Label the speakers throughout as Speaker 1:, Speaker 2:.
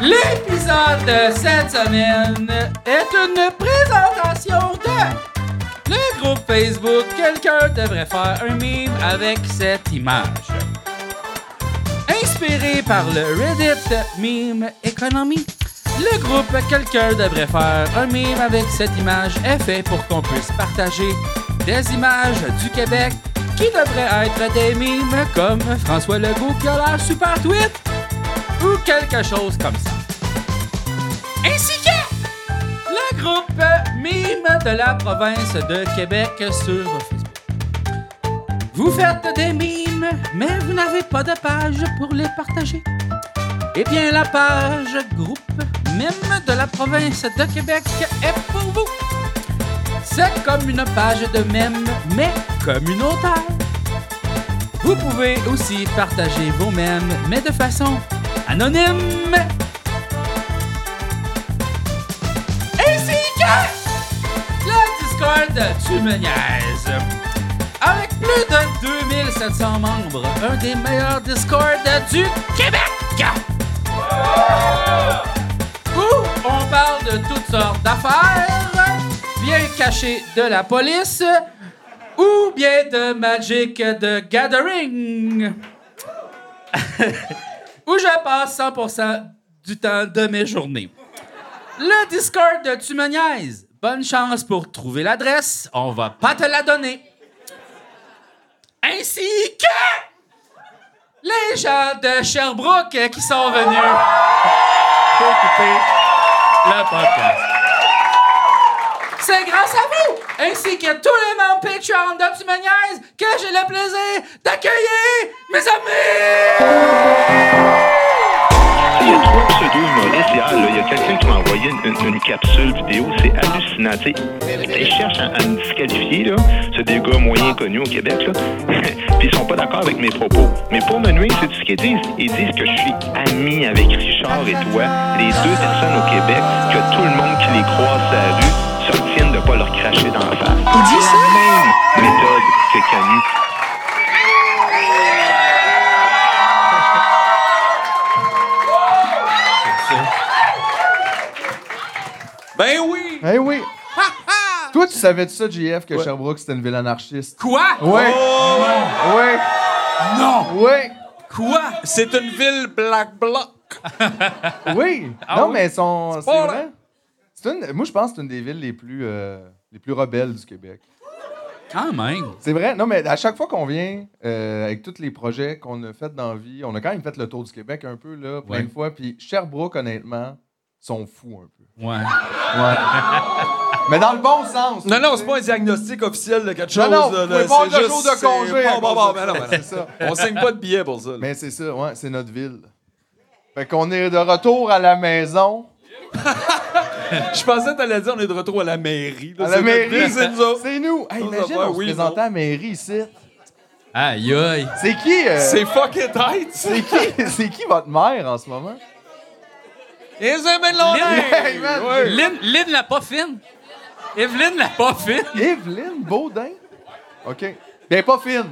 Speaker 1: L'épisode de cette semaine est une présentation de le groupe Facebook Quelqu'un devrait faire un mime avec cette image. Inspiré par le Reddit Meme Economy, le groupe Quelqu'un devrait faire un mime avec cette image est fait pour qu'on puisse partager des images du Québec qui devraient être des mimes comme François Legault qui a l'air super tweet ou quelque chose comme ça. Ainsi que le groupe Mime de la province de Québec sur Facebook. Vous faites des mimes, mais vous n'avez pas de page pour les partager. Eh bien, la page groupe Mime de la province de Québec est pour vous. C'est comme une page de mèmes, mais communautaire. Vous pouvez aussi partager vos mèmes, mais de façon anonyme. Ainsi que le Discord de Tu me niaises. Avec plus de 2700 membres, un des meilleurs Discords du Québec. Où on parle de toutes sortes d'affaires, bien cachées de la police, ou bien de Magic de Gathering où je passe 100% du temps de mes journées. Le Discord de Tu me niaises. Bonne chance pour trouver l'adresse, on va pas te la donner. Ainsi que les gens de Sherbrooke qui sont venus pour écouter le podcast. C'est grâce à vous, ainsi que tous les membres Patreon de Tu me niaises, que j'ai le plaisir d'accueillir mes amis!
Speaker 2: Il y a trois pseudos humoristes hier, là. Il y a quelqu'un qui m'a envoyé une, une- une capsule vidéo, c'est hallucinant. tu sais. Ils cherchent à, à me disqualifier, là. C'est des gars moyens connus au Québec, là. Puis ils sont pas d'accord avec mes propos. Mais pour me nuire, c'est ce qu'ils disent. Ils disent que je suis ami avec Richard et toi, les deux personnes au Québec, que tout le monde qui les croise à la rue se retienne de pas leur cracher dans la face. C'est la même méthode que Camus.
Speaker 3: Ben oui!
Speaker 4: Eh oui! Toi, tu savais-tu ça, JF, que Sherbrooke, c'était une ville anarchiste?
Speaker 1: Quoi? Oh!
Speaker 4: Ouais! Ouais!
Speaker 3: Non!
Speaker 4: Ouais!
Speaker 1: Quoi?
Speaker 3: C'est une ville black bloc.
Speaker 4: Oui! non, mais son. C'est
Speaker 3: Ah pas
Speaker 4: vrai? C'est une- Moi, je pense que c'est une des villes les plus, euh, les plus rebelles du Québec.
Speaker 1: Quand même.
Speaker 4: C'est vrai? Non, mais à chaque fois qu'on vient, euh, avec tous les projets qu'on a fait dans la vie, on a quand même fait le tour du Québec un peu, là, plein
Speaker 1: Ouais.
Speaker 4: de fois. Puis Sherbrooke, honnêtement, sont fous un peu.
Speaker 1: Ouais.
Speaker 4: Mais dans le bon sens!
Speaker 3: Non,
Speaker 4: tu
Speaker 3: non,
Speaker 4: sais.
Speaker 3: c'est pas un diagnostic officiel de quelque
Speaker 4: Non,
Speaker 3: chose.
Speaker 4: non, vous
Speaker 3: là,
Speaker 4: pouvez
Speaker 3: là,
Speaker 4: pas
Speaker 3: c'est
Speaker 4: avoir deux
Speaker 3: juste-
Speaker 4: jours de
Speaker 3: c'est-
Speaker 4: congé à
Speaker 3: Bon, bon,
Speaker 4: cause
Speaker 3: bon,
Speaker 4: de
Speaker 3: ben
Speaker 4: ça.
Speaker 3: non, ben non.
Speaker 4: C'est ça.
Speaker 3: On signe pas de billets pour ça. là.
Speaker 4: Mais c'est ça, ouais, c'est notre ville. Fait qu'on est de retour à la maison.
Speaker 3: Je pensais que t'allais dire on est de retour à la mairie. là.
Speaker 4: À la
Speaker 3: C'est notre
Speaker 4: mairie.
Speaker 3: ville, C'est nous autres.
Speaker 4: C'est nous! Hey,
Speaker 3: Nos
Speaker 4: imagine,
Speaker 3: affaires,
Speaker 4: on se
Speaker 3: oui,
Speaker 4: présentait
Speaker 3: non.
Speaker 4: à la mairie ici.
Speaker 1: Aïe aïe.
Speaker 4: C'est qui? euh,
Speaker 3: C'est fucking tight. ça.
Speaker 4: c'est qui? C'est qui votre mère en ce moment?
Speaker 3: Les amis de Longueuil.
Speaker 4: Hey, man.
Speaker 3: Ouais.
Speaker 1: Lynn, Lynn la pas fine. Evelyne la pas fine.
Speaker 4: Evelyne Baudin? OK. Bien, pas fine.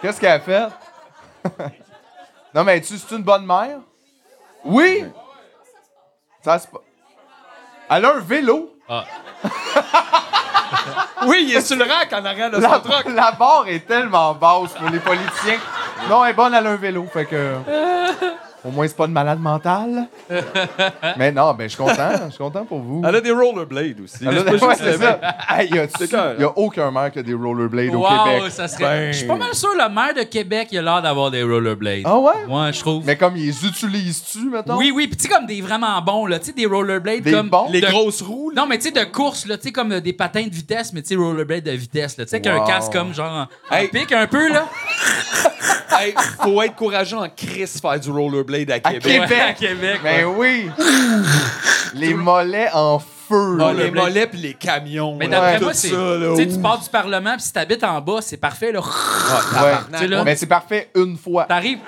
Speaker 4: Qu'est-ce qu'elle a fait? non, mais tu c'est une bonne mère? Oui! Ça se pa- Elle a un vélo.
Speaker 3: Oui, il est sur le rack en arrière de
Speaker 4: La,
Speaker 3: son truck.
Speaker 4: la barre est tellement basse pour les politiciens. Non, elle est bonne, elle a un vélo. Fait que. Au moins, c'est pas de malade mentale. Mais non, ben, je suis content. Je suis content pour vous.
Speaker 3: Elle a des rollerblades aussi.
Speaker 4: Elle a-
Speaker 3: C'est pas juste
Speaker 4: ouais,
Speaker 3: la
Speaker 4: c'est ça. Hey, y a-tu-
Speaker 3: C'est clair,
Speaker 4: y a aucun maire qui a des rollerblades au Québec.
Speaker 1: ça serait. Je suis pas mal sûr, le maire de Québec, il a l'air d'avoir des rollerblades.
Speaker 4: Ah ouais?
Speaker 1: Ouais, je trouve.
Speaker 4: Mais comme ils utilisent-tu, mettons?
Speaker 1: Oui, oui, pis tu sais, comme des vraiment bons, là. Tu sais, des rollerblades
Speaker 4: Des
Speaker 1: comme.
Speaker 4: bons?
Speaker 3: Les
Speaker 1: de-
Speaker 3: grosses roues. là.
Speaker 1: Non, mais tu sais, de course, là. Tu sais, comme euh, des patins de vitesse, mais tu sais, rollerblades de vitesse, là. Tu sais, qu'un
Speaker 4: Wow.
Speaker 1: casque comme genre. en- en
Speaker 3: Hey.
Speaker 1: pique un peu, là.
Speaker 3: Hey, faut être courageux en crise faire du rollerblade à
Speaker 4: À
Speaker 3: Québec.
Speaker 4: Québec.
Speaker 1: Ouais, à Québec.
Speaker 4: Ben oui! les mollets en feu.
Speaker 3: Ah, les mollets puis les camions.
Speaker 1: Mais
Speaker 3: là,
Speaker 1: d'après
Speaker 3: tout
Speaker 1: moi, c'est.
Speaker 3: ça, là,
Speaker 1: Tu sais, tu
Speaker 3: ouf.
Speaker 1: pars du Parlement, pis si t'habites en bas, c'est parfait, là.
Speaker 3: Ah, tabarnak.
Speaker 4: Ouais.
Speaker 1: Tu sais, là.
Speaker 4: Mais c'est parfait une fois.
Speaker 1: T'arrives.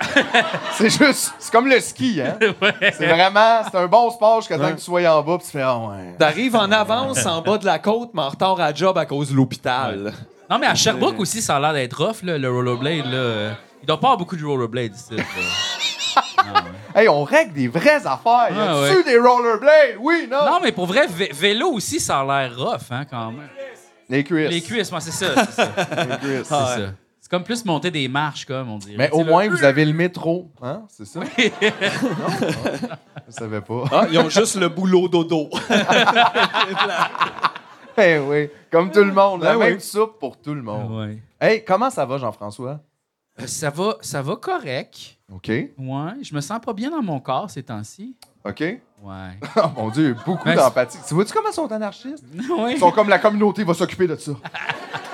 Speaker 4: C'est juste, c'est comme le ski, hein? C'est vraiment, c'est un bon sport jusqu'à temps que tu sois en bas puis tu fais, ah ouais.
Speaker 3: T'arrives en avance en bas de la côte, mais en retard à job à cause de l'hôpital.
Speaker 1: Non, mais à Sherbrooke aussi, ça a l'air d'être rough, là, le rollerblade. Là. Il doit pas avoir beaucoup de rollerblades ici. là.
Speaker 4: Hey, on règle des vraies affaires. Y
Speaker 1: Ah,
Speaker 4: a-tu
Speaker 1: ouais.
Speaker 4: des rollerblades? Oui, non?
Speaker 1: Non, mais pour vrai, vé- vélo aussi, ça a l'air rough, hein, quand même.
Speaker 4: Les cuisses.
Speaker 1: Les cuisses, moi, c'est
Speaker 4: Ah
Speaker 1: ça. C'est ça.
Speaker 4: Les cuisses.
Speaker 1: c'est ça. C'est comme plus monter des marches, comme on dirait.
Speaker 4: Mais
Speaker 1: Tu sais,
Speaker 4: au
Speaker 1: là,
Speaker 4: moins, vous avez le métro. Hein? C'est ça? non? Ah, Je savais pas.
Speaker 3: Ah, ils ont juste le boulot dodo.
Speaker 4: Eh oui, comme tout le monde. la
Speaker 3: Ben
Speaker 4: même
Speaker 3: oui.
Speaker 4: soupe pour tout le monde.
Speaker 1: Ouais.
Speaker 4: Hey, comment ça va, Jean-François?
Speaker 1: Euh, Ça va, ça va correct.
Speaker 4: OK.
Speaker 1: Ouais. Je me sens pas bien dans mon corps ces temps-ci.
Speaker 4: OK.
Speaker 1: Ouais.
Speaker 4: Oh mon Dieu, beaucoup
Speaker 1: Ben,
Speaker 4: d'empathie. Tu vois-tu comment ils sont anarchistes?
Speaker 1: Ouais.
Speaker 4: Ils sont comme la communauté va s'occuper de ça.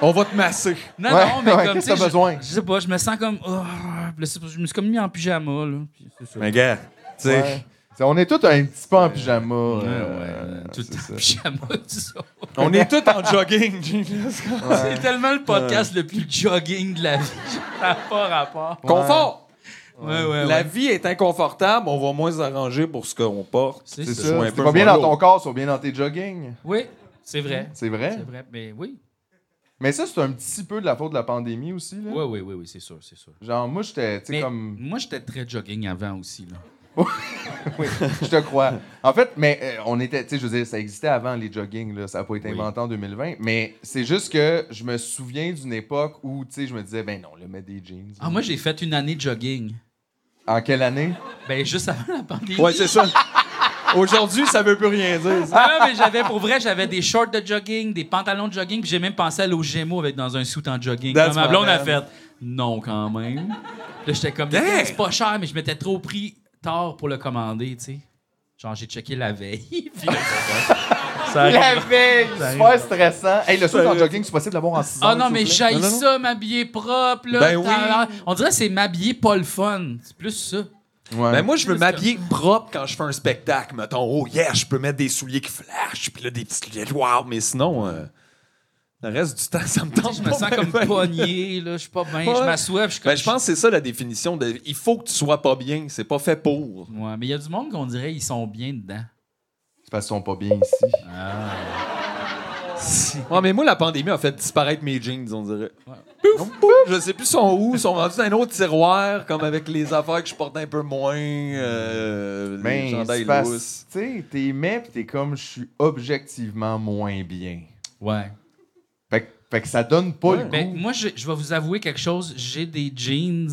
Speaker 3: On va te masser.
Speaker 1: Non,
Speaker 4: Ouais,
Speaker 1: non, mais
Speaker 4: ouais,
Speaker 1: comme
Speaker 4: qu'est-ce
Speaker 1: tu sais,
Speaker 4: que t'as
Speaker 1: je-
Speaker 4: besoin?
Speaker 1: Je, sais pas, je me sens comme. oh, là, c'est- je me suis comme mis en pyjama, là. puis c'est ça.
Speaker 3: Mais gars, tu sais.
Speaker 4: Ouais. T'sais, On est tous un petit peu en pyjama.
Speaker 1: Ouais,
Speaker 4: euh,
Speaker 1: ouais, tout le
Speaker 4: c'est
Speaker 1: temps en
Speaker 4: ça.
Speaker 1: pyjama, tout ça.
Speaker 3: On est tous en jogging,
Speaker 1: C'est tellement le podcast le plus jogging de la vie. Ça n'a pas rapport.
Speaker 3: Confort.
Speaker 1: Ouais, ouais,
Speaker 3: La
Speaker 1: ouais.
Speaker 3: vie est inconfortable, on va moins s'arranger pour ce qu'on porte.
Speaker 1: C'est
Speaker 4: C'est
Speaker 1: ça.
Speaker 4: ça. Si
Speaker 3: Ouais, un
Speaker 4: t'es
Speaker 3: peu
Speaker 4: pas bien
Speaker 3: mollo.
Speaker 4: dans ton corps, sois bien dans tes joggings.
Speaker 1: Oui, c'est vrai.
Speaker 4: C'est vrai.
Speaker 1: C'est vrai, mais oui.
Speaker 4: Mais ça, c'est un petit peu de la faute de la pandémie aussi. Là.
Speaker 1: Oui, oui, oui, oui c'est sûr, c'est sûr.
Speaker 4: Genre, moi, j'étais, tu sais,
Speaker 1: Mais
Speaker 4: comme.
Speaker 1: Moi, j'étais très jogging avant aussi. Là.
Speaker 4: Oui, je te crois. En fait, mais euh, on était, tu sais, je veux dire, ça existait avant les joggings, là. Ça n'a pas été
Speaker 1: Oui.
Speaker 4: inventé en 2020. Mais c'est juste que je me souviens d'une époque où, tu sais, je me disais, ben non, là, mets des jeans.
Speaker 1: Ah, moi, j'ai fait une année de jogging.
Speaker 4: En quelle année?
Speaker 1: Ben, juste avant la pandémie.
Speaker 3: Ouais, c'est ça. Aujourd'hui, ça veut plus rien dire. ça.
Speaker 1: Ah, mais j'avais, pour vrai, j'avais des shorts de jogging, des pantalons de jogging, puis j'ai même pensé à l'eau Gémeaux avec dans un suit en jogging.
Speaker 3: That's
Speaker 1: Comme ma
Speaker 3: my
Speaker 1: blonde a
Speaker 3: man.
Speaker 1: fait. Non, quand même. Puis Là, j'étais comme,
Speaker 3: Damn!
Speaker 1: c'est pas cher, mais je m'étais trop pris tard pour le commander, tu sais. Genre, j'ai checké la veille. puis là, ça arrive.
Speaker 4: La veille! Super stressant. Hey, le saut en jogging, c'est possible d'avoir en 6
Speaker 1: Ah non, mais j'haïs
Speaker 3: Non, non, non.
Speaker 1: ça, m'habiller propre. Là,
Speaker 3: Ben oui.
Speaker 1: t'as- On dirait que c'est m'habiller pas le fun. C'est plus ça.
Speaker 3: Ben moi, je veux m'habiller propre quand je fais un spectacle, mettons. Oh yeah, je peux mettre des souliers qui flashent, puis là, des petites lunettes. Wow, mais sinon, euh, le reste du temps, ça me
Speaker 1: Tu
Speaker 3: tente
Speaker 1: sais, je me
Speaker 3: pas
Speaker 1: sens
Speaker 3: ben,
Speaker 1: comme
Speaker 3: ben.
Speaker 1: pogné, là. Je suis pas bien. Je
Speaker 3: Ouais.
Speaker 1: m'assois, puis je suis comme.
Speaker 3: Ben, je pense que c'est ça la définition de il faut que tu sois pas bien, c'est pas fait pour.
Speaker 1: Ouais, mais il y a du monde qu'on dirait ils sont bien dedans.
Speaker 4: C'est parce qu'ils sont pas bien ici.
Speaker 1: Ah,
Speaker 3: Ouais, mais moi, la pandémie a fait disparaître mes jeans, on dirait.
Speaker 1: Ouais.
Speaker 3: Pouf, pouf, je sais plus sont où, ils sont rendus dans un autre tiroir, comme avec les affaires que je porte un peu moins, euh, les
Speaker 4: Mais
Speaker 3: chandails
Speaker 4: Ben, c'est
Speaker 3: lousses.
Speaker 4: parce- tu sais, t'es mais pis t'es comme je suis objectivement moins bien.
Speaker 1: Ouais.
Speaker 4: Fait, que- fait que ça donne pas le goût.
Speaker 1: Ben, moi, je, je vais vous avouer quelque chose. J'ai des jeans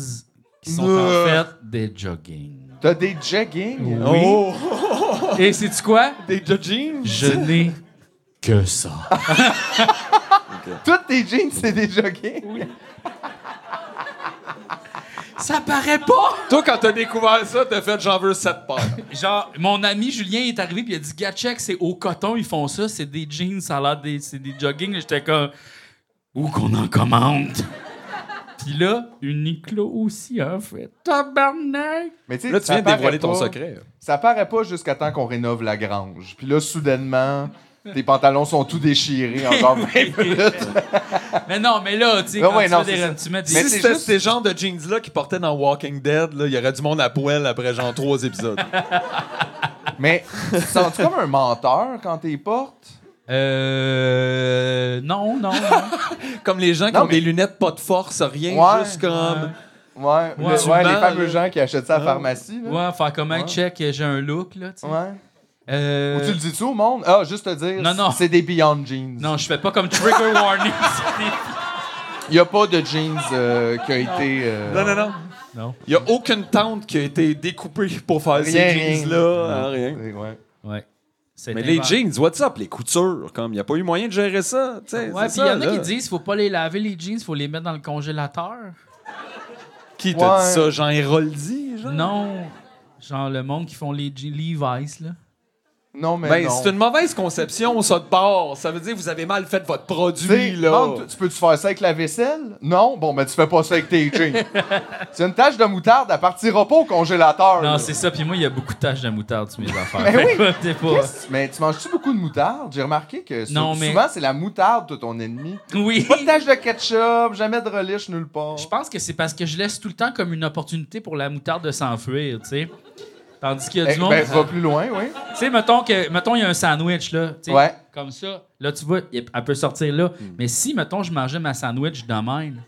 Speaker 1: qui sont en
Speaker 4: Euh.
Speaker 1: fait des jogging.
Speaker 4: T'as des jogging.
Speaker 1: Oui.
Speaker 3: Oh!
Speaker 1: Et sais-tu quoi?
Speaker 3: Des jeans?
Speaker 1: Je n'ai que ça.
Speaker 4: Toutes tes jeans, c'est des jogging.
Speaker 1: Ça paraît pas!
Speaker 3: Toi, quand t'as découvert ça, t'as fait j'en veux sept paires.
Speaker 1: Genre, mon ami Julien est arrivé puis il a dit Gatchek, c'est au coton, ils font ça, c'est des jeans, ça a l'air des, c'est des jogging. J'étais comme Où qu'on en commande? puis là, Uniqlo aussi, en fait. Tabarnak!
Speaker 4: Mais
Speaker 3: Là, tu
Speaker 4: ça
Speaker 3: viens de
Speaker 4: paraît
Speaker 3: dévoiler ton
Speaker 4: pas-
Speaker 3: secret.
Speaker 4: Ça paraît pas jusqu'à temps qu'on rénove la grange. Puis là, soudainement, tes pantalons sont tout déchirés encore 20 minutes.
Speaker 1: Mais non, mais là, tu sais,
Speaker 4: Ah
Speaker 1: quand
Speaker 4: ouais,
Speaker 1: tu,
Speaker 4: non,
Speaker 1: fais des-
Speaker 4: c'est ça.
Speaker 1: tu mets des.
Speaker 4: Mais
Speaker 3: si
Speaker 4: c'est
Speaker 3: c'était
Speaker 4: juste-
Speaker 3: ces genres de jeans-là qu'ils portaient dans Walking Dead, là, il y aurait du monde à poêle après genre trois épisodes.
Speaker 4: Mais tu te sens-tu comme un menteur quand t'es portes?
Speaker 1: Euh. Non, non, non.
Speaker 3: comme les gens qui
Speaker 4: Non,
Speaker 3: ont
Speaker 4: mais-
Speaker 3: des lunettes pas de force, rien,
Speaker 4: Ouais.
Speaker 3: juste comme...
Speaker 4: Ouais, le- ouais,
Speaker 1: tu
Speaker 4: les
Speaker 3: mens,
Speaker 4: fameux
Speaker 3: là.
Speaker 4: gens qui achètent ça à la pharmacie. Là.
Speaker 1: Ah. Ouais, faire comment
Speaker 4: Ouais.
Speaker 1: check, j'ai un look, là, tu sais.
Speaker 4: Ouais.
Speaker 1: Euh,
Speaker 4: Ou tu le dis-tu au monde? Ah, juste te dire,
Speaker 1: Non, non.
Speaker 4: c'est des Beyond Jeans.
Speaker 1: Non, je fais pas comme trigger warning. c'est des-
Speaker 4: Il n'y a pas de jeans euh, qui a été. euh,
Speaker 3: Non, non, non.
Speaker 1: non.
Speaker 3: Il n'y a aucune tente qui a été découpée pour faire
Speaker 4: Rien,
Speaker 3: ces
Speaker 4: rien.
Speaker 3: jeans-là. hein, rien.
Speaker 4: c'est- ouais.
Speaker 1: Ouais. C'est
Speaker 3: Mais les
Speaker 1: invent-
Speaker 3: jeans, what's up? Les coutures, comme, il n'y a pas eu moyen de gérer ça. tu sais,
Speaker 1: Ouais,
Speaker 3: c'est
Speaker 1: puis il y
Speaker 3: ça,
Speaker 1: en a
Speaker 3: là.
Speaker 1: qui disent faut pas les laver les jeans, faut les mettre dans le congélateur.
Speaker 3: Qui t'a
Speaker 4: Ouais.
Speaker 3: dit ça? Jean Héroldi, genre?
Speaker 1: Non. Genre le monde qui font les jeans Levi's là.
Speaker 4: Non, mais.
Speaker 3: Ben,
Speaker 4: non.
Speaker 3: c'est une mauvaise conception, ça, de bord. Ça veut dire que vous avez mal fait votre
Speaker 4: Tu sais,
Speaker 3: produit, là.
Speaker 4: demande, tu- tu peux-tu faire ça avec la vaisselle? Non? Bon, ben, tu fais pas ça avec tes jeans. c'est une tache de moutarde, elle partira pas au congélateur.
Speaker 1: Non,
Speaker 4: Ah, là.
Speaker 1: c'est ça. Puis moi, il y a beaucoup de taches de moutarde sur mes affaires.
Speaker 4: Ben oui.
Speaker 1: T'es pas.
Speaker 4: Qu'est-ce- Mais tu manges-tu beaucoup de moutarde? J'ai remarqué que sou-
Speaker 1: Non, mais-
Speaker 4: souvent, c'est la moutarde, toi, ton ennemi.
Speaker 1: Oui.
Speaker 4: Pas de tache de ketchup, jamais de relish nulle part.
Speaker 1: Je pense que c'est parce que je laisse tout le temps comme une opportunité pour la moutarde de s'enfuir, tu sais. Tandis qu'il y a
Speaker 4: Eh,
Speaker 1: du monde.
Speaker 4: ben, va plus loin, oui.
Speaker 1: Tu sais, mettons que mettons il y a un sandwich là, tu sais,
Speaker 4: Ouais.
Speaker 1: comme ça. Là tu vois, il- elle peut sortir là. Mais si mettons je mangeais ma sandwich de même,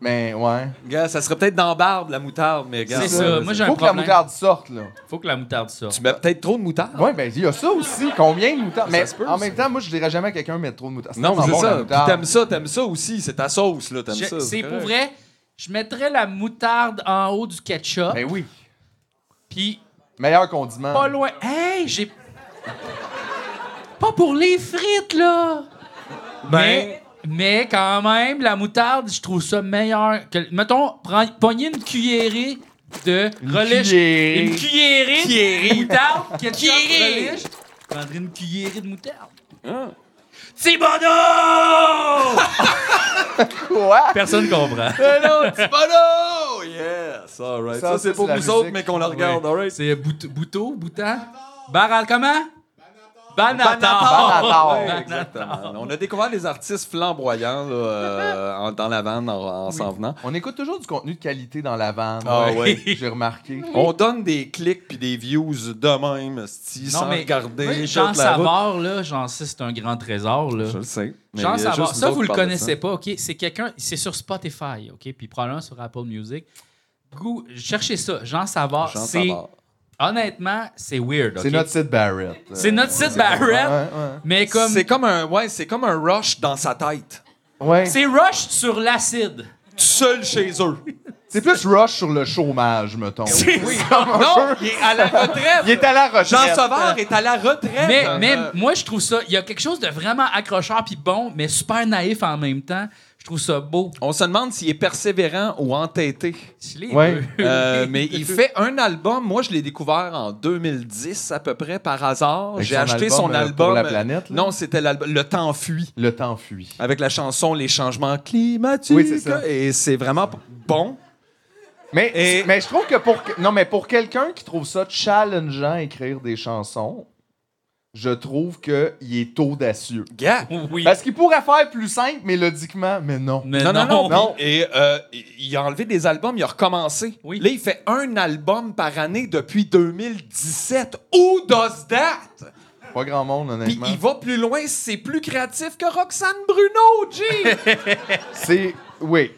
Speaker 4: Mais ouais.
Speaker 3: Gars, ça serait peut-être dans la barbe, la moutarde, mais gars.
Speaker 1: C'est ça. Moi, j'ai un
Speaker 4: Faut que la
Speaker 1: problème.
Speaker 4: moutarde sorte, là.
Speaker 1: Faut que la moutarde sorte.
Speaker 3: Tu mets peut-être trop de moutarde.
Speaker 4: Ouais, ben, il y a ça aussi. Combien de moutardes?
Speaker 3: Ça
Speaker 4: Mais
Speaker 3: se peut,
Speaker 4: en
Speaker 3: ça.
Speaker 4: même temps, moi, je dirais jamais à quelqu'un de mettre trop de moutarde.
Speaker 3: Non,
Speaker 4: tellement
Speaker 3: c'est
Speaker 4: bon, la
Speaker 3: ça. Puis
Speaker 4: moutarde.
Speaker 3: t'aimes ça, t'aimes ça aussi. C'est ta sauce, là. T'aimes
Speaker 1: Je-
Speaker 3: ça.
Speaker 1: C'est pour
Speaker 3: correct.
Speaker 1: vrai. Je mettrais la moutarde en haut du ketchup.
Speaker 4: Ben oui.
Speaker 1: Puis
Speaker 4: Meilleur condiment.
Speaker 3: Oh
Speaker 1: pas loin. Hey, j'ai. Pas pour les frites, là!
Speaker 3: Ben,
Speaker 1: Mais, mais quand même, la moutarde, je trouve ça meilleur. Que, mettons, prends, pogner une cuillerée de relish.
Speaker 4: cuillerée.
Speaker 1: Une cuillerée, de moutarde. Cuillerée. Relish. Je prendrais une cuillerée de moutarde. Thibodeau!
Speaker 4: Quoi?
Speaker 1: Personne comprend.
Speaker 3: non, c'est pas là! Yes, alright. Ça,
Speaker 4: Oh, Ça,
Speaker 3: c'est
Speaker 4: ça,
Speaker 3: pour
Speaker 4: c'est la
Speaker 3: nous autres,
Speaker 4: musique.
Speaker 3: mais qu'on la regarde, alright.
Speaker 1: C'est Bout- Bouteau, Boutan. Baral, comment? Banator.
Speaker 4: Banator.
Speaker 3: Ah, Ouais, exactement. On a découvert les artistes flamboyants là, euh, en- dans la vanne en en s'en venant.
Speaker 4: On écoute toujours du contenu de qualité dans la vanne.
Speaker 3: Ah ouais.
Speaker 4: J'ai remarqué.
Speaker 3: On donne des clics puis des views de même, sti, sans regarder.
Speaker 1: oui,
Speaker 3: toute la
Speaker 1: Jean
Speaker 3: route.
Speaker 1: Savard, là, j'en sais, c'est un grand trésor, là.
Speaker 3: Je le sais. mais
Speaker 1: Jean
Speaker 3: il y a juste
Speaker 1: Savard,
Speaker 3: nous
Speaker 1: ça,
Speaker 3: autres
Speaker 1: vous le
Speaker 3: qui parlent de
Speaker 1: connaissez
Speaker 3: ça.
Speaker 1: pas, OK? C'est quelqu'un, c'est sur Spotify, OK? Puis probablement sur Apple Music. Gou- Cherchez ça, Jean Savard.
Speaker 3: Jean
Speaker 1: c'est,
Speaker 3: Savard.
Speaker 1: honnêtement, c'est weird, OK?
Speaker 4: C'est notre site Barrett.
Speaker 1: C'est notre site
Speaker 4: Ouais,
Speaker 1: Barrett,
Speaker 4: ouais.
Speaker 1: mais comme...
Speaker 3: C'est comme un ouais, c'est comme un rush dans sa tête.
Speaker 4: Ouais.
Speaker 1: C'est Rush sur l'acide.
Speaker 3: Tout seul chez eux.
Speaker 4: C'est plus rush sur le chômage, mettons.
Speaker 3: Oui. non, il est à la retraite.
Speaker 4: Il est à la
Speaker 3: Jean
Speaker 4: recherche.
Speaker 3: Savard est à la retraite.
Speaker 1: Mais,
Speaker 3: Euh,
Speaker 1: mais
Speaker 3: euh,
Speaker 1: moi, je trouve ça... Il y a quelque chose de vraiment accrocheur puis bon, mais super naïf en même temps. Je trouve ça beau.
Speaker 3: on se demande s'il est persévérant ou entêté.
Speaker 1: Je l'ai
Speaker 4: Ouais.
Speaker 1: vu.
Speaker 3: Euh, mais il fait un album. Moi, je l'ai découvert en 2010 à peu près par hasard.
Speaker 4: Avec
Speaker 3: J'ai
Speaker 4: son
Speaker 3: acheté
Speaker 4: album,
Speaker 3: son
Speaker 4: euh,
Speaker 3: album.
Speaker 4: Pour la planète, là.
Speaker 3: Non, c'était l'album Le temps fuit
Speaker 4: Le temps fuit.
Speaker 3: avec la chanson Les changements climatiques.
Speaker 4: Oui, c'est ça.
Speaker 3: Et c'est vraiment bon.
Speaker 4: Mais,
Speaker 3: Et-
Speaker 4: mais je trouve que pour que- non mais pour quelqu'un qui trouve ça challengeant écrire des chansons, je trouve que il est audacieux.
Speaker 3: Gars.
Speaker 1: Oui.
Speaker 4: Parce qu'il pourrait faire plus simple mélodiquement, mais non.
Speaker 1: Mais
Speaker 3: Non, non, non.
Speaker 4: non.
Speaker 3: puis- Et euh, il a enlevé des albums, il a recommencé.
Speaker 1: Oui.
Speaker 3: Là, il fait un album par année depuis 2017. Who does that?
Speaker 4: Pas grand monde
Speaker 3: Puis
Speaker 4: honnêtement.
Speaker 3: il va plus loin, c'est plus créatif que Roxane Bruno, G!
Speaker 4: C'est oui,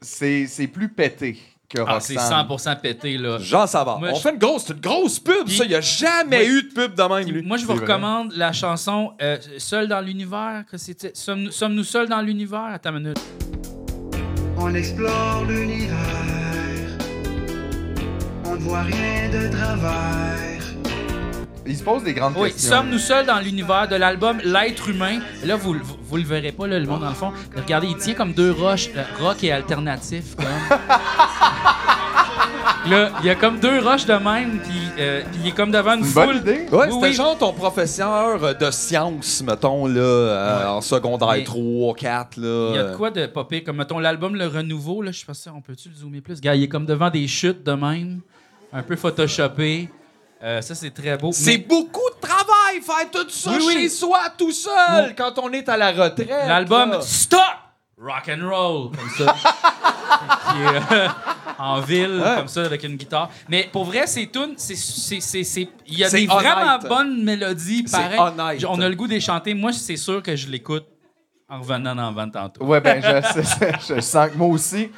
Speaker 4: c'est c'est plus pété que
Speaker 1: Ah, c'est
Speaker 4: Roxane.
Speaker 1: 100% pété, là.
Speaker 3: Jean Savard.
Speaker 1: Moi,
Speaker 3: on
Speaker 1: je-
Speaker 3: fait une grosse, c'est une grosse pub,
Speaker 1: Puis-
Speaker 3: ça. Il n'y a jamais
Speaker 1: Oui.
Speaker 3: eu de pub de même, lui.
Speaker 1: Moi, je vous
Speaker 4: C'est vrai.
Speaker 1: recommande la chanson euh, Seul dans l'univers. que c'était Sommes-nous sommes-nous seuls dans l'univers? Attends une minute.
Speaker 5: On explore l'univers. On ne voit rien de travers.
Speaker 4: Il se pose des grandes
Speaker 1: Oui,
Speaker 4: questions.
Speaker 1: Sommes-nous seuls dans l'univers de l'album L'être humain. Là, vous, vous, vous le verrez pas, là, le monde dans le fond. Mais Regardez, il tient comme deux roches, euh, rock et alternatif. comme. là, il y a comme deux roches de même, puis euh, puis il est comme devant une,
Speaker 4: Une
Speaker 1: foule.
Speaker 4: bonne idée.
Speaker 3: Ouais,
Speaker 1: Oui,
Speaker 3: c'était
Speaker 1: oui.
Speaker 3: genre ton professeur euh, de sciences, mettons, là, euh, en secondaire
Speaker 1: Mais-
Speaker 3: 3, 4, là.
Speaker 1: Il y a de quoi de popper. Comme, mettons, l'album Le Renouveau, là, je pense, on peut-tu le zoomer plus? Gars, il est comme devant des chutes de même, un peu photoshopé. Euh, ça, c'est très beau.
Speaker 3: C'est
Speaker 1: Mais
Speaker 3: beaucoup de travail, faire tout ça
Speaker 1: Oui, oui.
Speaker 3: chez soi, tout seul, quand on est à la retraite. là.
Speaker 1: L'album Stop! Rock and roll, comme ça. Qui est, euh, en ville, comme ça, avec une guitare. Mais pour vrai, ces tunes, c'est- c'est- c'est- c'est- il y a
Speaker 3: C'est
Speaker 1: des vraiment
Speaker 3: honnête.
Speaker 1: bonnes mélodies.
Speaker 3: C'est
Speaker 1: pareil.
Speaker 3: honnête.
Speaker 1: On a le goût de les chanter. Moi, c'est sûr que je l'écoute en revenant en vente tantôt.
Speaker 4: Ouais, ben, je, je- je sens que moi aussi.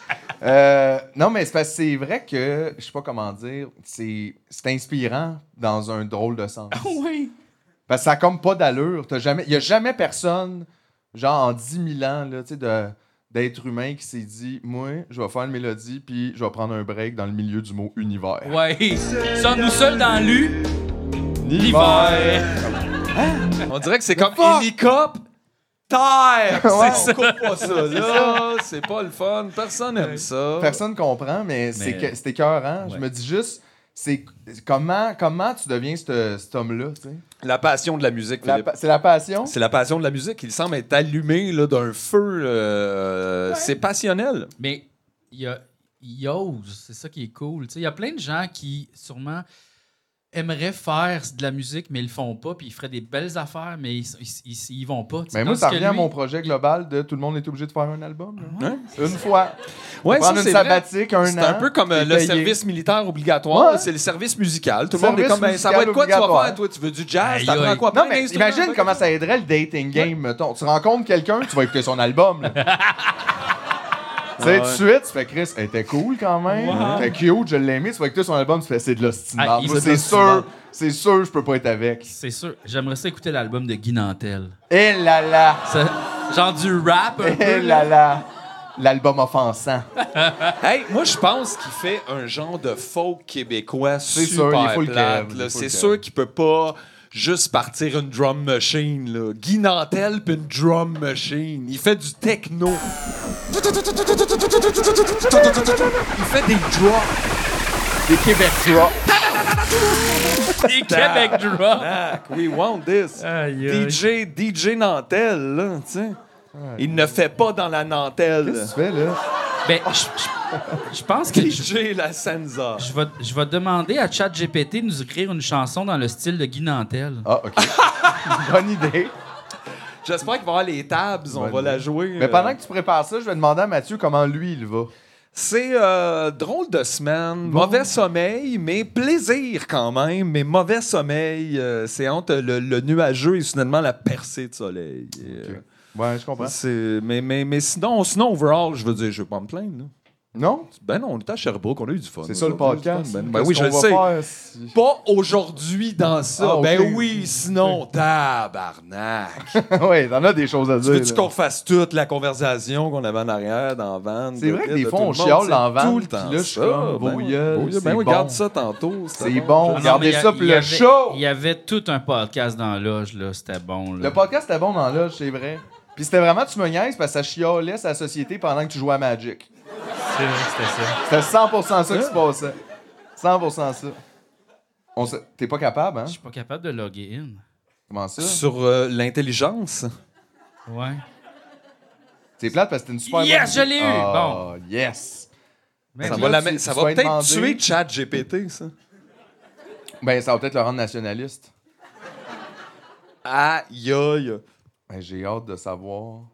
Speaker 4: Euh, non, mais c'est parce que c'est vrai que, je sais pas comment dire, c'est c'est inspirant dans un drôle de sens.
Speaker 1: oui!
Speaker 4: Parce que ça a comme pas d'allure. T'as jamais- Il n'y a jamais personne, genre en 10 000 ans, là, tu sais, de- d'être humain qui s'est dit Moi, je vais faire une mélodie, puis je vais prendre un break dans le milieu du mot univers.
Speaker 1: Ouais. Sommes-nous seuls dans l'U?
Speaker 4: L'hiver.
Speaker 1: Hein?
Speaker 3: On dirait que c'est comme
Speaker 4: fuck?
Speaker 3: hélicoptère. Terre!
Speaker 4: Ouais.
Speaker 3: C'est ça. pas ça, là. C'est pas le fun. Personne aime ça.
Speaker 4: Personne comprend, mais, c'est que- c'est écœurant. Je
Speaker 1: Ouais.
Speaker 4: me dis juste c'est comment, comment tu deviens ce- cet homme-là, tu sais?
Speaker 3: La passion de la musique,
Speaker 4: La
Speaker 3: Philippe.
Speaker 4: pa- C'est la passion.
Speaker 3: C'est la passion de la musique. Il semble être allumé là, d'un feu. euh, C'est passionnel.
Speaker 1: Mais il y a, il ose, c'est ça qui est cool. Tu sais, Il y a plein de gens qui, sûrement, aimeraient faire de la musique, mais ils le font pas, puis ils feraient des belles affaires, mais ils, ils, ils- ils vont pas. tu sais.
Speaker 4: Mais moi,
Speaker 1: Tandis
Speaker 4: ça
Speaker 1: que
Speaker 4: revient à
Speaker 1: lui-
Speaker 4: mon projet global de tout le monde est obligé de faire un album. là.
Speaker 3: Hein?
Speaker 4: Une fois.
Speaker 3: Ouais, ça,
Speaker 4: prendre une
Speaker 3: c'est vrai.
Speaker 4: sabbatique, un an.
Speaker 3: C'est un peu comme euh,
Speaker 4: t'es
Speaker 3: le
Speaker 4: payé.
Speaker 3: service militaire obligatoire.
Speaker 4: Ouais.
Speaker 3: là, C'est le service musical. Tout le
Speaker 4: Service
Speaker 3: monde est comme, ben, ça va être quoi que tu vas
Speaker 4: musical
Speaker 3: faire? Toi, tu veux du jazz?
Speaker 1: Aïe,
Speaker 3: T'apprends
Speaker 1: aïe.
Speaker 3: quoi?
Speaker 4: Non,
Speaker 3: Plein
Speaker 4: mais
Speaker 3: d'instruments,
Speaker 4: imagine
Speaker 3: plein
Speaker 4: comment ça aiderait le dating game, mettons. Tu rencontres quelqu'un, tu vas écouter son album. là. Tu sais,
Speaker 3: Ah
Speaker 4: tout de
Speaker 3: ouais.
Speaker 4: suite, tu fais Chris, elle était cool quand même.
Speaker 1: Wow.
Speaker 4: Elle était cute, je l'ai aimé. Tu vois que tout son album, tu fais c'est de l'hostie de
Speaker 1: Ah,
Speaker 4: marde.
Speaker 1: il
Speaker 4: Moi,
Speaker 1: se donne
Speaker 4: C'est
Speaker 1: souvent.
Speaker 4: sûr, c'est sûr, je peux pas être avec.
Speaker 1: C'est sûr. J'aimerais ça écouter l'album de Guy Nantel.
Speaker 4: Eh là là!
Speaker 1: Ça- genre du rap un peu.
Speaker 4: Eh là là! L'album offensant.
Speaker 3: Hey, moi, je pense qu'il fait un genre de faux québécois
Speaker 4: C'est
Speaker 3: super
Speaker 4: sûr, il est full
Speaker 3: plate.
Speaker 4: Kev, il est
Speaker 3: là.
Speaker 4: full
Speaker 3: C'est
Speaker 4: Kev.
Speaker 3: sûr qu'il peut pas juste partir une drum machine. Là. Guy Nantel puis une drum machine. Il fait du techno. Il fait des drops.
Speaker 4: Des Québec rock.
Speaker 1: Des Québec Drop.
Speaker 3: Ah, We want this.
Speaker 1: Aïe, aïe.
Speaker 3: DJ, DJ Nantel, là, tu sais. Il ne fait pas dans la Nantelle.
Speaker 4: Qu'est-ce que tu fais là?
Speaker 1: Ben, je- je je pense que je,
Speaker 3: DJ La Senza.
Speaker 1: je vais, je vais demander à ChatGPT de nous écrire une chanson dans le style de Guy Nantel.
Speaker 4: Ah, ok. Bonne idée.
Speaker 3: J'espère qu'il va y avoir les tabs, on
Speaker 4: Bonne
Speaker 3: va la
Speaker 4: idée.
Speaker 3: jouer.
Speaker 4: Mais
Speaker 3: euh,
Speaker 4: pendant que tu prépares ça, je vais demander à Mathieu comment lui il va.
Speaker 3: C'est euh, drôle de semaine, mauvais sommeil, mais plaisir quand même. Mais mauvais sommeil, euh, c'est entre le, le nuageux et soudainement la percée de soleil. Et, euh,
Speaker 4: Ouais, je comprends.
Speaker 3: c'est- mais, mais, mais sinon, sinon, overall, je veux dire, je veux pas me plaindre. là.
Speaker 4: Non?
Speaker 3: Ben non, on était à Sherbrooke, on a eu du fun.
Speaker 4: C'est ça le
Speaker 3: On a eu du
Speaker 4: podcast.
Speaker 3: fun. Ben,
Speaker 4: hein, Qu'est-ce
Speaker 3: oui, je
Speaker 4: qu'on
Speaker 3: le
Speaker 4: va
Speaker 3: sais.
Speaker 4: faire si-
Speaker 3: Pas aujourd'hui dans ça.
Speaker 4: Ah, ok.
Speaker 3: Ben oui, sinon, tabarnak.
Speaker 4: ouais, t'en as des choses à
Speaker 3: Tu
Speaker 4: dire.
Speaker 3: veux-tu
Speaker 4: là.
Speaker 3: qu'on fasse toute la conversation qu'on avait en arrière, dans la van?
Speaker 4: C'est
Speaker 3: de-
Speaker 4: vrai que
Speaker 3: de
Speaker 4: des
Speaker 3: tout
Speaker 4: fois,
Speaker 3: le
Speaker 4: on
Speaker 3: monde,
Speaker 4: chiale
Speaker 3: c'est
Speaker 4: dans la van,
Speaker 3: Tout le
Speaker 4: puis
Speaker 3: temps.
Speaker 4: là, je suis
Speaker 3: ça,
Speaker 4: comme,
Speaker 3: ben
Speaker 4: vos
Speaker 3: oui.
Speaker 4: gueules,
Speaker 3: Vos gueules,
Speaker 4: c'est
Speaker 3: Ben oui,
Speaker 4: bon.
Speaker 3: garde ça tantôt.
Speaker 4: C'est bon.
Speaker 1: Ah non,
Speaker 4: Regardez
Speaker 1: mais il y a-
Speaker 4: ça pour
Speaker 1: il y
Speaker 4: le
Speaker 1: avait-
Speaker 4: show!
Speaker 1: Il y avait tout un podcast dans l'âge, là. C'était bon, là.
Speaker 4: Le podcast était bon dans l'âge, c'est vrai. Puis c'était vraiment, tu me niaises parce que ça chialait sa société pendant que tu jouais à Magic.
Speaker 1: C'est vrai que c'était ça.
Speaker 4: C'était 100% ça qui se passait. 100% ça. On se- T'es pas capable, hein?
Speaker 1: Je suis pas capable de loguer in.
Speaker 4: Comment ça?
Speaker 3: Sur euh, l'intelligence.
Speaker 1: Ouais.
Speaker 4: T'es plate parce que t'es une super
Speaker 1: Yes,
Speaker 4: bonne-
Speaker 1: je l'ai eu!
Speaker 4: Ah, yes!
Speaker 1: Mais
Speaker 3: Ça
Speaker 4: Puis
Speaker 3: va,
Speaker 4: là,
Speaker 3: la-
Speaker 4: tu-
Speaker 3: ça
Speaker 4: tu
Speaker 3: va
Speaker 4: vas
Speaker 3: peut-être
Speaker 4: demander-
Speaker 3: tuer Chat GPT, ça.
Speaker 4: Ben, ça va peut-être le rendre nationaliste.
Speaker 3: Aïe, aïe.
Speaker 4: Ben, j'ai hâte de savoir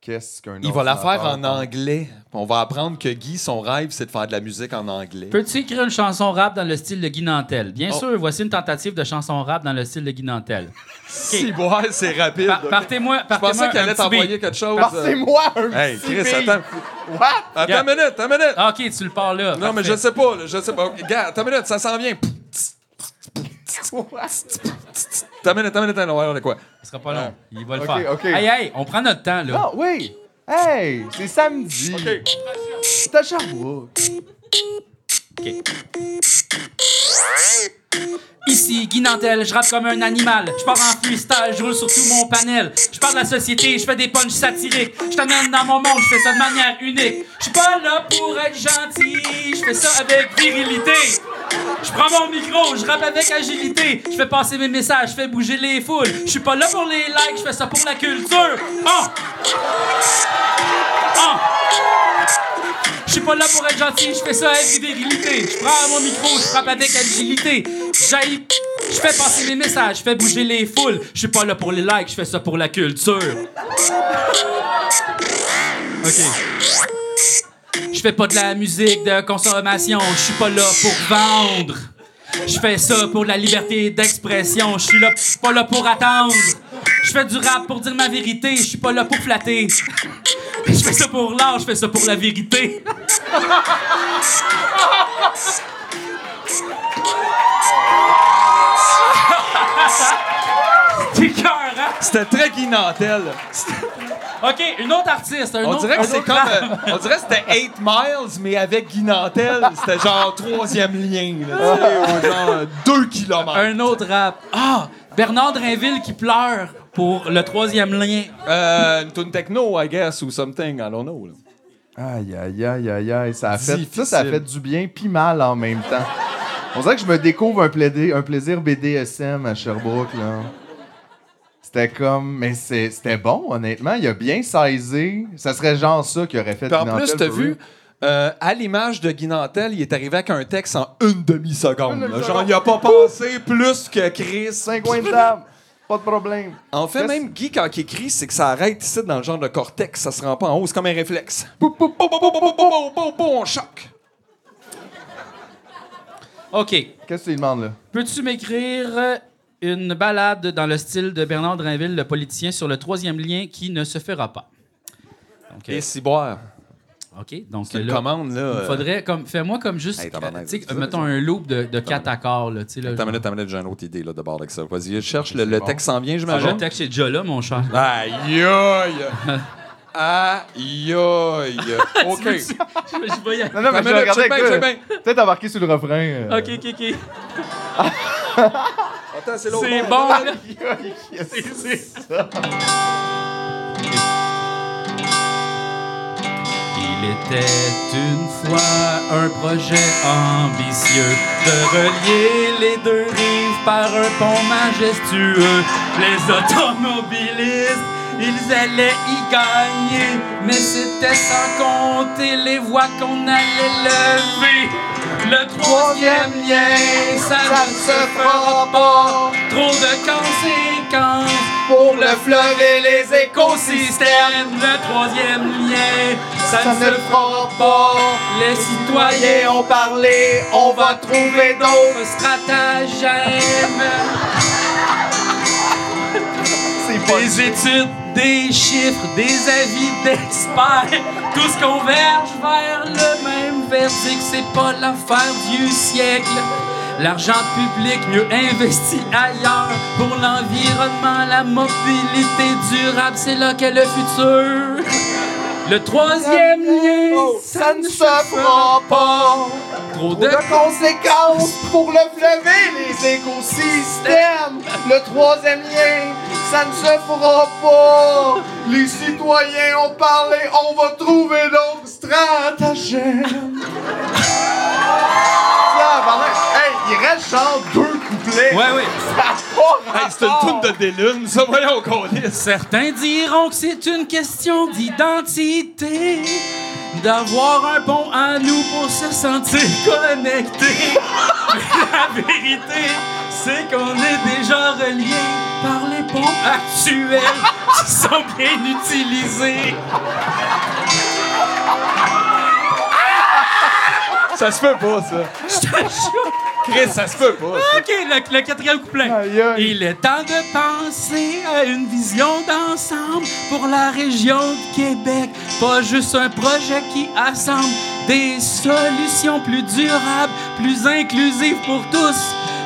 Speaker 4: qu'est-ce qu'un
Speaker 3: Il va la faire en
Speaker 4: ordinateur-
Speaker 3: anglais. On va apprendre que Guy, son rêve, c'est de faire de la musique en anglais.
Speaker 1: Peux-tu écrire une chanson rap dans le style de Guy Nantel? Bien
Speaker 3: Oh.
Speaker 1: sûr, voici une tentative de chanson rap dans le style de Guy Nantel.
Speaker 3: Si, ouais, c'est rapide.
Speaker 1: Par- partez-moi,
Speaker 3: Je
Speaker 1: partez-moi
Speaker 3: pensais qu'il
Speaker 1: un
Speaker 3: allait
Speaker 1: petit
Speaker 3: t'envoyer
Speaker 1: beat.
Speaker 3: quelque chose.
Speaker 4: Ah,
Speaker 3: euh,
Speaker 4: c'est moi! Un
Speaker 3: Hey,
Speaker 4: petit
Speaker 3: Chris,
Speaker 4: bille.
Speaker 3: attends.
Speaker 4: What?
Speaker 3: Attends
Speaker 1: Yeah.
Speaker 3: une minute, attends une minute.
Speaker 1: Ah, Ok, tu le pars là.
Speaker 3: Non, mais je sais pas, là, je sais pas. Ok, Gars, attends une minute, ça s'en vient. Attends une minute, attends une minute, attends, on va voir de quoi.
Speaker 1: Ce sera pas long. Il va le
Speaker 4: Ok,
Speaker 1: faire.
Speaker 4: ok.
Speaker 1: Hey, hey, on prend notre temps, là.
Speaker 4: Ah, oui! Hey, c'est samedi! C'est à Sherbrooke.
Speaker 1: Ici, Guy Nantel, je rappe comme un animal. Je pars en freestyle, je roule sur tout mon panel. Je parle de la société, je fais des punchs satiriques. Je t'amène dans mon monde, je fais ça de manière unique. Je suis pas là pour être gentil, je fais ça avec virilité. Je prends mon micro, je rappe avec agilité. Je fais passer mes messages, je fais bouger les foules. Je suis pas là pour les likes, je fais ça pour la culture. Oh! Oh! Je suis pas là pour être gentil, je fais ça avec virilité. Je prends mon micro, je frappe avec agilité. J'aille. Je fais passer mes messages, je fais bouger les foules. Je suis pas là pour les likes, je fais ça pour la culture. OK. Je fais pas de la musique de consommation, je suis pas là pour vendre. Je fais ça pour la liberté d'expression, je suis là pas là pour attendre. Je fais du rap pour dire ma vérité, je suis pas là pour flatter. Je fais ça pour l'art, je fais ça pour la vérité. T'es cœur, hein?
Speaker 3: C'était très Guy Nantel.
Speaker 1: Ok, une autre artiste, un
Speaker 3: On
Speaker 1: autre
Speaker 3: dirait
Speaker 1: un
Speaker 3: que c'est
Speaker 1: autre
Speaker 3: comme.
Speaker 1: rap.
Speaker 3: euh, on dirait que c'était 8 Miles, mais avec Guy Nantel, c'était genre troisième lien. Là, tu sais, ou genre 2 kilomètres.
Speaker 1: Un autre rap. Ah! Bernard Drinville qui pleure pour le troisième lien.
Speaker 3: Euh, une tune techno, I guess, ou something, I don't know. là.
Speaker 4: Aïe, aïe, aïe, aïe, aïe. Ça a fait, ça,
Speaker 3: Difficile.
Speaker 4: ça a fait du bien puis mal en même temps. On dirait que je me découvre un, plaidé- un plaisir BDSM à Sherbrooke, là. C'était comme... Mais c'est- c'était bon, honnêtement. Il a bien saisi. Ça serait genre ça qu'il aurait fait.
Speaker 3: Puis en
Speaker 4: Nantel
Speaker 3: plus, t'as
Speaker 4: for
Speaker 3: vu,
Speaker 4: real.
Speaker 3: euh, à l'image de Guy Nantel, il est arrivé avec un texte en une demi-seconde.
Speaker 4: Une
Speaker 3: là.
Speaker 4: demi-seconde.
Speaker 3: Genre, il a pas pensé plus que Chris.
Speaker 4: Cinq coins de table. Pas de problème.
Speaker 3: En fait,
Speaker 4: Qu'est-ce-
Speaker 3: même Guy, quand il écrit, c'est que ça arrête ici dans le genre de cortex, ça se rend pas en haut, c'est comme un réflexe. Pou, pou, pou, pou, pou, pou, pou, pou, pou, pou, On choque.
Speaker 1: Ok.
Speaker 4: Qu'est-ce que tu lui demandes, là?
Speaker 1: Peux-tu m'écrire une balade dans le style de Bernard Drinville, le politicien, sur le troisième lien qui ne se fera pas? Ok.
Speaker 3: Et si boire.
Speaker 1: OK, donc
Speaker 3: C'est une
Speaker 1: là,
Speaker 3: commande, là.
Speaker 1: il
Speaker 3: euh,
Speaker 1: faudrait comme fais-moi comme juste
Speaker 3: Hey, tabarnak,
Speaker 1: tu sais,
Speaker 3: c'est ça,
Speaker 1: mettons un loop de, de quatre accords là, tu sais là.
Speaker 3: Attends une minute, attends une minute, j'ai une autre idée là, de bord avec ça. Vas-y, je cherche le, le texte s'en vient,
Speaker 1: Ah, le
Speaker 3: j'imagine.
Speaker 1: texte est déjà là mon cher.
Speaker 3: Aïe aïe! Aïe aïe! OK.
Speaker 1: je je vais y aller.
Speaker 4: Non, non, mais je
Speaker 3: Attends,
Speaker 4: vais
Speaker 3: check
Speaker 4: regarder
Speaker 3: bien,
Speaker 4: avec toi.
Speaker 3: check
Speaker 4: Peut-être embarquer sur le refrain. euh.
Speaker 1: OK, OK, OK.
Speaker 3: Attends, c'est l'autre.
Speaker 1: C'est
Speaker 3: bord.
Speaker 1: bon là.
Speaker 4: Yes.
Speaker 1: C'est- c'est- Il était une fois un projet ambitieux de relier les deux rives par un pont majestueux. Les automobilistes, ils allaient y gagner, mais c'était sans compter les voies qu'on allait lever. Le troisième lien, ça, ne se fera pas. Trop de conséquences pour le fleuve et les écosystèmes. Le troisième lien, ça, ne se fera pas. Les citoyens ont parlé, on va trouver d'autres stratagèmes.
Speaker 4: C'est pas
Speaker 1: Des études, des chiffres, des avis d'experts, tout se converge vers le même verdict. C'est pas l'affaire du siècle. L'argent public mieux investi ailleurs pour l'environnement, la mobilité durable, c'est là qu'est le futur. Le troisième lien,
Speaker 4: Oh, ça ne se fera
Speaker 1: trop
Speaker 4: pas. Trop
Speaker 1: de
Speaker 4: de conséquences pour le fleuve et les écosystèmes. Le troisième lien, ça ne se fera pas. Les citoyens ont parlé, on va trouver d'autres stratagèmes. Tabarnak. hey, il reste genre deux couplets.
Speaker 1: Ouais, ouais.
Speaker 3: Hey, c'est une toune de Délune, ça, voyons qu'on lisse.
Speaker 1: Certains diront que c'est une question d'identité, d'avoir un pont à nous pour se sentir connecté. Mais la vérité, c'est qu'on est déjà reliés par les ponts actuels qui sont bien utilisés.
Speaker 3: Ça se peut pas, ça.
Speaker 1: Je te jure.
Speaker 3: Chris, ça se peut pas.
Speaker 1: OK, le, le quatrième couplet.
Speaker 4: Aïe, aïe.
Speaker 1: Il est temps de penser à une vision d'ensemble pour la région de Québec. Pas juste un projet qui assemble des solutions plus durables, plus inclusives pour tous.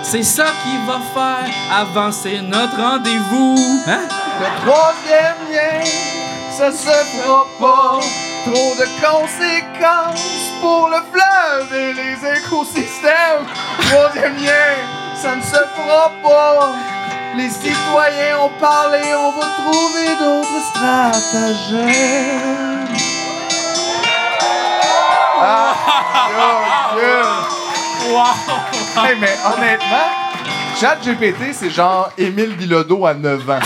Speaker 1: C'est ça qui va faire avancer notre rendez-vous. Hein?
Speaker 4: Le troisième lien, ça se fera pas. Trop de conséquences pour le fleuve et les écosystèmes. Troisième lien, ça ne se fera pas. Les citoyens ont parlé, on va trouver d'autres stratagèmes. Ah, yo, yo. Hey, mais honnêtement, ChatGPT, c'est genre Émile Bilodeau à 9 ans.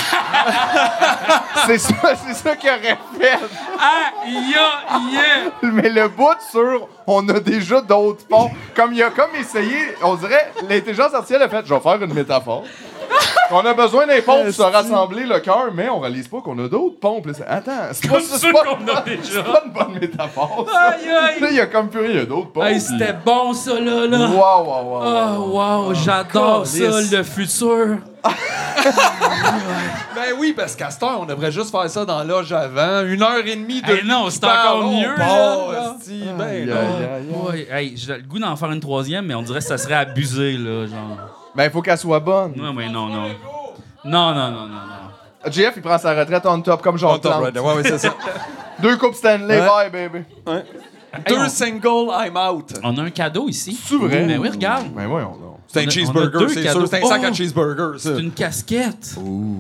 Speaker 4: c'est ça, c'est ça qu'il aurait fait.
Speaker 1: Aïe, aïe.
Speaker 4: Mais le bout sur on a déjà d'autres ponts. Comme il a comme essayé, on dirait, l'intelligence artificielle a fait, je vais faire une métaphore. On a besoin d'un pont pour se rassembler le cœur, mais on réalise pas qu'on a d'autres ponts. Puis là, c'est- Attends, c'est pas,
Speaker 1: Comme
Speaker 4: c'est
Speaker 1: ceux
Speaker 4: pas-
Speaker 1: qu'on a déjà.
Speaker 4: c'est pas une bonne métaphore. ça.
Speaker 1: Aïe, aïe.
Speaker 4: Là, il y a comme plus rien, il y a d'autres ponts.
Speaker 1: Hey, c'était bon ça là là.
Speaker 4: Wow, wow, wow, wow.
Speaker 1: Oh wow, j'adore ça
Speaker 3: câlisse.
Speaker 1: le futur.
Speaker 3: Ben oui, parce qu'à cette heure, on devrait juste faire ça dans l'âge avant. Une heure et demie de.
Speaker 1: Eh non, c'est
Speaker 3: qui parle,
Speaker 1: encore
Speaker 3: on
Speaker 1: mieux,
Speaker 3: part,
Speaker 1: là, là.
Speaker 3: esti, ben
Speaker 4: Ah, Aïe,
Speaker 3: non.
Speaker 4: aïe, aïe, aïe.
Speaker 1: Ouais, hey, j'ai le goût d'en faire une troisième, mais on dirait que ça serait abusé, là, genre.
Speaker 4: Ben, il faut qu'elle soit bonne.
Speaker 1: Non, mais non, non. Non, non, non, non, non.
Speaker 4: JF, il prend sa retraite on top comme
Speaker 3: On
Speaker 4: Jean
Speaker 3: top,
Speaker 4: Plante.
Speaker 3: right. Ouais, ouais, c'est ça.
Speaker 4: Deux coupes Stanley,
Speaker 3: Ouais.
Speaker 4: bye, baby.
Speaker 3: Deux
Speaker 1: on-
Speaker 3: singles, I'm out.
Speaker 1: On a un cadeau ici.
Speaker 4: C'est vrai?
Speaker 1: Mais oui, regarde.
Speaker 4: Ben voyons donc.
Speaker 3: C'est
Speaker 1: On a-
Speaker 3: un
Speaker 1: on a
Speaker 3: cheeseburger,
Speaker 1: deux
Speaker 3: c'est
Speaker 1: cadeaux.
Speaker 3: sûr. C'est un sac
Speaker 1: Oh!
Speaker 3: à cheeseburger, ça.
Speaker 1: C'est une casquette.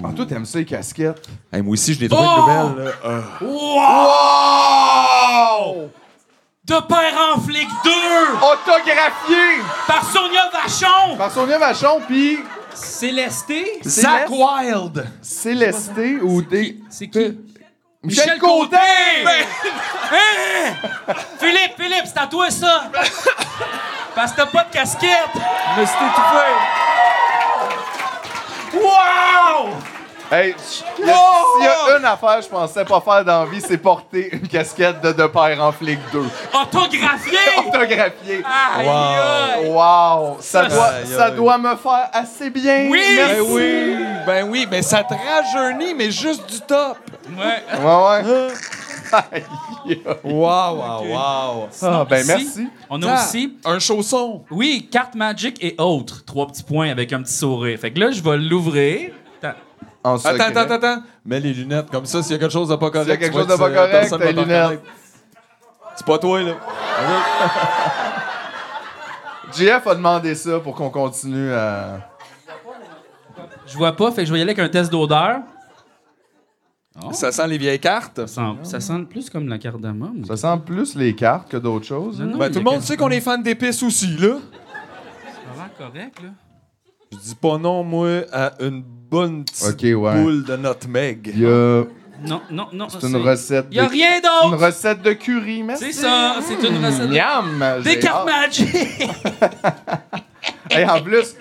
Speaker 4: Ah, toi, t'aimes ça, les casquettes.
Speaker 3: Hey, moi aussi, je l'ai trouvé
Speaker 1: Oh!
Speaker 3: une nouvelle. là. Euh,
Speaker 1: Wow!
Speaker 4: Wow!
Speaker 1: De père en flic 2
Speaker 4: Autographié
Speaker 1: par Sonia Vachon!
Speaker 4: par Sonia Machon puis
Speaker 1: Célesté?
Speaker 3: Zach Wild.
Speaker 4: Célesté ou des...
Speaker 1: C'est qui?
Speaker 4: Michel,
Speaker 1: Michel
Speaker 4: Côté!
Speaker 1: Hein? Philippe, Philippe, c'est à toi ça! Parce que t'as pas de casquette!
Speaker 3: Mais c'était tout
Speaker 1: Wow!
Speaker 4: Hey, s'il y, a- s'il y a une affaire que je pensais pas faire dans la vie, c'est porter une casquette de De Père en Flic 2.
Speaker 1: Autographié!
Speaker 4: Autographié.
Speaker 1: Aïe, aïe.
Speaker 4: Wow! Ça,
Speaker 1: Ça,
Speaker 4: doit,
Speaker 3: aïe,
Speaker 4: ça
Speaker 3: aïe.
Speaker 4: doit me faire assez bien.
Speaker 1: Oui!
Speaker 4: Merci.
Speaker 3: Ben oui, ben oui, mais ça te rajeunit, mais juste du top.
Speaker 4: Ah,
Speaker 1: Ouais.
Speaker 4: Ouais, ouais.
Speaker 3: Wow, wow, wow.
Speaker 4: Ah, ben
Speaker 1: Ici,
Speaker 4: merci.
Speaker 1: On a
Speaker 3: Ah,
Speaker 1: aussi,
Speaker 3: Un chausson.
Speaker 1: oui, carte Magic et autres. Trois petits points avec un petit sourire. Fait que là, je vais l'ouvrir. Attends.
Speaker 4: En secret.
Speaker 3: Attends, attends, attends. Mets les lunettes. Comme ça, s'il y a quelque chose de pas correct.
Speaker 4: S'il y a quelque
Speaker 3: tu vois
Speaker 4: chose de
Speaker 3: que
Speaker 4: pas
Speaker 3: c'est-
Speaker 4: correct,
Speaker 3: personne
Speaker 4: t'as
Speaker 3: va
Speaker 4: les
Speaker 3: t'en
Speaker 4: lunettes.
Speaker 3: reconnaître. C'est pas toi, là.
Speaker 4: JF a demandé ça pour qu'on continue à.
Speaker 1: Je vois pas, fait que je vais y aller avec un test d'odeur. Oh, ça,
Speaker 3: Ça sent les vieilles cartes.
Speaker 1: sent, ça sent plus comme la cardamome.
Speaker 4: Ça sent plus les cartes que d'autres choses.
Speaker 1: Non, non,
Speaker 3: Ben,
Speaker 1: il y
Speaker 3: tout
Speaker 1: a
Speaker 3: le monde
Speaker 1: quelque-
Speaker 3: sait qu'on est fan d'épices aussi,
Speaker 1: Ça
Speaker 3: là.
Speaker 1: a l'air correct, là.
Speaker 3: Je dis pas non, moi, à une bonne petite
Speaker 4: Ok, ouais.
Speaker 3: boule de nutmeg.
Speaker 4: Il y a
Speaker 1: Non, non, non.
Speaker 4: c'est une recette.
Speaker 1: Il y a
Speaker 4: de-
Speaker 1: rien
Speaker 4: Une
Speaker 1: d'autre.
Speaker 4: recette de curry, merci.
Speaker 1: C'est ça, c'est une recette. de-
Speaker 4: Miam!
Speaker 1: Des
Speaker 4: j'ai
Speaker 1: cartes
Speaker 4: hâte.
Speaker 1: Magic.
Speaker 4: Hey, en plus,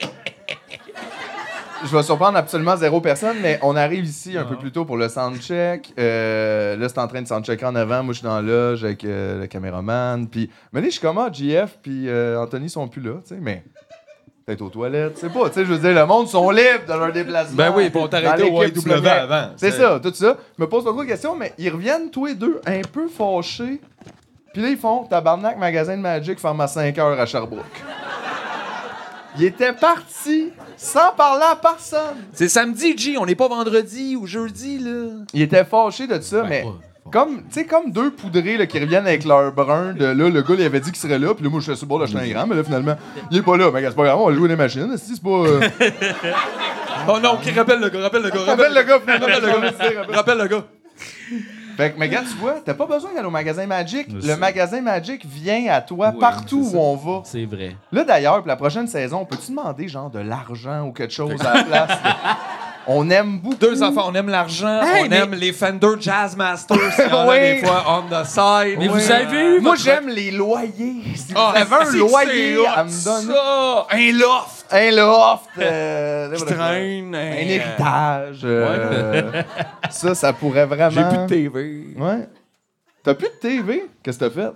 Speaker 4: je vais surprendre absolument zéro personne, mais on arrive ici
Speaker 3: Ah.
Speaker 4: un peu plus tôt pour le soundcheck. Euh, là, c'est en train de soundchecker en avant. Moi, je suis dans la loge avec euh, le caméraman. Puis, mais là, je suis comme, ah, JF, puis euh, Anthony sont plus là, tu sais, mais peut-être aux toilettes, c'est pas, tu sais, je veux dire, le monde sont libres de leur déplacement.
Speaker 3: Ben oui, puis on t'arrêtait
Speaker 4: Dans
Speaker 3: au
Speaker 4: l'équipe
Speaker 3: YW
Speaker 4: première.
Speaker 3: avant.
Speaker 4: C'est ça, tout ça. Je me pose pas trop de questions, mais ils reviennent tous les deux un peu fâchés. Puis là, ils font Tabarnak, magasin de Magic, ferme à 5 heures à Sherbrooke. Ils étaient partis sans parler à personne.
Speaker 3: C'est samedi, G. On n'est pas vendredi ou jeudi, là.
Speaker 4: Ils étaient Ben, fâchés de ça, mais comme, tu sais, comme deux poudrés là, qui reviennent avec leur brun de là, le gars, il avait dit qu'il serait là, puis là, moi, je suis sur le bord de un grand, mais là, finalement, il est pas là. Mais c'est pas grave, on va jouer des machines. esti, C'est pas. euh,
Speaker 3: Oh non, qui rappelle le gars, rappelle le gars,
Speaker 4: Rappelle le gars, finalement,
Speaker 3: Rappelle
Speaker 4: je
Speaker 3: le
Speaker 4: vais le dire,
Speaker 3: gars. Rappelle le gars.
Speaker 4: Fait que, mais regarde, tu vois, t'as pas besoin d'aller au magasin Magic.
Speaker 1: Je
Speaker 4: Le
Speaker 1: sais.
Speaker 4: magasin Magic vient à toi
Speaker 1: Oui,
Speaker 4: partout
Speaker 1: c'est
Speaker 4: où on va.
Speaker 1: C'est vrai.
Speaker 4: Là, d'ailleurs, pour la prochaine saison, peux-tu demander, genre, de l'argent ou quelque chose à la place? on aime beaucoup.
Speaker 3: Deux enfants, on aime l'argent,
Speaker 4: Mmh. Hey,
Speaker 3: on
Speaker 4: mais-
Speaker 3: aime les Fender Jazz Masters, il y en a
Speaker 4: Oui.
Speaker 3: des fois on the side.
Speaker 1: Mais vous avez eu
Speaker 4: Moi,
Speaker 1: votre-
Speaker 4: j'aime les loyers. Si
Speaker 3: Ah,
Speaker 4: vous avez
Speaker 3: si
Speaker 4: un
Speaker 3: c'est
Speaker 4: loyer
Speaker 3: hot,
Speaker 4: à me donner,
Speaker 3: ça! Un loft!
Speaker 4: un loft, euh,
Speaker 3: Qui
Speaker 4: n'importe quoi.
Speaker 3: traîne,
Speaker 4: un héritage. euh, ça, ça pourrait
Speaker 3: J'ai
Speaker 4: vraiment.
Speaker 3: plus de TV.
Speaker 4: Ouais. T'as plus de TV? Qu'est-ce que t'as fait?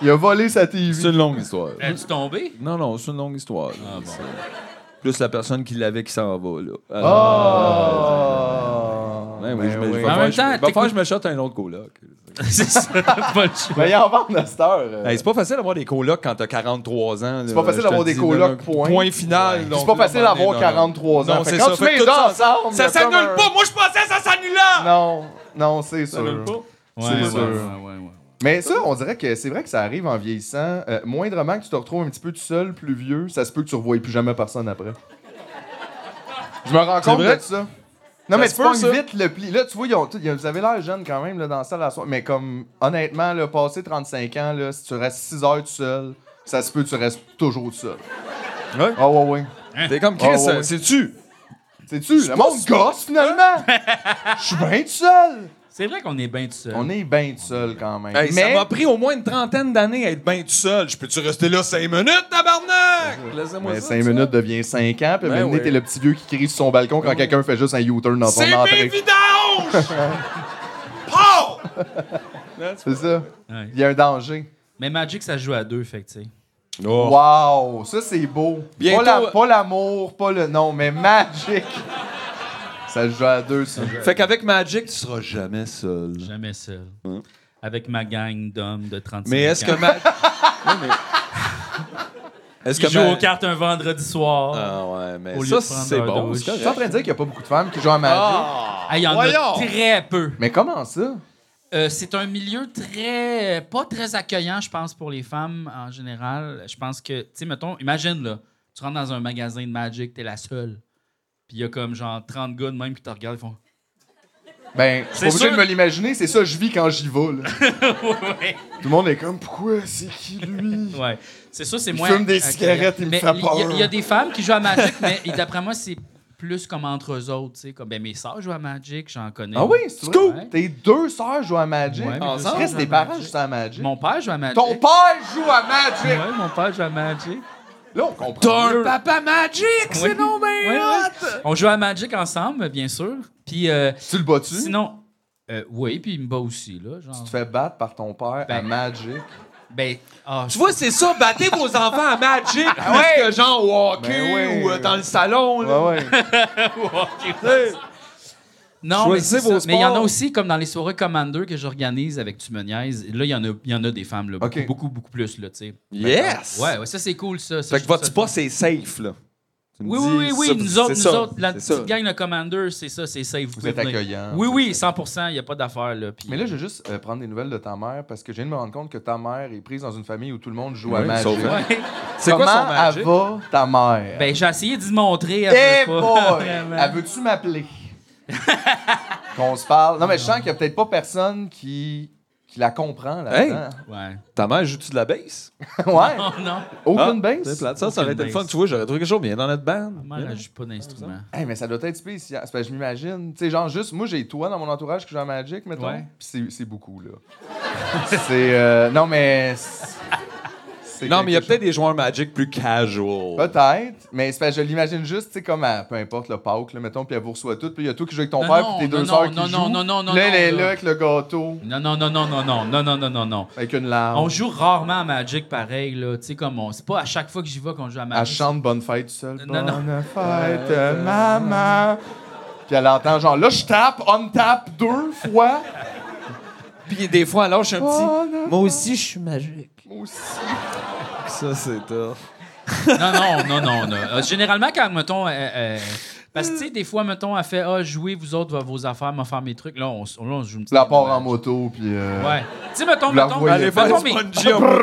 Speaker 4: Il a volé sa TV.
Speaker 3: C'est une longue histoire.
Speaker 1: Es-tu tombé?
Speaker 3: Non, non, c'est une longue histoire. C'est- Plus la personne qui l'avait qui s'en va, là. Alors,
Speaker 4: Ah! Oh!
Speaker 3: ben oui, je me- je vais
Speaker 1: En
Speaker 3: faire-
Speaker 1: même
Speaker 3: je-
Speaker 1: temps,
Speaker 3: va falloir que
Speaker 1: technique-
Speaker 3: je me chote un autre coloc.
Speaker 1: C'est ça. Pas le choix.
Speaker 4: Mais il en vend à cette heure. euh.
Speaker 3: Hey, c'est pas facile d'avoir des colocs quand t'as 43 ans.
Speaker 4: C'est pas facile d'avoir des colocs, point.
Speaker 3: Point final.
Speaker 4: C'est pas facile d'avoir 43 ans.
Speaker 3: Non,
Speaker 4: Fait
Speaker 3: c'est
Speaker 4: quand
Speaker 3: ça.
Speaker 4: tu
Speaker 3: Fait
Speaker 4: mets
Speaker 3: que
Speaker 4: les
Speaker 3: tout
Speaker 4: deux
Speaker 3: ça-
Speaker 4: ensemble, il y
Speaker 3: Ça
Speaker 4: a comme
Speaker 3: s'annule
Speaker 4: un-
Speaker 3: pas! Moi, je pensais que ça s'annulait!
Speaker 4: Non, non, c'est sûr.
Speaker 3: s'annule pas.
Speaker 1: Ouais,
Speaker 4: C'est
Speaker 1: ouais,
Speaker 4: sûr.
Speaker 1: ouais, ouais, ouais.
Speaker 4: Mais ça, on dirait que c'est vrai que ça arrive en vieillissant. Euh, moindrement que tu te retrouves un petit peu tout seul, plus vieux, ça se peut que tu revoies plus jamais personne après. Je me rends
Speaker 3: C'est
Speaker 4: compte
Speaker 3: vrai?
Speaker 4: de ça. Non,
Speaker 3: Ça
Speaker 4: mais
Speaker 3: se
Speaker 4: tu
Speaker 3: peut,
Speaker 4: pognes
Speaker 3: ça.
Speaker 4: vite le pli. Là, tu vois, ils ont tout- ils- vous avez l'air jeune quand même là, dans la salle à soir. Mais comme, honnêtement, là, passé 35 ans, là, si tu restes 6 heures tout seul, ça se peut que tu restes toujours tout seul.
Speaker 3: Ouais.
Speaker 4: Ah ouais, ouais.
Speaker 3: T'es comme Chris,
Speaker 4: Oh, ouais, ouais.
Speaker 3: euh, sais-tu?
Speaker 4: C'est-tu? Le monde gosse, finalement! Je suis bien tout seul!
Speaker 1: C'est vrai qu'on est bien tout seul.
Speaker 4: On est bien tout seul, quand même.
Speaker 3: Hey, Ça
Speaker 4: mais
Speaker 3: m'a pris au moins une trentaine d'années à être bien tout seul. Je peux-tu rester là 5 minutes, tabarnak? Laissez-moi
Speaker 4: mais
Speaker 3: ça,
Speaker 4: 5
Speaker 3: ça.
Speaker 4: minutes devient 5 ans, puis
Speaker 3: Ben
Speaker 4: maintenant,
Speaker 3: ouais.
Speaker 4: t'es le petit vieux qui crie sur son balcon quand quelqu'un fait juste un U-turn dans
Speaker 3: C'est
Speaker 4: ton
Speaker 3: mes
Speaker 4: entrée.
Speaker 3: vidanges! Pow!
Speaker 4: C'est ça.
Speaker 1: Ouais.
Speaker 4: Il y a un danger.
Speaker 1: Mais Magic, ça se joue à deux, fait que, tu sais.
Speaker 3: Oh.
Speaker 4: Wow! Ça, c'est beau.
Speaker 3: Bientôt- euh,
Speaker 4: Pas la- Pas l'amour, pas, le nom, mais Magic! ça se joue à deux, ça.
Speaker 3: Fait qu'avec Magic, tu seras jamais seul.
Speaker 1: Jamais seul.
Speaker 4: Hein?
Speaker 1: Avec ma gang d'hommes de 35
Speaker 3: Mais est-ce que
Speaker 1: ans.
Speaker 3: Magic. Est-ce
Speaker 1: Qui
Speaker 3: que
Speaker 1: joue
Speaker 3: Ma-
Speaker 1: aux cartes un vendredi soir.
Speaker 3: Ah ouais, mais
Speaker 1: Au lieu
Speaker 3: ça,
Speaker 1: de prendre
Speaker 3: c'est
Speaker 1: leur
Speaker 3: bon.
Speaker 1: douche.
Speaker 4: Je suis
Speaker 3: c'est
Speaker 4: en
Speaker 3: correct.
Speaker 4: train de dire qu'il n'y a pas beaucoup de femmes qui jouent à Magic.
Speaker 1: Ah, Il y en
Speaker 3: Voyons!
Speaker 1: a très peu.
Speaker 4: Mais comment ça?
Speaker 1: Euh, c'est un milieu très pas très accueillant, je pense, pour les femmes en général. Je pense que, tu sais, mettons, imagine là, tu rentres dans un magasin de Magic, t'es la seule. Puis il y a comme genre 30 gars de même qui te regardent, ils font.
Speaker 4: Ben, je suis
Speaker 1: C'est
Speaker 4: pas obligé
Speaker 1: sûr-
Speaker 4: de me l'imaginer, c'est ça, je vis quand j'y vais. là. Tout le monde est comme, pourquoi c'est qui lui?
Speaker 1: Ouais. C'est ça, c'est
Speaker 4: Il
Speaker 1: moins.
Speaker 4: fume des
Speaker 1: accueillant.
Speaker 4: cigarettes, il me
Speaker 1: Mais
Speaker 4: fait
Speaker 1: y a- Il y, a
Speaker 4: peur.
Speaker 1: des femmes qui jouent à Magic, mais d'après moi, c'est plus comme entre eux autres, tu sais. Comme, ben, mes sœurs jouent à Magic, j'en connais.
Speaker 4: Ah oui, c'est cool.
Speaker 1: Ouais.
Speaker 4: Tes deux sœurs jouent à Magic.
Speaker 1: Ouais, mes deux
Speaker 4: Ensemble,
Speaker 1: sœurs
Speaker 4: Chris,
Speaker 1: jouent à
Speaker 4: tes parents
Speaker 1: Magic.
Speaker 4: jouent à Magic.
Speaker 1: Mon père joue à Magic.
Speaker 4: Ton père joue à Magic.
Speaker 1: Ouais, mon père joue à Magic.
Speaker 4: Là, on comprend.
Speaker 3: T'as un
Speaker 4: mieux.
Speaker 3: papa Magic, c'est
Speaker 1: Ouais.
Speaker 3: non,
Speaker 1: Ouais,
Speaker 3: mais.
Speaker 1: ouais. On joue à Magic ensemble, bien sûr. Puis euh,
Speaker 4: Tu le bats-tu?
Speaker 1: sinon, euh, oui, puis il me bat aussi là. Genre.
Speaker 4: Tu te fais battre par ton père à
Speaker 1: Ben.
Speaker 4: Magic.
Speaker 1: Ben, ah,
Speaker 3: Tu vois, c'est ça, battez vos enfants à Magic. Plus que genre au hockey
Speaker 4: Ben ouais.
Speaker 3: ou euh, dans le salon. là.
Speaker 4: Ouais, ouais.
Speaker 1: je- ok. Non,
Speaker 3: Choisissez
Speaker 1: mais c'est
Speaker 3: vos
Speaker 1: ça. Mais il y en a
Speaker 3: sports.
Speaker 1: aussi, comme dans les soirées Commander que j'organise avec Tu me niaises, là, il y, en a- il y en a des femmes, là, beaucoup,
Speaker 4: OK.
Speaker 1: beaucoup, beaucoup plus, là, tu sais.
Speaker 3: Yes!
Speaker 1: Ben, Ouais, ouais, ça, c'est cool, ça. Ça,
Speaker 3: Fait
Speaker 1: je
Speaker 3: que
Speaker 1: trouve
Speaker 3: votre
Speaker 1: ça
Speaker 3: spa,
Speaker 1: fun.
Speaker 3: c'est safe, là. Tu me
Speaker 1: Oui,
Speaker 3: dis,
Speaker 1: oui, oui, oui,
Speaker 3: ça,
Speaker 1: nous
Speaker 3: c'est
Speaker 1: autres, nous
Speaker 3: ça,
Speaker 1: autres, la
Speaker 3: c'est ça.
Speaker 1: petite gang, le Commander, c'est ça, c'est ça. Vous, pouvez
Speaker 4: êtes
Speaker 1: venir.
Speaker 4: accueillants,
Speaker 1: Oui,
Speaker 4: c'est
Speaker 1: oui, 100 il n'y a pas d'affaire, là. puis-
Speaker 4: Mais là, je veux juste euh, prendre des nouvelles de ta mère parce que je viens de me rendre compte que ta mère est prise dans une famille où tout le monde joue à
Speaker 3: Oui,
Speaker 4: Magic.
Speaker 3: sauf elle.
Speaker 1: Ouais.
Speaker 3: C'est
Speaker 4: Comment
Speaker 3: quoi son magic?
Speaker 4: elle va, ta mère?
Speaker 1: Ben, j'ai essayé d'y montrer. elle
Speaker 4: Eh
Speaker 1: veut pas,
Speaker 4: boy!
Speaker 1: vraiment.
Speaker 4: Elle veut-tu m'appeler? Qu'on se parle. Non, mais je sens qu'il y a peut-être pas personne qui, qui la comprend là-dedans.
Speaker 1: Ouais.
Speaker 3: Ta mère joue-tu de la bass?
Speaker 4: ouais,
Speaker 1: Oh non,
Speaker 4: aucune
Speaker 3: Ah,
Speaker 4: base.
Speaker 3: c'est plate. Ça, ça aurait été le
Speaker 1: Aucune
Speaker 3: fun.
Speaker 1: bass.
Speaker 3: Tu vois, j'aurais trouvé quelque chose, mais il y a dans notre band.
Speaker 1: moi, là, j'ai pas d'instrument.
Speaker 4: Hey, mais ça doit être spécial. C'est parce que je m'imagine. Tu sais, genre, juste, moi, j'ai toi dans mon entourage qui joue à Magic, mettons.
Speaker 1: Ouais.
Speaker 4: Puis c'est- c'est beaucoup, là. c'est. euh, non, mais. c'est- c'est
Speaker 3: Non, mais il y a
Speaker 4: quelque
Speaker 3: peut-être des joueurs Magic plus casual.
Speaker 4: Peut-être, mais c'est parce que je l'imagine juste, tu sais, comme à peu importe le Pâques, là, mettons, puis elle vous reçoit tout, puis il y a toi qui joue avec ton
Speaker 1: Non,
Speaker 4: père,
Speaker 1: non,
Speaker 4: puis tes
Speaker 1: non,
Speaker 4: deux
Speaker 1: non,
Speaker 4: sœurs qui
Speaker 1: non,
Speaker 4: jouent.
Speaker 1: non, non, non, non,
Speaker 4: Là, elle est
Speaker 1: non.
Speaker 4: là avec le gâteau,
Speaker 1: Non, non, non, non, non, non, non, non, non, non, non.
Speaker 4: avec une larme.
Speaker 1: On joue rarement à Magic pareil, là. Tu sais, comme on. C'est pas à chaque fois que j'y vais qu'on joue à
Speaker 4: Elle
Speaker 1: Magic.
Speaker 4: chante Bonne fête tout seul.
Speaker 1: Non, non.
Speaker 4: Bonne fête, maman. Puis elle entend genre, là, je tape, on tape deux fois.
Speaker 3: Puis des fois, alors, je suis un
Speaker 4: Oh, non.
Speaker 3: Moi aussi, je suis magique.
Speaker 4: Moi aussi.
Speaker 3: Ça, c'est top.
Speaker 1: Non, non, non, non. non. Euh, généralement, quand, mettons. euh, euh, parce que, tu sais, des fois, mettons, elle fait Ah, jouez, vous autres, vos- vos affaires, moi, faire mes trucs. Là, on, s- là, on se joue une petite.
Speaker 4: La
Speaker 1: game
Speaker 4: part
Speaker 1: de
Speaker 4: en
Speaker 1: Magic.
Speaker 4: moto, puis. euh,
Speaker 1: Ouais. Tu sais, mettons,
Speaker 4: Vous la
Speaker 1: mettons.
Speaker 4: voyez
Speaker 1: Allez,
Speaker 4: pas.
Speaker 1: mettons, mes,
Speaker 3: Spongy en moto.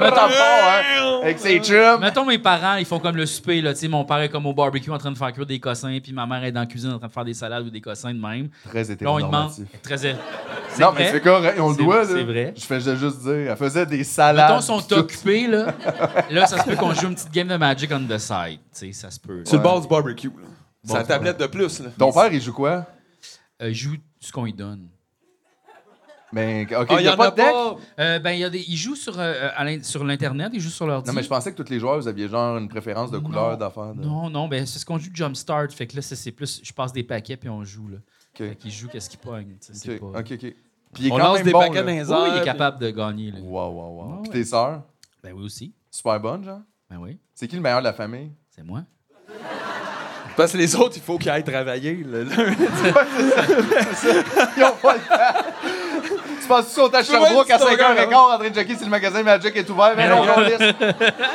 Speaker 1: mettons,
Speaker 4: Ah,
Speaker 1: hein.
Speaker 4: ouais, Avec ses chums.
Speaker 1: Mettons mes parents, ils font comme le souper là, tu sais, mon père est comme au barbecue en train de faire cuire des cossins, puis ma mère est dans la cuisine en train de faire des salades ou des cossins de même.
Speaker 4: Très
Speaker 1: Puis là, on lui demande
Speaker 4: hétéronormatif.
Speaker 1: très c'est
Speaker 4: Non,
Speaker 1: vrai.
Speaker 4: mais c'est correct, on le
Speaker 1: C'est-
Speaker 4: doit, là.
Speaker 1: c'est vrai.
Speaker 4: Je faisais juste dire, elle faisait des salades.
Speaker 1: Mettons, sont
Speaker 4: puis tout.
Speaker 1: occupés là. là, ça se peut qu'on joue une petite game de Magic on the side, tu sais, ça se peut.
Speaker 3: Sur le
Speaker 1: Ouais.
Speaker 3: bord du barbecue. là. C'est la
Speaker 4: Bon,
Speaker 3: tablette de plus. Là.
Speaker 4: Ton père, il joue quoi?
Speaker 1: Euh, joue ce qu'on lui donne.
Speaker 4: Ben, OK,
Speaker 3: Ah,
Speaker 4: il n'y a, pas de deck?
Speaker 1: Euh, ben il y a des ils jouent sur euh, euh, à l'in- sur l'internet, ils jouent sur leur
Speaker 4: Non, mais je pensais que tous les joueurs, vous aviez genre une préférence de couleur d'affaires. de-
Speaker 1: Non, non, ben c'est ce qu'on joue Jumpstart, fait que là c'est c'est plus je passe des paquets puis on joue là.
Speaker 4: OK,
Speaker 1: Fait qu'ils jouent qu'est-ce qu'ils pognent, tu sais, c'est
Speaker 4: OK,
Speaker 1: pas-
Speaker 4: OK, OK. Puis il est
Speaker 3: On
Speaker 4: quand
Speaker 3: lance
Speaker 4: même
Speaker 3: des
Speaker 4: bon,
Speaker 3: paquets
Speaker 4: là.
Speaker 3: dans les
Speaker 1: Oui,
Speaker 3: airs.
Speaker 1: il est
Speaker 3: puis-
Speaker 1: capable de gagner là.
Speaker 4: Wow, wow, wow.
Speaker 1: Ah
Speaker 4: Puis
Speaker 1: ouais.
Speaker 4: tes sœurs,
Speaker 1: Ben oui aussi.
Speaker 4: super bonnes, genre?
Speaker 1: Ben oui,
Speaker 4: C'est qui le meilleur de la famille?
Speaker 1: c'est moi.
Speaker 3: Parce que les autres, il faut qu'ils aillent travailler. là.
Speaker 4: Ils ont pas le temps! Tu penses-tu qu'on t'a Sherbrooke à
Speaker 3: Tu vois, tu
Speaker 4: 5h15
Speaker 3: t'en
Speaker 4: en train de checker si le magasin Magic est ouvert? Mais non,
Speaker 1: non.
Speaker 4: on liste.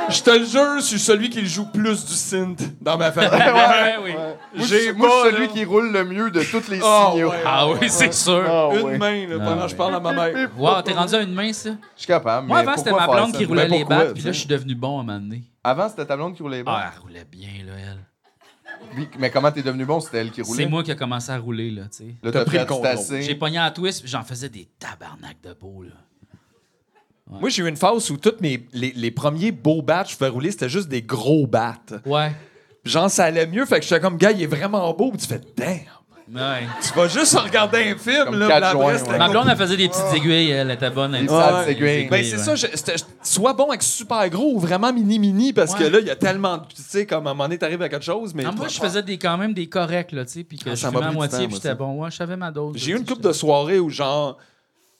Speaker 3: Je te le jure, je suis celui qui joue plus du synth dans ma famille.
Speaker 1: Ouais, Ah oui.
Speaker 4: Moi, je suis- moi, je
Speaker 3: pas,
Speaker 4: suis celui
Speaker 3: là.
Speaker 4: qui roule le mieux de tous les
Speaker 3: Ah,
Speaker 4: signaux.
Speaker 3: ouais.
Speaker 1: Ah oui, c'est sûr.
Speaker 4: Ah,
Speaker 3: Une
Speaker 4: ouais.
Speaker 3: main là, pendant
Speaker 1: ouais.
Speaker 3: que je parle à ma mère.
Speaker 1: Wow, t'es rendu à une main, ça?
Speaker 4: Je suis capable, mais
Speaker 1: Moi, avant, c'était
Speaker 4: pourquoi
Speaker 1: ma
Speaker 4: faire
Speaker 1: blonde
Speaker 4: ça?
Speaker 1: qui roulait
Speaker 4: Ben,
Speaker 1: les
Speaker 4: pourquoi,
Speaker 1: battes, puis
Speaker 4: tu
Speaker 1: là,
Speaker 4: sais?
Speaker 1: je suis devenu bon à un moment donné.
Speaker 4: Avant, c'était ta blonde qui roulait les battes?
Speaker 1: Ah, elle roulait bien, là, elle.
Speaker 4: Oui, mais comment t'es devenu bon? C'était elle qui roulait?
Speaker 1: C'est moi qui a commencé à rouler, là, tu sais.
Speaker 4: Là,
Speaker 3: T'as
Speaker 4: t'as
Speaker 3: pris
Speaker 4: pris
Speaker 3: le contrôle.
Speaker 1: J'ai pogné à twist, puis j'en faisais des tabarnak de beau, là.
Speaker 3: Moi, j'ai eu une phase où tous mes, les, les premiers beaux bats que je fais rouler, c'était juste des gros bats.
Speaker 1: Ouais.
Speaker 3: Genre, ça allait mieux, fait que j'étais comme, gars, il est vraiment beau. Puis tu fais, damn,
Speaker 1: Ouais.
Speaker 3: tu vas juste en regarder un film,
Speaker 4: Comme
Speaker 3: là,
Speaker 4: quatre
Speaker 3: puis après,
Speaker 4: joints,
Speaker 3: c'était
Speaker 4: ouais.
Speaker 1: Ma
Speaker 3: comme-
Speaker 1: blonde, elle faisait des
Speaker 3: Ah.
Speaker 1: petites aiguilles, elle était bonne. Elle
Speaker 4: Des
Speaker 1: faisait
Speaker 4: petites
Speaker 1: des
Speaker 4: aiguilles.
Speaker 3: Ben, c'est
Speaker 1: ouais.
Speaker 3: ça, je- c'était- je- sois bon avec super gros ou vraiment mini-mini, parce que
Speaker 1: Ouais.
Speaker 3: là, il y a tellement. de- Tu sais, comme à un moment donné, t'arrives à quelque chose, mais.
Speaker 1: Non, Ah, moi, je faisais des, quand même des corrects, là, tu sais, puis que
Speaker 3: Ah,
Speaker 1: je
Speaker 3: ça m'a
Speaker 1: fumais à
Speaker 3: pris du
Speaker 1: moitié,
Speaker 3: temps,
Speaker 1: puis
Speaker 3: moi,
Speaker 1: j'étais
Speaker 3: ça.
Speaker 1: bon. Ouais, je savais ma dose.
Speaker 3: J'ai eu
Speaker 1: là,
Speaker 3: une
Speaker 1: tu sais,
Speaker 3: coupe de soirées où, genre, tu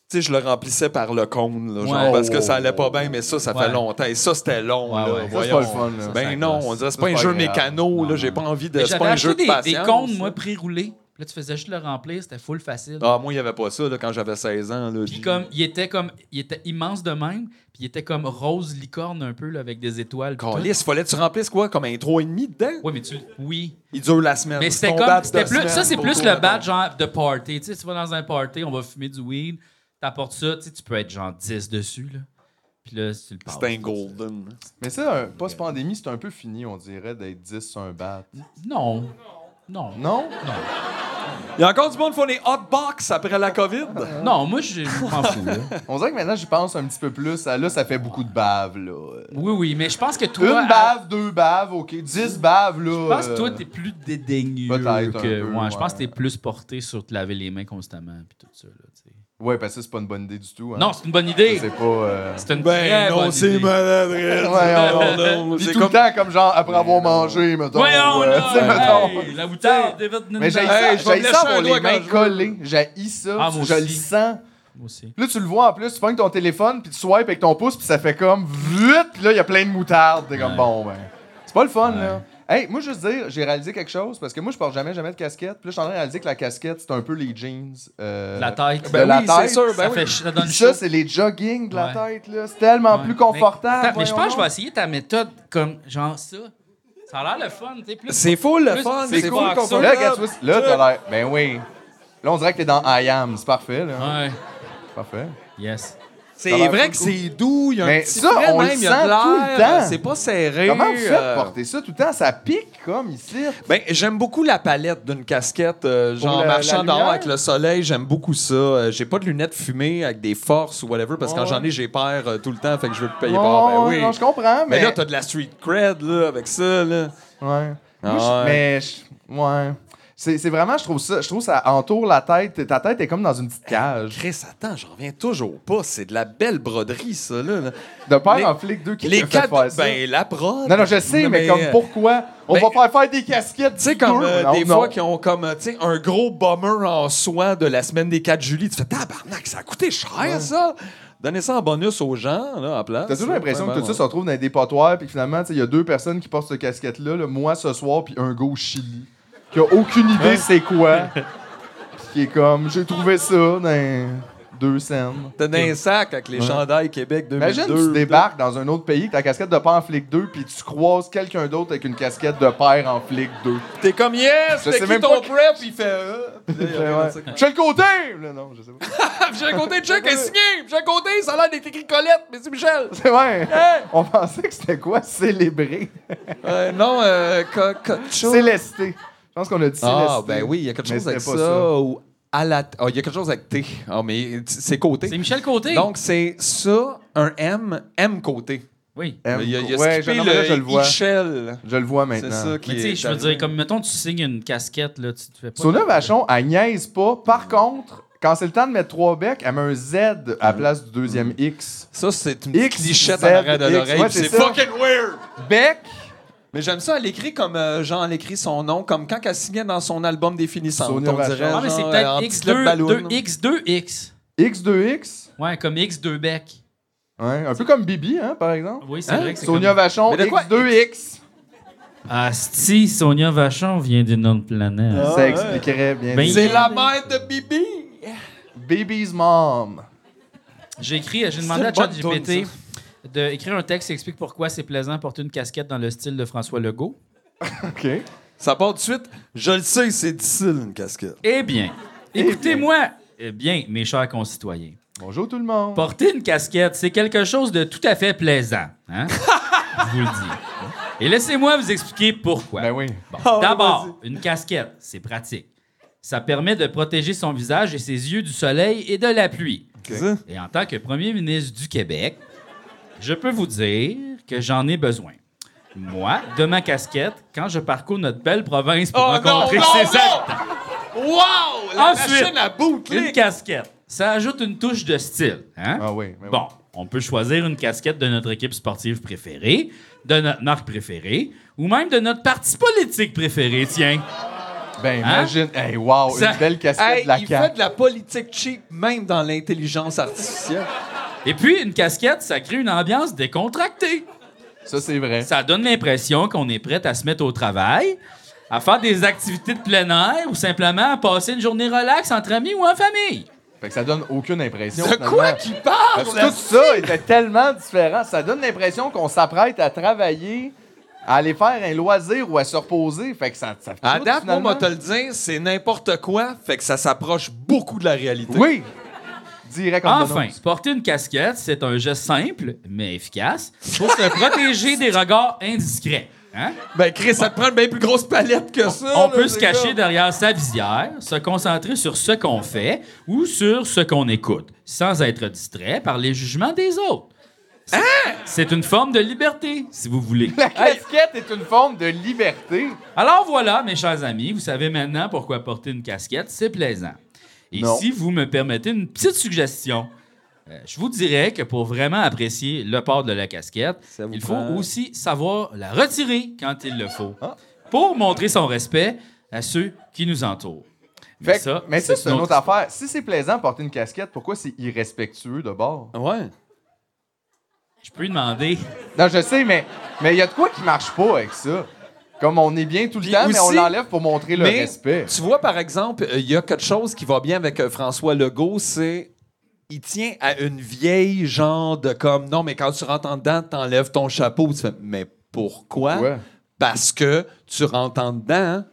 Speaker 3: sais, je le remplissais par le cône, là, genre,
Speaker 1: Ouais. Oh.
Speaker 3: parce que ça allait pas bien, mais ça, ça
Speaker 1: Ouais.
Speaker 3: fait longtemps. Et ça, c'était long,
Speaker 1: Ouais,
Speaker 3: là,
Speaker 1: ouais. Ça, c'est
Speaker 3: voyons.
Speaker 4: pas le fun, là.
Speaker 1: Ça, ça
Speaker 3: Ben non,
Speaker 1: gosse.
Speaker 3: on dirait, c'est
Speaker 4: Ça,
Speaker 3: pas
Speaker 4: c'est
Speaker 3: un
Speaker 4: pas
Speaker 3: jeu
Speaker 4: agréable.
Speaker 3: mécano, là, j'ai pas envie de. C'est
Speaker 1: j'avais
Speaker 3: pas un jeu
Speaker 1: acheté
Speaker 3: de
Speaker 1: des, des
Speaker 3: patience.
Speaker 1: cônes, moi, pré-roulés. Puis Là, tu faisais juste le remplir, c'était full facile.
Speaker 3: Ah, moi, il y avait pas ça, là, quand j'avais 16 ans, là.
Speaker 1: Puis comme, il était comme, il était immense de même, puis il était comme rose licorne un peu, là, avec des étoiles. puis tout.
Speaker 3: Calisse, fallait que tu remplisses quoi, comme un 3,5 dedans?
Speaker 1: Ouais, mais tu, oui.
Speaker 3: Il dure la semaine.
Speaker 1: Mais
Speaker 3: C'est
Speaker 1: c'était
Speaker 3: ton
Speaker 1: comme,
Speaker 3: badge
Speaker 1: c'était
Speaker 3: de
Speaker 1: plus, ça
Speaker 3: semaine
Speaker 1: c'est
Speaker 3: pour
Speaker 1: plus
Speaker 3: toi,
Speaker 1: le
Speaker 3: mettons.
Speaker 1: badge genre de party. Tu sais, tu vas dans un party, on va fumer du weed, t'apportes ça, tu sais, tu peux être genre 10 dessus, là. Puis là, tu le passes.
Speaker 3: C'était un golden.
Speaker 4: Mais ça, un- post-pandémie, c'est un peu fini, on dirait, d'être 10 sur un bat.
Speaker 1: Non. Non.
Speaker 4: Non?
Speaker 3: Il y a encore du monde qui font des hotbox après la COVID.
Speaker 1: Non, moi, je je m'en fous, là.
Speaker 4: On dirait que maintenant, j'y pense un petit peu plus. à- Là, ça fait beaucoup de bave, là.
Speaker 1: Oui, oui, mais je pense que toi.
Speaker 4: Une
Speaker 1: à-
Speaker 4: bave, deux baves, OK. 10 baves, là.
Speaker 1: Je pense que toi,
Speaker 3: euh,
Speaker 1: t'es plus dédaigneux
Speaker 4: Peut-être un
Speaker 1: que
Speaker 4: peu,
Speaker 1: moi. Je pense que
Speaker 4: ouais.
Speaker 1: t'es plus porté sur te laver les mains constamment puis tout ça. Là, tu sais.
Speaker 4: Ouais, parce que ça, c'est pas une bonne idée du tout. hein.
Speaker 1: Non, c'est une bonne idée.
Speaker 4: C'est pas... euh,
Speaker 1: C'est une
Speaker 3: Ben
Speaker 1: très
Speaker 3: non,
Speaker 1: bonne
Speaker 3: c'est
Speaker 1: idée.
Speaker 3: maladresse.
Speaker 4: Ouais,
Speaker 3: Non, non,
Speaker 4: Puis
Speaker 3: c'est
Speaker 4: tout
Speaker 3: comme-
Speaker 4: le temps, comme genre, après avoir mangé, mettons.
Speaker 1: Voyons,
Speaker 4: euh,
Speaker 1: là,
Speaker 4: tu sais, mettons.
Speaker 1: hey, la bouteille, David
Speaker 4: Mais j'ai
Speaker 1: Ninja.
Speaker 3: Hey, je
Speaker 4: ça, j'ai
Speaker 3: vais me lécher
Speaker 4: ça
Speaker 3: un
Speaker 4: pour
Speaker 3: doigt
Speaker 4: les
Speaker 3: quand
Speaker 4: mains
Speaker 3: je veux.
Speaker 4: collées. J'ai ça.
Speaker 1: Ah, moi
Speaker 4: je le
Speaker 1: aussi.
Speaker 4: sens.
Speaker 1: Moi aussi.
Speaker 4: Puis Là, tu le vois en plus, tu prends ton téléphone, puis tu swipes avec ton pouce, puis ça fait comme vite, là, il y a plein de moutarde. T'es comme
Speaker 1: Ouais.
Speaker 4: bon, ben. C'est pas le fun, là. Hey, moi, juste dire, j'ai réalisé quelque chose parce que moi, je porte jamais, jamais de casquette. Puis là, je suis en train de réaliser que la casquette, c'est un peu les jeans. euh,
Speaker 1: La tête.
Speaker 4: de la
Speaker 3: oui, c'est
Speaker 4: tête.
Speaker 3: sûr, ben
Speaker 1: ça,
Speaker 3: oui.
Speaker 1: fait, ch- ça donne
Speaker 4: ça,
Speaker 1: chaud.
Speaker 4: c'est les joggings de la
Speaker 1: Ouais.
Speaker 4: tête, là. C'est tellement Ah, plus confortable.
Speaker 1: Mais, attends, mais je pense
Speaker 4: voyons
Speaker 1: que je vais
Speaker 4: donc.
Speaker 1: essayer ta méthode comme genre ça. Ça a l'air le fun, tu sais, plus.
Speaker 3: C'est fou le
Speaker 1: Plus-
Speaker 3: fun,
Speaker 1: c'est
Speaker 3: c'est
Speaker 1: cool,
Speaker 3: cool
Speaker 1: ça.
Speaker 3: qu'on
Speaker 4: Là, regarde, tu vois, là, t'as l'air. Ben oui. Là, on dirait que t'es dans I am. C'est parfait, là.
Speaker 1: Ouais.
Speaker 4: Parfait.
Speaker 1: Yes.
Speaker 4: Ça a
Speaker 3: C'est
Speaker 4: l'air
Speaker 3: vrai
Speaker 4: cool,
Speaker 3: que
Speaker 4: cool.
Speaker 3: c'est doux, il y a un
Speaker 4: Mais
Speaker 3: petit
Speaker 4: ça,
Speaker 3: frais
Speaker 4: on
Speaker 3: même,
Speaker 4: le
Speaker 3: il y a de
Speaker 4: sent tout
Speaker 3: l'air,
Speaker 4: le temps.
Speaker 3: euh, C'est pas serré.
Speaker 4: Comment vous faites
Speaker 3: euh,
Speaker 4: porter ça tout le temps? Ça pique, comme ici.
Speaker 3: Ben, j'aime beaucoup la palette d'une casquette, euh, genre
Speaker 4: la- la
Speaker 3: marchant dehors
Speaker 4: lumière?
Speaker 3: avec le soleil, j'aime beaucoup ça. Euh, j'ai pas de lunettes fumées avec des forces ou whatever, parce que quand
Speaker 4: Ouais.
Speaker 3: j'en ai, j'ai peur euh, tout le temps, fait que je veux plus payer
Speaker 4: Non,
Speaker 3: par. Ben oui.
Speaker 4: non, je comprends, mais.
Speaker 3: mais... là, t'as de la street cred, là, avec ça, là.
Speaker 4: Ouais. Moi,
Speaker 3: Ah
Speaker 4: je-
Speaker 3: ouais.
Speaker 4: Mais je- ouais. C'est c'est vraiment, je trouve ça, je trouve ça entoure la tête. Ta tête est comme dans une petite cage.
Speaker 3: Chris, attends, j'en reviens toujours pas. C'est de la belle broderie, ça, là. là.
Speaker 4: De père
Speaker 3: Les-
Speaker 4: en flic 2 qui
Speaker 3: Les
Speaker 4: te fait
Speaker 3: quatre...
Speaker 4: faire ça.
Speaker 3: Ben, la prod...
Speaker 4: non, non, je sais, mais, comme
Speaker 3: euh,
Speaker 4: pourquoi? On
Speaker 3: ben,
Speaker 4: va faire faire des casquettes.
Speaker 3: Tu sais,
Speaker 4: du
Speaker 3: comme
Speaker 4: deux?
Speaker 3: euh,
Speaker 4: Non,
Speaker 3: des
Speaker 4: non.
Speaker 3: fois qui ont comme euh, tu sais, un gros bummer en soie de la semaine des 4 juillet, tu fais tabarnak, ça a coûté cher ça. Donnez ça en bonus aux gens, là, en place.
Speaker 4: T'as toujours
Speaker 3: là.
Speaker 4: l'impression
Speaker 3: Ouais,
Speaker 4: que tout
Speaker 3: ouais,
Speaker 4: ça se retrouve dans des potoirs, puis que finalement, tu sais, il y a deux personnes qui portent cette casquette-là, là, moi ce soir, puis un gars au Chili, qui a aucune
Speaker 3: Hein?
Speaker 4: idée c'est quoi, puis qui est comme, j'ai trouvé ça dans deux scènes.
Speaker 3: T'as dans un sac avec les chandails Québec 2002.
Speaker 4: Imagine, tu débarques dans un autre pays, que ta casquette de père en flic 2, puis tu croises quelqu'un d'autre avec une casquette de père en flic 2.
Speaker 3: T'es comme yes,
Speaker 4: Je
Speaker 3: t'es
Speaker 4: sais
Speaker 3: qui
Speaker 4: même
Speaker 3: ton
Speaker 4: pas que-
Speaker 3: prep? Il fait. euh, puis là,
Speaker 4: Je
Speaker 3: il regarde ça comme- Ah,
Speaker 4: suis le côté! Là, non, je sais pas.
Speaker 3: J'ai un côté de chèque est signé, j'ai un côté, ça a l'air d'être écrit Colette, mais c'est Michel.
Speaker 4: C'est vrai! hein? On pensait que c'était quoi? Célébrer.
Speaker 3: Euh, non, euh, co- co-
Speaker 4: Célester. Je pense qu'on a dit célester.
Speaker 3: Ah, ben oui, il y a quelque
Speaker 4: Mais
Speaker 3: chose avec ça,
Speaker 4: c'était pas ça.
Speaker 3: ou à la. Ah, il y a quelque chose avec T. Ah, mais t- c'est côté.
Speaker 1: C'est Michel Côté.
Speaker 3: Donc, c'est ça, un M, M côté.
Speaker 1: oui.
Speaker 4: M-
Speaker 3: Il y a, il a
Speaker 4: ouais,
Speaker 3: skippé
Speaker 4: je, non, mais là,
Speaker 3: le,
Speaker 4: je le vois.
Speaker 3: Michel.
Speaker 4: Je le vois
Speaker 3: C'est
Speaker 4: maintenant.
Speaker 3: ça qui
Speaker 1: Mais tu
Speaker 3: est
Speaker 1: sais, je veux
Speaker 3: arrivé.
Speaker 1: dire, comme mettons, tu signes une casquette, là, tu te fais pas.
Speaker 4: Sona Vachon, elle niaise pas. Par contre, quand c'est le temps de mettre trois becs, elle met un Z à la place du deuxième X.
Speaker 3: Ça, c'est une
Speaker 4: X,
Speaker 3: petite lichette
Speaker 4: Z,
Speaker 3: en arrière de
Speaker 4: X,
Speaker 3: l'oreille.
Speaker 4: ouais,
Speaker 3: puis
Speaker 4: c'est
Speaker 3: c'est
Speaker 4: ça.
Speaker 3: fucking weird!
Speaker 4: Bec!
Speaker 3: Mais j'aime ça, elle écrit comme euh, genre, elle écrit son nom, comme quand elle signait dans son album des finissants. On
Speaker 4: Sonia Vachon.
Speaker 3: dirait.
Speaker 4: Ah,
Speaker 1: Ah, mais c'est
Speaker 3: genre, euh, en
Speaker 1: peut-être
Speaker 3: petite lettre ballon.
Speaker 1: X2, 2X2X.
Speaker 4: X2X.
Speaker 1: Ouais, comme X2 bec.
Speaker 4: Ouais, un peu comme Bibi, hein, par exemple.
Speaker 1: Oui, c'est
Speaker 3: Hein?
Speaker 1: vrai que c'est.
Speaker 4: Sonia
Speaker 1: comme...
Speaker 4: Vachon,
Speaker 3: Mais de quoi
Speaker 4: X2X.
Speaker 1: Asti, Sonia Vachon vient d'une autre planète.
Speaker 4: Ça
Speaker 3: Ah, ouais.
Speaker 4: expliquerait bien.
Speaker 1: Ben,
Speaker 3: C'est la mère de Bibi!
Speaker 4: Baby's mom.
Speaker 1: J'ai écrit, j'ai
Speaker 3: C'est
Speaker 1: demandé à
Speaker 3: une bonne
Speaker 1: ChatGPT
Speaker 3: toune,
Speaker 1: d'écrire un texte qui explique pourquoi c'est plaisant de porter une casquette dans le style de François Legault.
Speaker 4: OK.
Speaker 3: Ça part tout de suite. Je le sais, c'est difficile, une casquette.
Speaker 1: Eh bien, écoutez-moi eh bien, mes chers concitoyens.
Speaker 4: Bonjour tout le monde.
Speaker 1: Porter une casquette, c'est quelque chose de tout à fait plaisant. Hein? Je vous le dis. Et laissez-moi vous expliquer pourquoi.
Speaker 4: Ben oui.
Speaker 1: Bon,
Speaker 3: Ah ouais,
Speaker 1: D'abord, une casquette, c'est pratique. Ça permet de protéger son visage et ses yeux du soleil et de la pluie.
Speaker 3: Ça?
Speaker 1: Et en tant que premier ministre du Québec, je peux vous dire que j'en ai besoin. Moi, de ma casquette, quand je parcours notre belle province pour
Speaker 3: Oh non, non,
Speaker 1: rencontrer ses habitants.
Speaker 3: non! Wow! La
Speaker 1: Ensuite,
Speaker 3: machine à boucler!
Speaker 1: Une casquette, ça ajoute une touche de style. Hein?
Speaker 4: Ah oui, mais oui.
Speaker 1: Bon, on peut choisir une casquette de notre équipe sportive préférée, de notre marque préférée, ou même de notre parti politique préféré, tiens.
Speaker 4: Ben
Speaker 1: Hein?
Speaker 4: imagine. Hey, wow,
Speaker 1: Ça-
Speaker 4: une belle casquette
Speaker 3: Hey,
Speaker 4: de la
Speaker 3: il
Speaker 4: CAQ.
Speaker 3: fait de la politique cheap, même dans l'intelligence artificielle.
Speaker 1: Et puis, une casquette, ça crée une ambiance décontractée.
Speaker 4: Ça, c'est vrai.
Speaker 1: Ça donne l'impression qu'on est prêt à se mettre au travail, à faire des activités de plein air ou simplement à passer une journée relax entre amis ou en famille.
Speaker 4: Fait que ça donne aucune impression.
Speaker 3: De
Speaker 4: finalement.
Speaker 3: quoi qu'il parle?
Speaker 4: Parce que tout ça était tellement différent. Ça donne l'impression qu'on s'apprête à travailler, à aller faire un loisir ou à se reposer. Fait que ça. ça
Speaker 3: À
Speaker 4: tout,
Speaker 3: date, moi,
Speaker 4: finalement.
Speaker 3: moi, te le dire, c'est n'importe quoi, fait que ça s'approche beaucoup de la réalité.
Speaker 4: Oui! Direct comme
Speaker 1: Enfin, porter une casquette, c'est un geste simple, mais efficace, pour se protéger des regards indiscrets. hein?
Speaker 3: Ben, Chris, ça te prend une bien plus grosse palette que ça.
Speaker 1: On
Speaker 3: là,
Speaker 1: peut se
Speaker 3: les
Speaker 1: cacher
Speaker 3: gars.
Speaker 1: derrière sa visière, se concentrer sur ce qu'on fait ou sur ce qu'on écoute, sans être distrait par les jugements des autres. C'est-
Speaker 3: Hein?
Speaker 1: C'est une forme de liberté, si vous voulez.
Speaker 4: La casquette est une forme de liberté.
Speaker 1: Alors voilà, mes chers amis, vous savez maintenant pourquoi porter une casquette, c'est plaisant. Et
Speaker 4: Non.
Speaker 1: si vous me permettez une petite suggestion, euh, je vous dirais que pour vraiment apprécier le port de la casquette,
Speaker 3: Ça vous
Speaker 1: il faut
Speaker 3: prend-
Speaker 1: aussi savoir la retirer quand il le faut,
Speaker 4: Ah.
Speaker 1: pour montrer son respect à ceux qui nous entourent.
Speaker 4: Fait que- mais ça, c'est une autre
Speaker 1: histoire.
Speaker 4: affaire. Si c'est plaisant de porter une casquette, pourquoi c'est irrespectueux de bord?
Speaker 3: Ouais.
Speaker 1: Je peux lui demander.
Speaker 4: Non, je sais, mais mais il y a de quoi qui marche pas avec ça. Comme on est bien tout le
Speaker 3: Puis
Speaker 4: temps, mais on
Speaker 3: aussi-
Speaker 4: l'enlève pour montrer le
Speaker 3: Mais
Speaker 4: respect.
Speaker 3: tu vois, par exemple, euh, il y a quelque chose qui va bien avec euh, François Legault, c'est il tient à une vieille genre de comme non, mais quand tu rentres en dedans, t'enlèves ton chapeau. Tu fais, mais pourquoi?
Speaker 4: Ouais.
Speaker 3: Parce que tu rentres en dedans.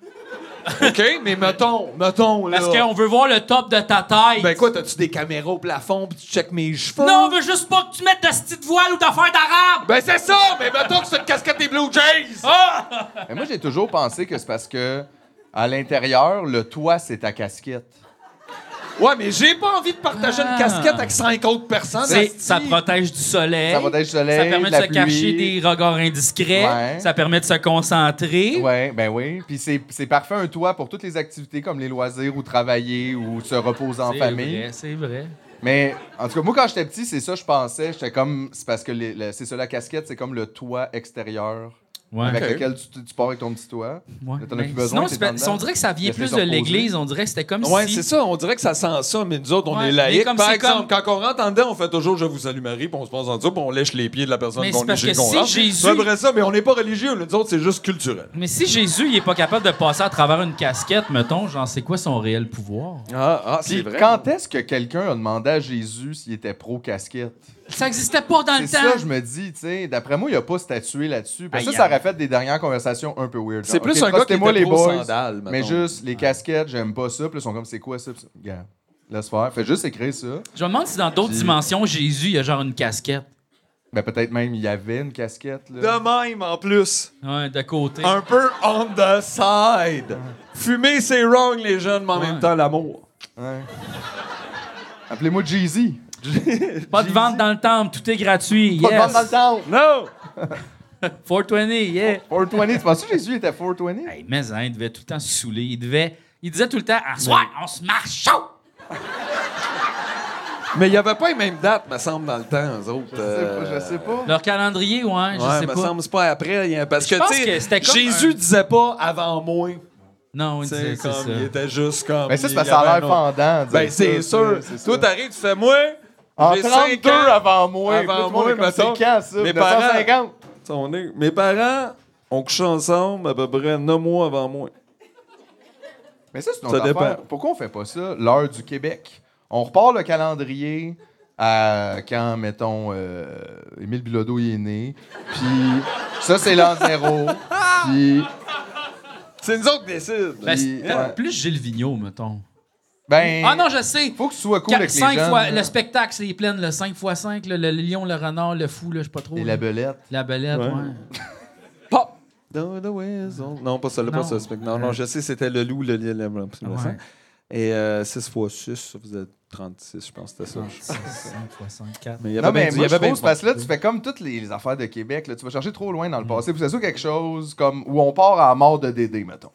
Speaker 3: OK, mais mettons, mettons. Là,
Speaker 1: Parce qu'on veut voir le top de ta tête.
Speaker 3: Ben quoi, t'as-tu des caméras au plafond pis tu checkes mes cheveux?
Speaker 1: non, on veut juste pas que tu mettes ta petite voile ou d'affaires d'arabe.
Speaker 3: Ben c'est ça! Mais mettons que c'est une casquette des Blue Jays!
Speaker 1: Ah!
Speaker 4: Mais moi, j'ai toujours pensé que c'est parce que à l'intérieur, le toit, c'est ta casquette.
Speaker 3: Ouais, mais j'ai pas envie de partager
Speaker 1: Ah.
Speaker 3: une casquette avec 5 autres personnes.
Speaker 1: C'est-
Speaker 3: asti.
Speaker 1: Ça protège du soleil.
Speaker 4: Ça protège du soleil,
Speaker 1: Ça permet
Speaker 4: de la
Speaker 1: de se cacher
Speaker 4: pluie.
Speaker 1: des regards indiscrets.
Speaker 4: Ouais.
Speaker 1: Ça permet de se concentrer.
Speaker 4: Ouais, ben oui. Puis c'est c'est parfait un toit pour toutes les activités comme les loisirs ou travailler ou se reposer en
Speaker 1: C'est
Speaker 4: famille.
Speaker 1: vrai, C'est vrai.
Speaker 4: Mais en tout cas, moi, quand j'étais petit, c'est ça, je pensais. J'étais comme. C'est parce que les- le- c'est ça, la casquette, c'est comme le toit extérieur
Speaker 1: Ouais.
Speaker 4: avec
Speaker 3: Ok.
Speaker 4: lequel tu, tu pars avec ton petit toit.
Speaker 1: Ouais.
Speaker 4: Là, t'en as
Speaker 1: Mais
Speaker 4: plus besoin,
Speaker 1: Sinon,
Speaker 4: t'es
Speaker 1: c'est pas-
Speaker 4: dedans.
Speaker 1: on dirait que ça vient
Speaker 4: Laisse-les
Speaker 1: plus
Speaker 4: se
Speaker 1: de
Speaker 4: reposer.
Speaker 1: l'Église. On dirait que c'était comme
Speaker 3: Ouais,
Speaker 1: si...
Speaker 3: c'est ça. On dirait que ça sent ça, mais nous autres, on
Speaker 1: Ouais,
Speaker 3: est laïcs.
Speaker 1: mais comme
Speaker 3: Par
Speaker 1: c'est
Speaker 3: exemple, quand on rentre en dedans, on fait toujours Je vous salue Marie, puis on se pense en dessous, puis on lèche les pieds de la personne
Speaker 1: Mais
Speaker 3: qu'on
Speaker 1: c'est parce
Speaker 3: est
Speaker 1: que si Jésus-
Speaker 3: C'est vrai ça, mais on n'est pas religieux. Nous autres, c'est juste culturel.
Speaker 1: Mais si Jésus, il est pas capable de passer à travers une casquette, mettons, genre, c'est quoi son réel pouvoir?
Speaker 3: Ah, ah
Speaker 4: Puis quand est-ce que quelqu'un a demandé à Jésus s'il était pro-casquette?
Speaker 1: Ça existait pas dans
Speaker 4: C'est
Speaker 1: le
Speaker 4: ça,
Speaker 1: temps!
Speaker 4: je me dis, tu sais. D'après moi, il a pas statué là-dessus. Parce que
Speaker 1: Aïe,
Speaker 4: ça, ça
Speaker 1: aïe.
Speaker 4: aurait fait des dernières conversations un peu weird.
Speaker 3: C'est
Speaker 4: Genre,
Speaker 3: plus
Speaker 4: OK,
Speaker 3: un gars qui
Speaker 4: prostez-moi,
Speaker 3: était
Speaker 4: les
Speaker 3: pro
Speaker 4: boys.
Speaker 3: sandales,
Speaker 4: Mais
Speaker 3: mettons.
Speaker 4: juste, les casquettes, j'aime pas ça. Puis là, ils sont comme, c'est quoi ça? Puis ça, Regarde, laisse faire. Fait juste écrire ça.
Speaker 1: Je me demande si dans d'autres
Speaker 4: Puis-
Speaker 1: dimensions, Jésus, il y a genre une casquette.
Speaker 4: Ben, peut-être même, il y avait une casquette, là.
Speaker 3: De même, en plus.
Speaker 1: Ouais, de côté.
Speaker 3: Un peu on the side. Fumer, c'est wrong, les jeunes, mais en
Speaker 1: Ouais.
Speaker 3: même temps, l'amour.
Speaker 4: Ouais. Appelez-moi Jeezy.
Speaker 1: Pas de vente dans le temple, tout est gratuit.
Speaker 4: Pas de
Speaker 1: yes.
Speaker 4: vente dans le temple.
Speaker 3: Non!
Speaker 1: 420, yeah.
Speaker 4: 420, tu penses que Jésus était 420?
Speaker 1: Hey, mais hein, il devait tout le temps se saouler. Il devait. Il disait tout le temps, à soir, on se marche chaud!
Speaker 3: Mais il n'y avait pas les mêmes dates, me semble, dans le temps, eux autres.
Speaker 4: Je sais pas, Je sais
Speaker 3: euh,
Speaker 4: pas.
Speaker 1: Leur calendrier, ouais, je
Speaker 3: ouais,
Speaker 1: sais
Speaker 3: me
Speaker 1: pas.
Speaker 3: semble, c'est pas après. il y a- Parce
Speaker 1: Je
Speaker 3: que,
Speaker 1: pense
Speaker 3: tu
Speaker 1: que c'était
Speaker 3: sais,
Speaker 1: comme
Speaker 3: Jésus
Speaker 1: un-
Speaker 3: disait pas avant moi.
Speaker 1: Non, il
Speaker 3: Tu sais,
Speaker 1: disait, c'est
Speaker 3: comme,
Speaker 1: ça. Ben,
Speaker 3: il était juste comme.
Speaker 4: Mais Ben, ça, c'est
Speaker 3: il
Speaker 4: parce que ça
Speaker 3: y avait
Speaker 4: a
Speaker 3: un
Speaker 4: l'air
Speaker 3: autre-
Speaker 4: pendant. dire
Speaker 3: Ben, c'est
Speaker 4: ça,
Speaker 3: sûr.
Speaker 4: c'est ça.
Speaker 3: Toi, t'arrives, tu fais moi.
Speaker 4: En
Speaker 3: j'ai
Speaker 4: 32
Speaker 3: cinq ans.
Speaker 4: avant moi.
Speaker 3: Avant
Speaker 4: Avant moi,
Speaker 3: moi,
Speaker 4: comme c'est
Speaker 3: mettons.
Speaker 4: quand ça?
Speaker 3: Mes
Speaker 4: 1950?
Speaker 3: Ça, on est- Mes parents ont couché ensemble à peu près 9 mois avant moi.
Speaker 4: Mais ça, c'est
Speaker 3: Ça
Speaker 4: notre affaire.
Speaker 3: dépend.
Speaker 4: Pourquoi on fait pas ça? L'heure du Québec. On repart le calendrier à quand, mettons, euh, Émile Bilodeau y est né. Puis ça, c'est l'an zéro. Puis...
Speaker 3: C'est nous autres qui décident.
Speaker 1: Ben,
Speaker 4: Puis,
Speaker 1: c'est-
Speaker 4: ouais.
Speaker 1: Plus Gilles Vigneault, mettons.
Speaker 4: Ben...
Speaker 1: Ah non, je sais!
Speaker 4: Faut que tu sois cool
Speaker 1: Quatre-
Speaker 4: avec les
Speaker 1: cinq
Speaker 4: jeunes,
Speaker 1: fois,
Speaker 4: là.
Speaker 1: le spectacle, c'est les plaines, le 5 x 5, le, le lion, le renard, le fou, là, je sais pas trop.
Speaker 4: Et
Speaker 1: là.
Speaker 4: la belette.
Speaker 1: La belette, ouais.
Speaker 3: Ouais. Pop! Down the whistle. Non, pas celle-là,
Speaker 1: Non.
Speaker 3: pas ce spectacle. Non, non, je sais, c'était le loup, le lion, le blanc, puis le sang.
Speaker 1: Ouais.
Speaker 3: Et euh, 6 x 6, ça faisait 36, je pense que c'était ça.
Speaker 1: 5 x 5, 4.
Speaker 3: Mais il y
Speaker 4: Non,
Speaker 3: bien
Speaker 4: mais
Speaker 3: du-
Speaker 4: moi,
Speaker 3: il y
Speaker 4: je
Speaker 3: avait bien
Speaker 4: trouve,
Speaker 3: du
Speaker 4: parce que là, tu fais comme toutes les, les affaires de Québec, là, tu vas chercher trop loin dans le passé. Puis c'est sûr quelque chose comme où on part à la mort de Dédé, mettons.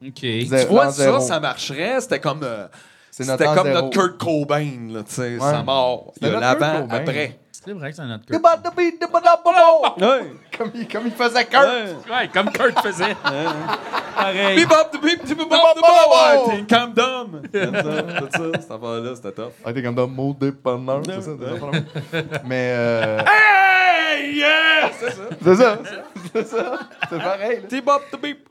Speaker 1: OK.
Speaker 3: monde. Tu vois, ça,
Speaker 4: L'an zéro.
Speaker 3: ça marcherait. C'était comme, euh,
Speaker 4: C'est
Speaker 3: c'était
Speaker 4: l'an
Speaker 3: comme
Speaker 4: zéro.
Speaker 3: notre Kurt Cobain, là, tu sais,
Speaker 4: Ouais.
Speaker 3: sa mort. Il y a
Speaker 4: C'était notre
Speaker 3: l'avant,
Speaker 4: Kurt Cobain.
Speaker 3: après.
Speaker 1: C'est vrai que c'est un autre
Speaker 4: Débat, débat, débat, débat, débat.
Speaker 3: Ouais.
Speaker 4: Comme il- Comme il faisait Kurt.
Speaker 3: Ouais.
Speaker 1: Ouais, comme Kurt faisait. Pareil.
Speaker 3: Bebop, the beep, bebop, the
Speaker 4: Bebop!
Speaker 3: bop, ouais, t'es calm down. Tout ça, tout ça, cette affaire-là, c'était top.
Speaker 4: Ah, t'es comme dans mot dépanneur, c'est ça? des affaires de- Mais. Euh... C'est ça! C'est ça! C'est pareil, là.
Speaker 3: Bebop, the beep.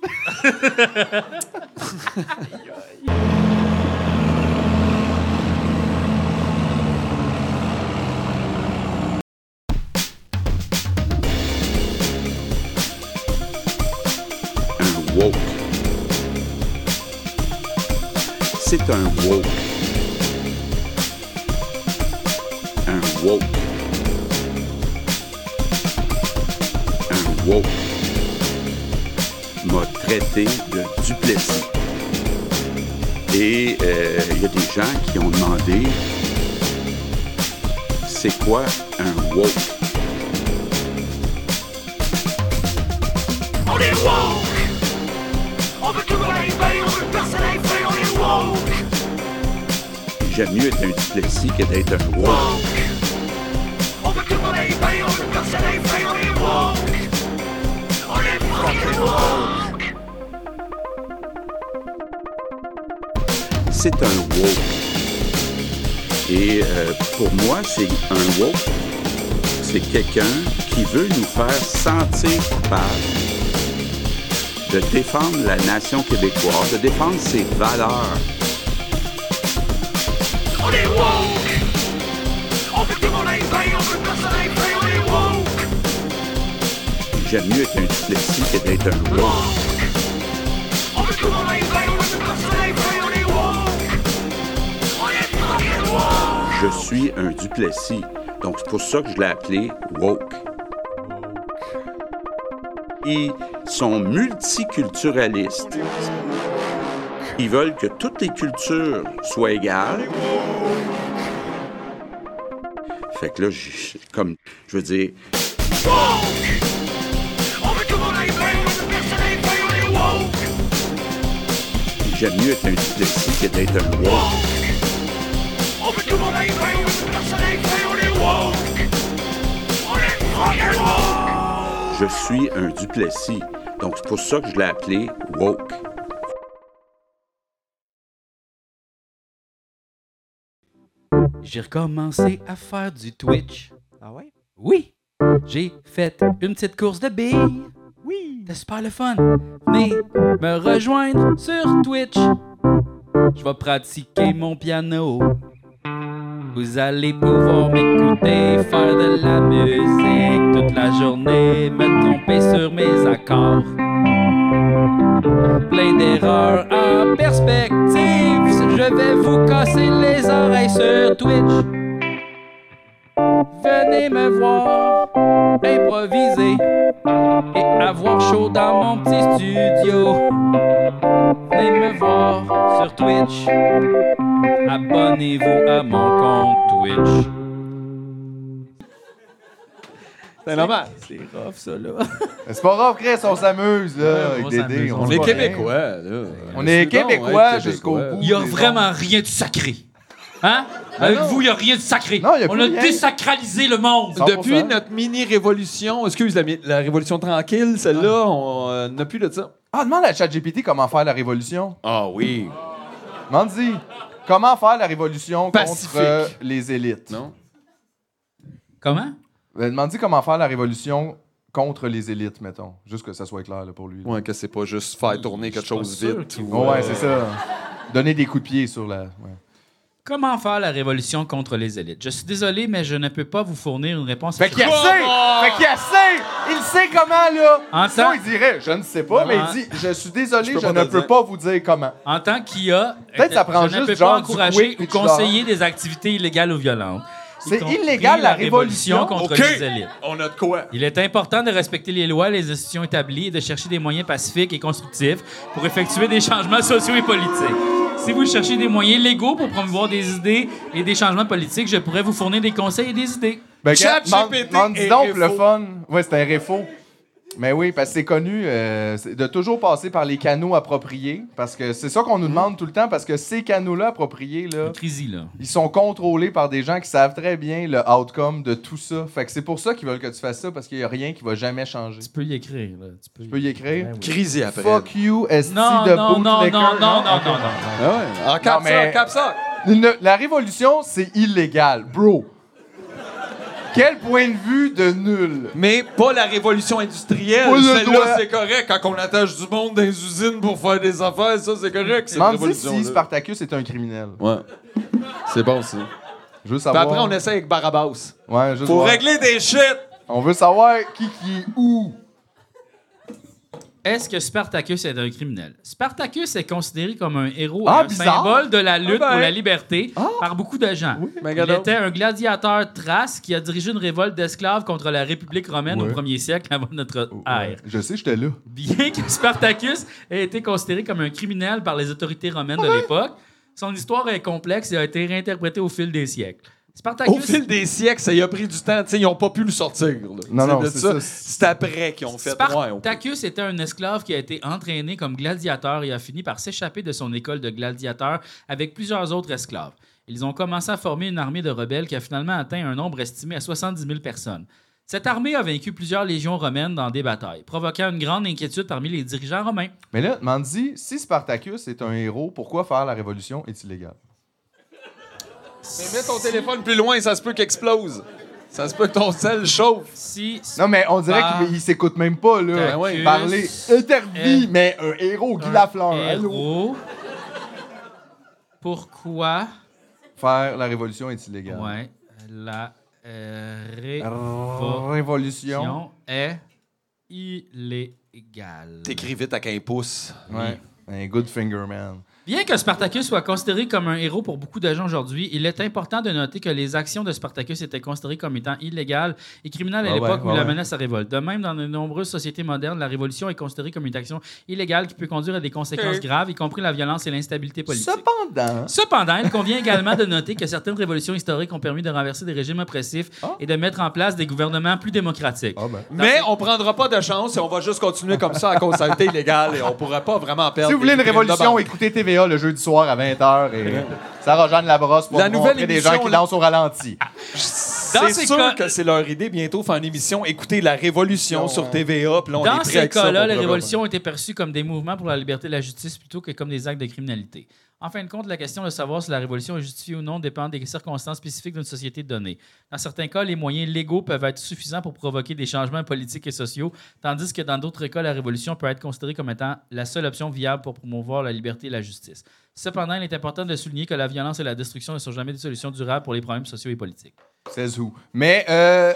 Speaker 6: un woke. C'est un woke. Un woke. Un woke. M'a traité de duplessis. Et euh, il y a des gens qui ont demandé c'est quoi un woke?
Speaker 7: On est woke On veut tout arriver, on veut personne arriver, on est woke
Speaker 6: J'aime mieux être un duplessis que d'être un woke.
Speaker 7: Woke On veut tout arriver, on veut personne arriver, on est woke On est fucking woke
Speaker 6: c'est un woke. Et euh, pour moi, c'est un woke. C'est quelqu'un qui veut nous faire sentir coupables de défendre la nation québécoise, de défendre ses valeurs.
Speaker 7: On est woke. On veut que tout le monde aille bien, on veut que personne aille bien, on est woke.
Speaker 6: J'aime mieux être un flexi que d'être un roi.
Speaker 7: Woke. On veut que tout le monde aille bien, on veut que personne aille bien, on est woke. On est fucking woke.
Speaker 6: Je suis un Duplessis. Donc, c'est pour ça que je l'ai appelé woke. Ils sont multiculturalistes. Ils veulent que toutes les cultures soient égales. Fait que là, je- comme, je veux dire,
Speaker 7: Woke. On veut que tout le monde aille bien, on veut que personne aille bien, on est woke.
Speaker 6: j'aime mieux être un Duplessis que d'être un woke.
Speaker 7: Woke. On veut que tout le monde aille bien, on veut que personne aille bien, on est woke. On est fucking woke.
Speaker 6: Je suis un Duplessis. Donc, c'est pour ça que je l'ai appelé woke.
Speaker 1: J'ai recommencé à faire du Twitch. Ah ouais? Oui! J'ai fait une petite course de billes. Oui! C'était super le fun. Venez me rejoindre sur Twitch. Je vais pratiquer mon piano. Vous allez pouvoir m'écouter faire de la musique toute la journée, me tromper sur mes accords. Plein d'erreurs en perspective, je vais vous casser les oreilles sur Twitch. Venez me voir improviser et avoir chaud dans mon petit studio. Venez me voir sur Twitch. Abonnez-vous à mon compte Twitch.
Speaker 3: C'est normal.
Speaker 1: C'est rough, ça, là.
Speaker 4: Mais C'est pas grave, Chris, on s'amuse, là,
Speaker 8: Ouais,
Speaker 4: avec
Speaker 8: on
Speaker 4: Dédé.
Speaker 8: s'amuse.
Speaker 4: on
Speaker 3: On
Speaker 4: se
Speaker 3: est
Speaker 4: bat
Speaker 3: Québécois,
Speaker 4: bien.
Speaker 3: là.
Speaker 4: On est
Speaker 3: C'est bon,
Speaker 4: Québécois
Speaker 3: être
Speaker 4: jusqu'au
Speaker 3: Québécois.
Speaker 4: bout.
Speaker 8: Il y a
Speaker 4: les
Speaker 8: vraiment rien de sacré. Hein? Avec vous, il n'y a rien de sacré.
Speaker 4: Ah, Non, il y a
Speaker 8: On
Speaker 4: plus
Speaker 8: a
Speaker 4: rien.
Speaker 8: désacralisé le monde.
Speaker 4: 100%.
Speaker 3: Depuis notre mini-révolution, excuse, la, mi- la révolution tranquille, celle-là, on euh, n'a plus de ça.
Speaker 4: Ah, demande à ChatGPT comment faire la révolution.
Speaker 3: Ah oui.
Speaker 4: Mandy, comment faire la révolution
Speaker 3: Pacifique.
Speaker 4: contre euh, les élites?
Speaker 3: Non?
Speaker 8: Comment?
Speaker 4: Euh, Mandy, comment faire la révolution contre les élites, mettons. Juste que ça soit clair là, pour lui. là.
Speaker 3: Ouais, que c'est pas juste faire tourner quelque chose vite. ou,
Speaker 4: Ouais,
Speaker 3: euh,
Speaker 4: c'est ça. Donner des coups de pied sur la... ouais.
Speaker 8: Comment faire la révolution contre les élites? Je suis désolé, mais je ne peux pas vous fournir une réponse.
Speaker 4: Fait qu'il a sait! Fait qu'il a sait! Il sait comment, là!
Speaker 8: En
Speaker 4: Sinon,
Speaker 8: temps-
Speaker 4: il dirait, je ne sais pas, mais
Speaker 8: Vraiment.
Speaker 4: il dit, je suis désolé,
Speaker 3: peux
Speaker 4: je
Speaker 3: pas
Speaker 4: ne
Speaker 3: te
Speaker 4: peux
Speaker 3: dire.
Speaker 4: pas vous dire comment.
Speaker 8: En tant qu'IA,
Speaker 4: Peut-être ça prend
Speaker 8: je
Speaker 4: juste
Speaker 8: ne peux
Speaker 4: genre
Speaker 8: pas
Speaker 4: du
Speaker 8: encourager
Speaker 4: quick
Speaker 8: ou
Speaker 4: puis du genre.
Speaker 8: conseiller des activités illégales ou violentes. Y
Speaker 4: C'est
Speaker 8: compris
Speaker 4: illégal, la révolution?
Speaker 8: contre
Speaker 3: OK.
Speaker 8: les élites.
Speaker 3: On a de quoi?
Speaker 8: Il est important de respecter les lois et les institutions établies et de chercher des moyens pacifiques et constructifs pour effectuer des changements sociaux et politiques. Si vous cherchez des moyens légaux pour promouvoir des idées et des changements politiques, je pourrais vous fournir des conseils et des idées.
Speaker 4: Ben,
Speaker 3: Chat
Speaker 4: regarde, man-
Speaker 3: GPT
Speaker 4: man- dis
Speaker 3: est
Speaker 4: donc le
Speaker 3: réfo.
Speaker 4: fun. Ouais, c'est un réfo. Mais oui, parce que c'est connu euh, c'est de toujours passer par les canaux appropriés. Parce que c'est ça qu'on nous demande tout le temps. Parce que ces canaux-là appropriés, là,
Speaker 8: Crazy, là.
Speaker 4: ils sont contrôlés par des gens qui savent très bien le outcome de tout ça. Fait que c'est pour ça qu'ils veulent que tu fasses ça. Parce qu'il n'y a rien qui va jamais changer.
Speaker 8: Tu peux y écrire, là. Tu peux,
Speaker 4: Tu peux y écrire.
Speaker 3: Criser après.
Speaker 4: Fuck you, esti
Speaker 8: Non,
Speaker 4: de
Speaker 8: non, non, non, non,
Speaker 4: bootlicker,
Speaker 8: non, non, non, non.
Speaker 3: Ah ouais. En cap
Speaker 4: Non, mais-
Speaker 3: ça, en cap ça.
Speaker 4: Ne- la révolution, c'est illégal, bro. Quel point de vue de nul.
Speaker 3: Mais pas la révolution industrielle.
Speaker 4: Pas le droit.
Speaker 3: Celle-là, c'est correct. Quand on attache du monde dans les usines pour faire des affaires, ça, c'est correct. C'est une
Speaker 4: Demande
Speaker 3: révolution.
Speaker 4: si Spartacus est un criminel.
Speaker 3: Ouais. C'est bon, ça.
Speaker 4: Je veux
Speaker 3: Puis
Speaker 4: savoir.
Speaker 3: Ben, après, on essaie avec Barabas.
Speaker 4: Ouais, juste
Speaker 3: Pour
Speaker 4: voir.
Speaker 3: régler des shit.
Speaker 4: On veut savoir qui qui est où.
Speaker 8: Est-ce que Spartacus est un criminel? Spartacus est considéré comme un héros
Speaker 4: Ah,
Speaker 8: et un
Speaker 4: bizarre.
Speaker 8: symbole de la lutte
Speaker 3: Ah ben.
Speaker 8: pour la liberté par beaucoup de gens.
Speaker 3: Ben,
Speaker 8: Il
Speaker 3: regarde donc.
Speaker 8: était un gladiateur thrace qui a dirigé une révolte d'esclaves contre la République romaine
Speaker 4: Ouais. Oh,
Speaker 8: au 1er siècle avant notre
Speaker 3: Ah,
Speaker 8: ère.
Speaker 4: Je sais, j'étais là.
Speaker 8: Bien que Spartacus ait été considéré comme un criminel par les autorités romaines de l'époque, son histoire est complexe et a été réinterprétée au fil des siècles. Spartacus,
Speaker 3: Au fil des siècles, ça y a pris du temps. Tu sais, ils n'ont pas pu le sortir. là.
Speaker 4: Non,
Speaker 3: Tu sais,
Speaker 4: non,
Speaker 3: de
Speaker 4: c'est ça.
Speaker 3: C'est après qu'ils ont fait. Ouais, on-
Speaker 8: Spartacus était un esclave qui a été entraîné comme gladiateur et a fini par s'échapper de son école de gladiateur avec plusieurs autres esclaves. Ils ont commencé à former une armée de rebelles qui a finalement atteint un nombre estimé à 70 000 personnes. Cette armée a vaincu plusieurs légions romaines dans des batailles, provoquant une grande inquiétude parmi les dirigeants romains.
Speaker 4: Mais là, Mandy, si Spartacus est un héros, pourquoi faire la révolution est illégale?
Speaker 3: Mais mets ton téléphone plus loin, ça se peut qu'il explose. Ça se peut que ton sel chauffe.
Speaker 1: Si.
Speaker 4: Non, mais on dirait
Speaker 3: Ben,
Speaker 1: Par-
Speaker 4: qu'il s'écoute même pas, là.
Speaker 1: Ben
Speaker 3: ouais.
Speaker 4: Parler. Interdit, mais un héros, Guy Lafleur. allô.
Speaker 1: Héros. Pourquoi
Speaker 4: Faire la révolution est illégale.
Speaker 1: ouais, la euh,
Speaker 4: R-
Speaker 1: révolution
Speaker 4: Révolution.
Speaker 1: est illégale?
Speaker 3: T'écris vite avec un pouce.
Speaker 4: Ouais. Un good finger man.
Speaker 1: Bien que Spartacus soit considéré comme un héros pour beaucoup de gens aujourd'hui, il est important de noter que les actions de Spartacus étaient considérées comme étant illégales et criminelles à
Speaker 4: Ah ouais,
Speaker 1: l'époque où
Speaker 4: ah
Speaker 1: la
Speaker 4: ouais.
Speaker 1: menace sa révolte. De même, dans de nombreuses sociétés modernes, la révolution est considérée comme une action illégale qui peut conduire à des conséquences graves, y compris la violence et l'instabilité politique.
Speaker 4: Cependant,
Speaker 1: Cependant, il convient également de noter que certaines révolutions historiques ont permis de renverser des régimes oppressifs et de mettre en place des gouvernements plus démocratiques.
Speaker 4: Ah ben.
Speaker 3: Mais on prendra pas de chance et on va juste continuer comme ça à cause que ça a été illégal et on pourra pas vraiment perdre.
Speaker 4: si vous voulez une
Speaker 3: des primes de
Speaker 4: révolution,
Speaker 3: banque.
Speaker 4: écoutez TVA le jeudi soir à 20h et Sarah Jeanne Labrosse pour
Speaker 3: La
Speaker 4: vous
Speaker 3: nouvelle
Speaker 4: montrer des
Speaker 3: émission,
Speaker 4: gens qui
Speaker 3: là-
Speaker 4: dansent au ralenti.
Speaker 1: Dans
Speaker 3: C'est
Speaker 1: ces
Speaker 3: sûr
Speaker 1: cas-
Speaker 3: que c'est leur idée bientôt faire une émission. Écoutez la révolution
Speaker 4: Non,
Speaker 3: sur
Speaker 4: hein.
Speaker 3: TVA. Puis là, on est
Speaker 1: Dans
Speaker 3: prêt
Speaker 1: ces
Speaker 3: avec ça pour
Speaker 1: cas-là, les
Speaker 3: le revoir.
Speaker 1: révolutions étaient perçues comme des mouvements pour la liberté et la justice plutôt que comme des actes de criminalité. En fin de compte, la question de savoir si la révolution est justifiée ou non dépend des circonstances spécifiques d'une société donnée. Dans certains cas, les moyens légaux peuvent être suffisants pour provoquer des changements politiques et sociaux, tandis que dans d'autres cas, la révolution peut être considérée comme étant la seule option viable pour promouvoir la liberté et la justice. Cependant, il est important de souligner que la violence et la destruction ne sont jamais des solutions durables pour les problèmes sociaux et politiques.
Speaker 4: C'est où. Mais, euh,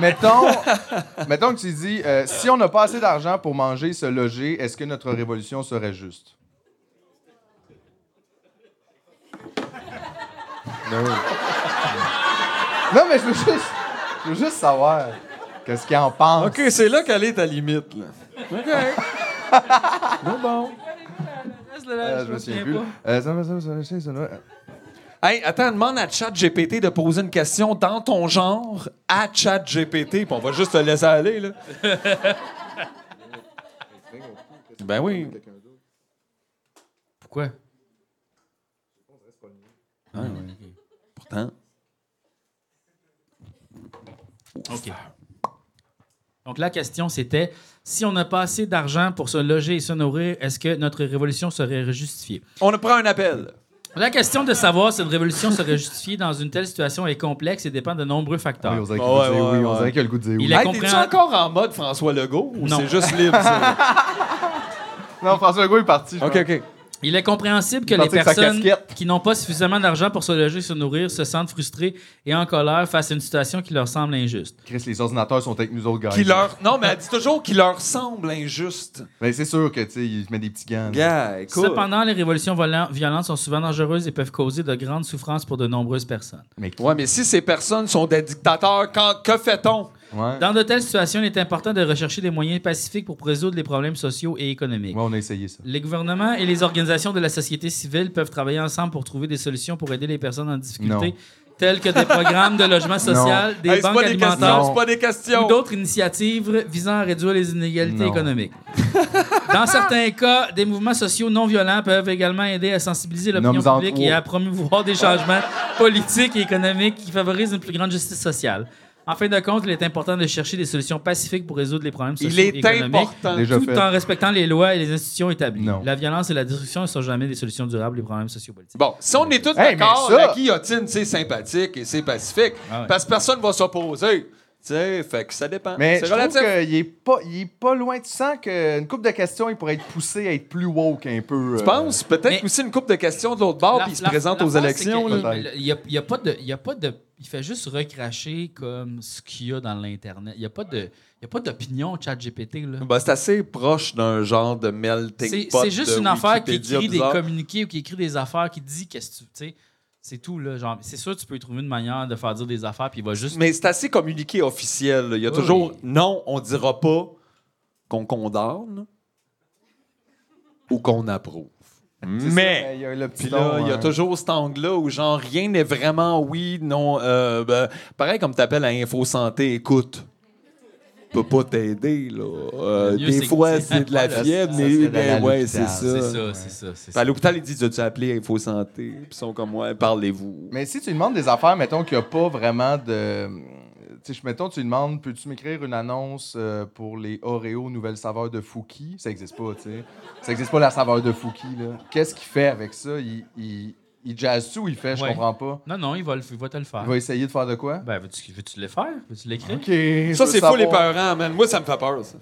Speaker 4: mettons, mettons que tu dis, euh, si on n'a pas assez d'argent pour manger, se loger, est-ce que notre révolution serait juste? Ben oui. Non, mais je veux juste, je veux juste savoir qu'est-ce qu'il en pense.
Speaker 3: OK, c'est là qu'elle est ta limite. Là. OK. bon, bon.
Speaker 4: Euh, je me souviens plus. Euh, ça, ça, ça, ça, ça, ça.
Speaker 3: Hey, attends, demande à ChatGPT de poser une question dans ton genre à ChatGPT, puis on va juste te laisser aller, là. ben oui.
Speaker 1: Pourquoi?
Speaker 3: Pourtant.
Speaker 1: OK. Donc la question c'était si on n'a pas assez d'argent pour se loger et se nourrir, est-ce que notre révolution serait justifiée
Speaker 3: On prend un appel.
Speaker 1: La question de savoir si une révolution serait justifiée dans une telle situation est complexe et dépend de nombreux facteurs.
Speaker 4: Oui, on dirait qu'il
Speaker 3: Ah ouais,
Speaker 4: dit oui,
Speaker 3: ouais,
Speaker 4: on
Speaker 3: ouais.
Speaker 4: dirait qu'il a le goût de dire
Speaker 1: Il
Speaker 4: oui.
Speaker 1: a-
Speaker 3: Hey,
Speaker 1: comprend-
Speaker 3: t'es-tu encore en mode François Legault ou
Speaker 1: Non.
Speaker 3: c'est juste libre? ça?
Speaker 4: Non, François Legault est parti. je
Speaker 3: OK,
Speaker 4: pense.
Speaker 3: OK.
Speaker 1: Il est compréhensible que
Speaker 4: Il
Speaker 1: les
Speaker 4: partit avec sa
Speaker 1: personnes
Speaker 4: casquette.
Speaker 1: qui n'ont pas suffisamment d'argent pour se loger et se nourrir se sentent frustrées et en colère face à une situation qui leur semble injuste.
Speaker 4: Chris, les ordinateurs sont avec nous autres, gars.
Speaker 3: Qui leur... Non, mais elle dit toujours qu'il leur semble injuste.
Speaker 4: Mais Ben, c'est sûr que, tu sais, il se met des petits gants. là.
Speaker 3: Gars, écoute.
Speaker 1: Cependant, les révolutions volan- violentes sont souvent dangereuses et peuvent causer de grandes souffrances pour de nombreuses personnes.
Speaker 4: Mais
Speaker 3: Ouais, mais si ces personnes sont des dictateurs, quand- que fait-on?
Speaker 4: Ouais.
Speaker 1: Dans de telles situations, il est important de rechercher des moyens pacifiques pour résoudre les problèmes sociaux et économiques.
Speaker 4: Ouais, on a essayé ça.
Speaker 1: Les gouvernements et les organisations de la société civile peuvent travailler ensemble pour trouver des solutions pour aider les personnes en difficulté, telles que des programmes de logement social, des
Speaker 3: Hey, c'est
Speaker 1: banques
Speaker 3: pas des
Speaker 1: alimentaires
Speaker 3: questions, c'est pas des questions.
Speaker 1: ou d'autres initiatives visant à réduire les inégalités
Speaker 4: Non.
Speaker 1: économiques. Dans certains cas, des mouvements sociaux non violents peuvent également aider à sensibiliser l'opinion
Speaker 4: Nomme-en
Speaker 1: publique
Speaker 4: trois.
Speaker 1: et à promouvoir des changements politiques et économiques qui favorisent une plus grande justice sociale. En fin de compte, il est important de chercher des solutions pacifiques pour résoudre les problèmes sociaux
Speaker 3: Il
Speaker 1: et
Speaker 3: est
Speaker 1: économiques
Speaker 3: important.
Speaker 4: Déjà
Speaker 1: tout
Speaker 4: fait.
Speaker 1: en respectant les lois et les institutions établies.
Speaker 4: Non.
Speaker 1: La violence et la destruction ne sont jamais des solutions durables aux problèmes sociopolitiques.
Speaker 3: Bon, si on est tous
Speaker 4: Hey, mais
Speaker 3: d'accord,
Speaker 4: ça-
Speaker 3: la guillotine, c'est sympathique et c'est pacifique,
Speaker 1: Ah ouais.
Speaker 3: parce que personne va s'opposer. Tu sais, fait que ça dépend.
Speaker 4: Mais
Speaker 3: c'est
Speaker 4: je trouve
Speaker 3: relatif.
Speaker 4: qu'il est pas, il est pas loin. Tu sens qu'une coupe de questions, il pourrait être poussé à être plus woke un peu. euh.
Speaker 3: Je pense peut-être
Speaker 1: Mais-
Speaker 3: aussi une couple de questions de l'autre bord,
Speaker 1: La-
Speaker 3: Oh, puis il se
Speaker 1: la-
Speaker 3: présente
Speaker 1: la
Speaker 3: aux
Speaker 1: force,
Speaker 3: élections.
Speaker 1: c'est que
Speaker 3: là.
Speaker 4: là.
Speaker 1: Il n'y a, il y a pas de. Il y a pas de. Il fait juste recracher comme ce qu'il y a dans l'Internet. Il n'y a pas de. Il y a pas d'opinion chat GPT. Là.
Speaker 3: Ben, c'est assez proche d'un genre de melting
Speaker 1: C'est
Speaker 3: pot.
Speaker 1: c'est juste
Speaker 3: de
Speaker 1: une affaire qui
Speaker 3: Wikipédia
Speaker 1: écrit des
Speaker 3: bizarre.
Speaker 1: communiqués ou qui écrit des affaires qui dit qu'est-ce que tu. tu sais, C'est tout, là. Genre, c'est sûr, tu peux y trouver une manière de faire dire des affaires, puis il va juste.
Speaker 3: Mais c'est assez communiqué officiel. là. Il y a
Speaker 1: Oui.
Speaker 3: toujours non, on dira pas qu'on condamne ou qu'on approuve. Mais.
Speaker 4: il y a le petit
Speaker 3: Puis là,
Speaker 4: ton,
Speaker 3: il y a
Speaker 4: hein.
Speaker 3: toujours cet angle-là où, genre, rien n'est vraiment oui, non. euh, ben, pareil comme t'appelles à Info Santé, écoute. Peut pas t'aider, là. Euh,
Speaker 1: Le mieux,
Speaker 3: des
Speaker 1: c'est-
Speaker 3: fois,
Speaker 1: c'est-
Speaker 3: c'est de la
Speaker 1: Ça,
Speaker 3: fièvre,
Speaker 4: ça,
Speaker 3: mais
Speaker 4: c'est d'aller à
Speaker 3: ben, ouais, c'est
Speaker 4: l'hôpital.
Speaker 1: C'est
Speaker 3: ça.
Speaker 1: ça,
Speaker 3: Ben,
Speaker 1: c'est ça, c'est
Speaker 3: À
Speaker 1: ça.
Speaker 3: l'hôpital, ils disent As-tu appelé Info Santé Puis ils sont comme, ouais, parlez-vous.
Speaker 4: Mais si tu lui demandes des affaires, mettons qu'il n'y a pas vraiment de. Tu sais, je- mettons, tu lui demandes peux-tu m'écrire une annonce euh, pour les Oreo nouvelle saveur de Fouki Ça n'existe pas, tu sais. Ça n'existe pas la saveur de Fouki, là. Qu'est-ce qu'il fait avec ça il, il- Il jazz-tu ou il fait, je
Speaker 1: Ouais.
Speaker 4: comprends pas.
Speaker 1: Non, non, il va, le- il va te le faire.
Speaker 4: Il va essayer de faire de quoi?
Speaker 1: Ben, veux-tu veux-tu le faire? Veux-tu l'écrire?
Speaker 4: Ok.
Speaker 3: Ça, c'est fou les
Speaker 4: peurs.
Speaker 3: parents, man. Moi, ça me fait peur, ça.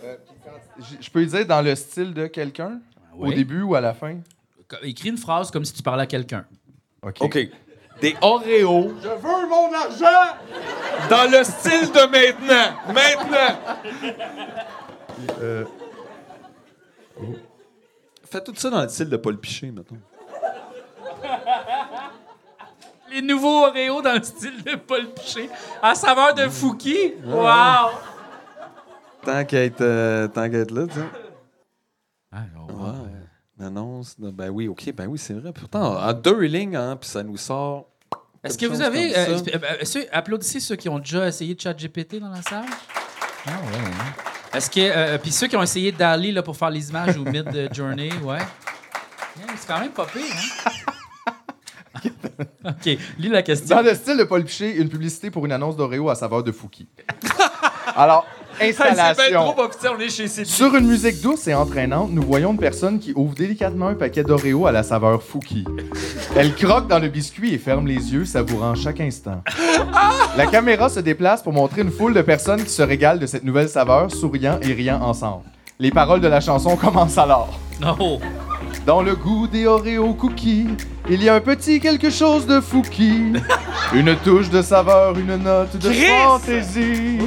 Speaker 4: Je je peux lui dire dans le style de quelqu'un? Au
Speaker 1: Oui.
Speaker 4: début ou à la fin?
Speaker 1: Co- Écris une phrase comme si tu parlais à quelqu'un.
Speaker 3: OK. Des Oreos. Je veux mon argent! Dans le style de maintenant. Maintenant! Euh, oh. Fais tout ça dans le style de Paul Piché, mettons.
Speaker 1: Les nouveaux Oreos dans le style de Paul Piché, à saveur de Fouki. Wow!
Speaker 3: Tant qu'à être, euh, tant qu'à être là, tu sais.
Speaker 1: Ah, non, ouais.
Speaker 3: Ouais. L'annonce de- Ben oui, OK, ben oui, c'est vrai. Pourtant, en deux lignes, hein, puis ça nous sort.
Speaker 1: Est-ce que
Speaker 3: quelque
Speaker 1: vous
Speaker 3: chose
Speaker 1: avez.
Speaker 3: comme
Speaker 1: euh,
Speaker 3: ça.
Speaker 1: euh, euh, ceux- applaudissez ceux qui ont déjà essayé de chat GPT dans la salle. Ah ouais. hein. Est-ce que. euh, Puis ceux qui ont essayé d'Ali là, pour faire les images ou Mid euh, Journey, ouais. Yeah, C'est quand même pas pire, hein? OK, lis la question.
Speaker 4: Dans le style de Paul Piché, une publicité pour une annonce d'Oreo à saveur de Fouki. Alors,
Speaker 3: Ah,
Speaker 4: installation.
Speaker 1: on est chez Sylvie.
Speaker 4: Sur une musique douce et entraînante, nous voyons une personne qui ouvre délicatement un paquet d'Oreo à la saveur Fouki. Elle croque dans le biscuit et ferme les yeux, savourant chaque instant. La caméra se déplace pour montrer une foule de personnes qui se régalent de cette nouvelle saveur, souriant et riant ensemble. Les paroles de la chanson commencent alors.
Speaker 1: Non!
Speaker 4: Dans le goût des Oreo cookies, il y a un petit quelque chose de fouki. une touche de saveur, une note de fantaisie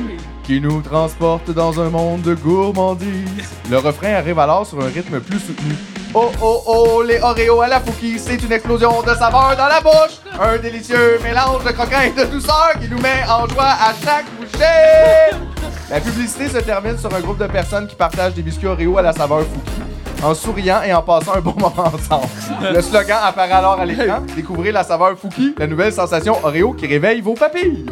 Speaker 4: qui nous transporte dans un monde de gourmandise. Le refrain arrive alors sur un rythme plus soutenu. Oh oh oh, les Oreos à la fouki, c'est une explosion de saveur dans la bouche. Un délicieux mélange de croquant et de douceur qui nous met en joie à chaque bouchée. La publicité se termine sur un groupe de personnes qui partagent des biscuits Oreo à la saveur fouki en souriant et en passant un bon moment ensemble. Le slogan apparaît alors à l'écran. Découvrez la saveur Fouki, la nouvelle sensation Oreo qui réveille vos papilles.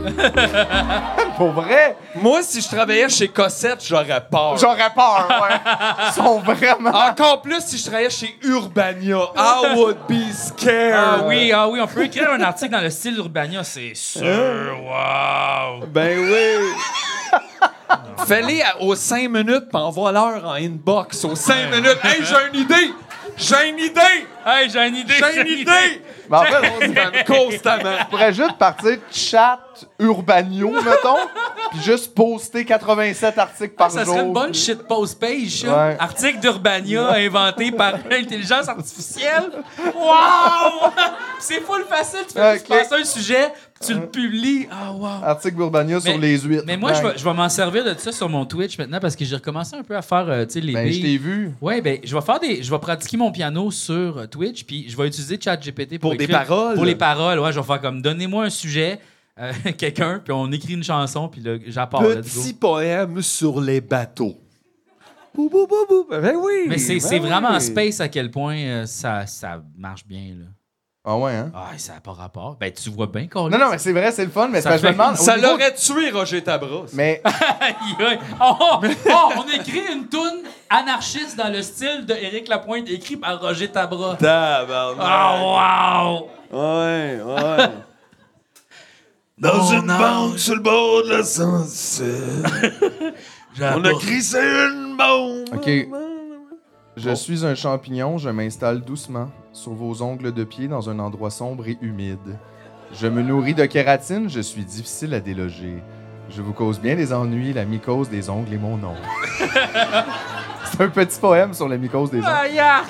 Speaker 4: Pour vrai,
Speaker 3: Moi, si je travaillais chez Cossette, j'aurais peur.
Speaker 4: j'aurais peur, ouais. Ils sont vraiment...
Speaker 3: Encore plus si je travaillais chez Urbania. I would be scared.
Speaker 1: Ah oui, ah oui, on peut écrire un article dans le style Urbania, c'est sûr. Wow!
Speaker 3: Ben oui. Fais-les à- aux 5 minutes, puis envoie-leur en inbox. Aux 5 minutes. Hey, j'ai une idée! J'ai une idée!
Speaker 1: Hey, j'ai une idée!
Speaker 3: J'ai une idée!
Speaker 4: Mais Ben, en fait, on se fait-
Speaker 3: Spam constamment.
Speaker 4: on pourrait juste partir chat urbanio, mettons, puis juste poster 87 articles
Speaker 3: Ah,
Speaker 4: par
Speaker 1: Ça
Speaker 4: jour.
Speaker 1: serait une bonne shit post page. ça.
Speaker 4: Ouais.
Speaker 1: Article d'Urbania inventé par l'intelligence artificielle. Wow! C'est full facile. Tu fais juste
Speaker 4: Ok.
Speaker 1: passer un sujet, puis tu le publies. Ah, wow!
Speaker 4: Article d'Urbania sur les huit.
Speaker 1: Mais moi, je vais-
Speaker 4: Bang.
Speaker 1: je vais m'en servir de ça sur mon Twitch maintenant parce que j'ai recommencé un peu à faire euh, tu sais, les
Speaker 4: Ben, je
Speaker 1: billes.
Speaker 4: t'ai vu.
Speaker 1: Ouais, ben, je vais faire des. Je vais pratiquer mon piano sur euh, Twitch, puis je vais utiliser ChatGPT pour,
Speaker 3: Pour des
Speaker 1: écrire-
Speaker 3: paroles.
Speaker 1: Pour les paroles, ouais, je vais faire comme donnez-moi un sujet, euh, quelqu'un, puis on écrit une chanson, puis là, j'apporte. let's go.
Speaker 3: Petit poème sur les bateaux. Bou, bou, bou, bou. Ben oui!
Speaker 1: Mais c'est
Speaker 3: ben
Speaker 1: c'est vraiment
Speaker 3: oui.
Speaker 1: en space à quel point euh, ça, ça marche bien, là.
Speaker 4: Ah ouais, hein?
Speaker 1: Ah, ça n'a pas rapport. Ben, tu vois bien qu'on
Speaker 4: Non, non, mais c'est vrai, c'est le fun, mais
Speaker 1: Ça
Speaker 4: c'est parce que je me
Speaker 1: fait-
Speaker 4: demande... au
Speaker 3: Ça
Speaker 4: niveau-
Speaker 3: l'aurait tué, Roger Tabras.
Speaker 4: Mais
Speaker 1: Aïe, aïe. Oh, oh, oh, on écrit une toune anarchiste dans le style de Éric Lapointe, écrit par Roger Tabra.
Speaker 4: Ah,
Speaker 3: Tabarnak.
Speaker 1: Oh, wow!
Speaker 3: Ah, Ouais, ouais. Dans une banque sur le bord de la Saint-Seine, on a crissé une bombe.
Speaker 4: OK. Je suis un champignon, je m'installe doucement sur vos ongles de pied dans un endroit sombre et humide. Je me nourris de kératine, je suis difficile à déloger. Je vous cause bien des ennuis, la mycose des ongles et mon nom. C'est un petit poème sur la mycose des ongles.
Speaker 1: Aïe, aïe.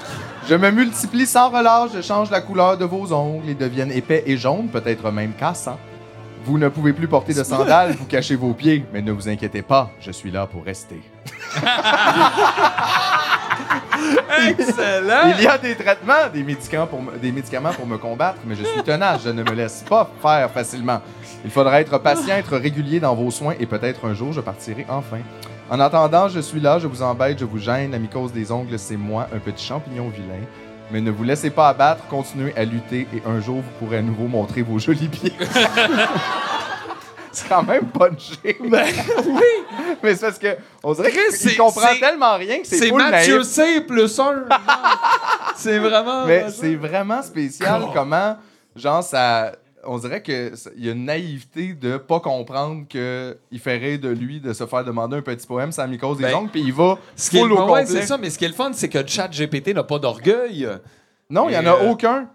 Speaker 4: Je me multiplie sans relâche, je change la couleur de vos ongles, ils deviennent épais et jaunes, peut-être même cassants. Vous ne pouvez plus porter de sandales, vous cachez vos pieds, mais ne vous inquiétez pas, je suis là pour rester.
Speaker 3: Excellent.
Speaker 4: Il y a des traitements, des médicaments, pour me, des médicaments pour me combattre, mais je suis tenace, je ne me laisse pas faire facilement. Il faudra être patient, être régulier dans vos soins et peut-être un jour je partirai enfin. En attendant, je suis là, je vous embête, je vous gêne, la mycose des ongles, c'est moi, un petit champignon vilain. Mais ne vous laissez pas abattre, continuez à lutter et un jour vous pourrez à nouveau montrer vos jolis pieds. c'est quand même punché. oui! Mais c'est parce que on dirait
Speaker 3: Ben Chris, c'est-
Speaker 4: qu'il comprend
Speaker 3: c'est-
Speaker 4: tellement rien que c'est
Speaker 3: C'est
Speaker 4: full naïf.
Speaker 3: Mathieu C plus un. c'est vraiment.
Speaker 4: Mais c'est vraiment spécial comment, genre, ça. On dirait que ça- il y a une naïveté de pas comprendre que il ferait de lui de se faire demander un petit poème sans mycose des
Speaker 3: Ben,
Speaker 4: ongles, puis il va
Speaker 3: Ce qui est
Speaker 4: full
Speaker 3: le
Speaker 4: au
Speaker 3: fun,
Speaker 4: complet.
Speaker 3: ouais, c'est ça, mais ce qui est le fun, c'est que le chat GPT n'a pas d'orgueil.
Speaker 4: Non, il y en
Speaker 3: Et,
Speaker 4: a
Speaker 3: euh,
Speaker 4: aucun.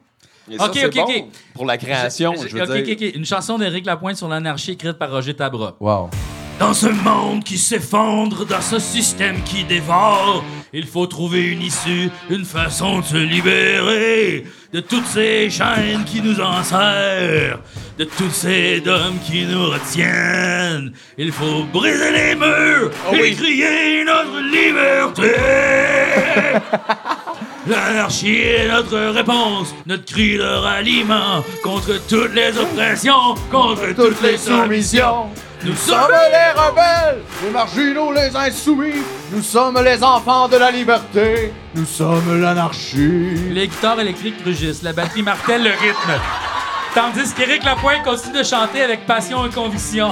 Speaker 3: Et
Speaker 1: Ok,
Speaker 3: c'est
Speaker 1: ok, ok.
Speaker 3: Pour la création, je,
Speaker 1: Je-
Speaker 3: veux
Speaker 1: ok,
Speaker 3: dire.
Speaker 1: ok, ok. Une chanson d'Éric Lapointe sur l'anarchie écrite par Roger Tabra.
Speaker 4: Wow.
Speaker 1: Dans ce monde qui s'effondre, dans ce système qui dévore, il faut trouver une issue, une façon de se libérer de toutes ces chaînes qui nous enserrent, de tous ces dômes qui nous retiennent. Il faut briser les murs et crier notre liberté. L'anarchie est notre réponse, notre cri de ralliement contre toutes les oppressions, contre toutes, les soumissions. Nous
Speaker 4: Nous
Speaker 1: sommes
Speaker 4: sommes les rebelles, les marginaux, les insoumis. Nous sommes les enfants de la liberté. Nous sommes l'anarchie.
Speaker 1: Les guitares électriques rugissent, la batterie martèle le rythme. Tandis qu'Éric Lapointe continue de chanter avec passion et conviction.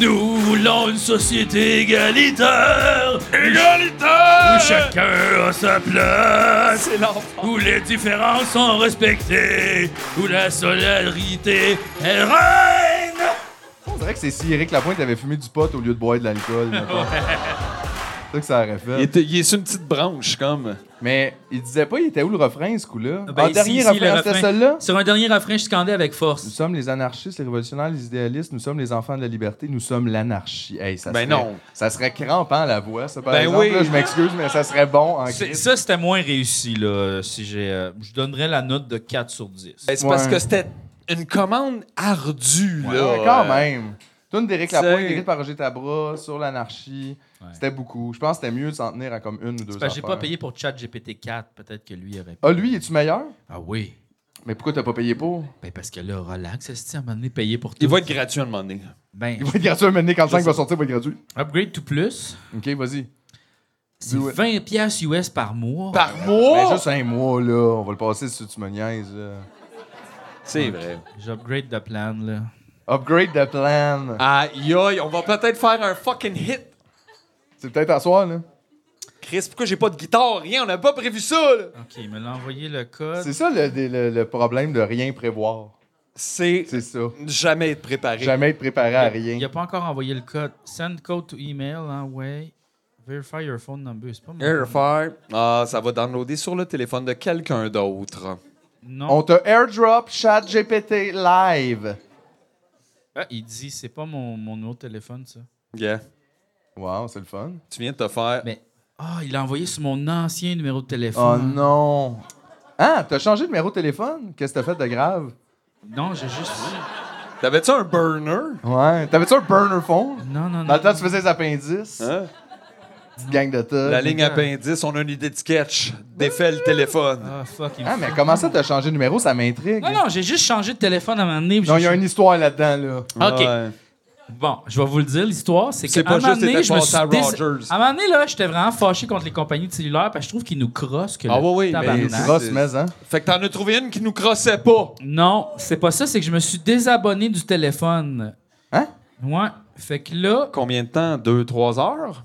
Speaker 1: Nous voulons une société égalitaire, égalitaire, où chacun a sa place, où les différences sont respectées, où la solidarité est reine.
Speaker 4: On dirait que c'est si Eric Lapointe avait fumé du pot au lieu de boire de l'alcool. mettons. C'est ça que ça aurait
Speaker 3: Il
Speaker 4: fait.
Speaker 3: est, il est sur une petite branche, comme.
Speaker 4: Mais il disait pas, il était où le refrain, ce coup-là?
Speaker 1: Ben,
Speaker 4: Ah,
Speaker 1: ici,
Speaker 4: dernier
Speaker 1: ici,
Speaker 4: refrain,
Speaker 1: le
Speaker 4: c'était
Speaker 1: refrain.
Speaker 4: celui-là?
Speaker 1: Sur un dernier refrain, je scandais avec
Speaker 4: Nous
Speaker 1: force.
Speaker 4: sommes les anarchistes, les révolutionnaires, les idéalistes, nous sommes les enfants de la liberté, nous sommes l'anarchie. Hey, ça
Speaker 3: Ben
Speaker 4: serait-
Speaker 3: non.
Speaker 4: Ça serait crampant, la voix, ça, par
Speaker 3: Ben
Speaker 4: exemple.
Speaker 3: oui.
Speaker 4: là, je m'excuse, mais ça serait bon en
Speaker 1: C'est-
Speaker 4: crise.
Speaker 1: Ça, c'était moins réussi, là. Si j'ai, euh, je donnerais la note de 4 sur 10.
Speaker 3: Ben, c'est
Speaker 4: Ouais.
Speaker 3: parce que c'était une commande ardue,
Speaker 4: Ouais,
Speaker 3: là.
Speaker 4: quand
Speaker 3: Euh,
Speaker 4: même. Tune d'Éric
Speaker 3: c'est-
Speaker 4: Lapointe, écrite par Roger Tabra, sur l'anarchie.
Speaker 1: Ouais.
Speaker 4: C'était beaucoup. Je pense que c'était mieux de s'en tenir à comme une ou deux
Speaker 1: Parce que j'ai pas
Speaker 4: affaires.
Speaker 1: payé pour ChatGPT 4, peut-être que lui aurait.
Speaker 4: Ah, lui, es-tu meilleur?
Speaker 1: Ah oui.
Speaker 4: Mais pourquoi t'as pas payé pour?
Speaker 1: Ben parce que là, relax, est-ce à un moment donné payé pour tout?
Speaker 3: Il va être gratuit à un moment donné.
Speaker 1: Ben,
Speaker 4: Il va être gratuit, maintenant, quand le 5 va sortir, il va être gratuit.
Speaker 1: upgrade to plus,
Speaker 4: Ok, vas-y.
Speaker 1: c'est
Speaker 4: Do it.
Speaker 1: 20 pièces US par mois.
Speaker 3: Par
Speaker 1: Oh!
Speaker 4: Mais
Speaker 3: mois!
Speaker 4: Ben, juste un mois, là. On va le passer si tu me niaises. là.
Speaker 3: C'est vrai.
Speaker 1: J'upgrade de plan, là.
Speaker 4: Upgrade de plan.
Speaker 3: Aïe, aïe, on va peut-être faire un fucking hit.
Speaker 4: C'est peut-être à soir, là.
Speaker 3: Chris, pourquoi j'ai pas de guitare? Rien, on n'a pas prévu ça, là.
Speaker 1: OK, il me l'a envoyé le code.
Speaker 4: C'est ça le, le- le problème de rien prévoir.
Speaker 3: C'est
Speaker 4: C'est ça.
Speaker 3: jamais être préparé.
Speaker 4: Jamais être préparé à
Speaker 1: Il
Speaker 4: rien.
Speaker 1: a pas encore envoyé le code. Send code to email, hein, ouais. Verify your phone number, c'est pas mon-
Speaker 3: Airfire. Ah, ça va downloader sur le téléphone de quelqu'un d'autre.
Speaker 1: Non.
Speaker 4: On t'a airdrop chat GPT live.
Speaker 1: Ah, il dit, c'est pas mon, mon numéro de téléphone, ça.
Speaker 3: Yeah.
Speaker 4: Wow, c'est le fun.
Speaker 3: Tu viens de te faire.
Speaker 1: Mais, ah, il l'a envoyé sur mon ancien numéro de
Speaker 4: Oh
Speaker 1: téléphone.
Speaker 4: non. Ah, t'as changé de numéro de téléphone? Qu'est-ce que t'as fait de grave?
Speaker 1: Non, j'ai juste.
Speaker 3: T'avais-tu un burner?
Speaker 4: Ouais. T'avais-tu un burner phone?
Speaker 1: Non, non, non.
Speaker 4: Dans le temps, tu faisais les appendices.
Speaker 3: Hein?
Speaker 4: Petite gang de tas.
Speaker 3: La ligne appendice, on a une idée de sketch. Défais le téléphone.
Speaker 1: Ah, fuck, il me
Speaker 4: Ah, mais comment ça t'as changé de numéro? Ça m'intrigue.
Speaker 1: Non, non, j'ai juste changé de téléphone à un moment donné. puis
Speaker 4: Non, il
Speaker 1: j'ai-
Speaker 4: y a une histoire là-dedans, là.
Speaker 1: OK.
Speaker 3: Ah Ouais.
Speaker 1: Bon, je vais vous le dire, l'histoire, c'est
Speaker 3: C'est
Speaker 1: qu'à
Speaker 3: pas
Speaker 1: un moment
Speaker 3: juste
Speaker 1: donné,
Speaker 3: t'étais
Speaker 1: je me suis
Speaker 3: passé à
Speaker 1: dés-
Speaker 3: Rogers.
Speaker 1: À un moment donné, là, j'étais vraiment fâché contre les compagnies de cellulaires parce que je trouve qu'ils nous crossent que
Speaker 3: Ah
Speaker 1: le
Speaker 3: oui, oui, mais
Speaker 4: Les
Speaker 1: tabarnak.
Speaker 3: c'est-
Speaker 4: grosses mais, hein?
Speaker 3: Fait que t'en as trouvé une qui nous crossait pas.
Speaker 1: Non, c'est pas ça, c'est que je me suis désabonné du téléphone.
Speaker 4: Hein?
Speaker 1: Ouais. Fait que là...
Speaker 3: Combien de temps? Deux, trois heures?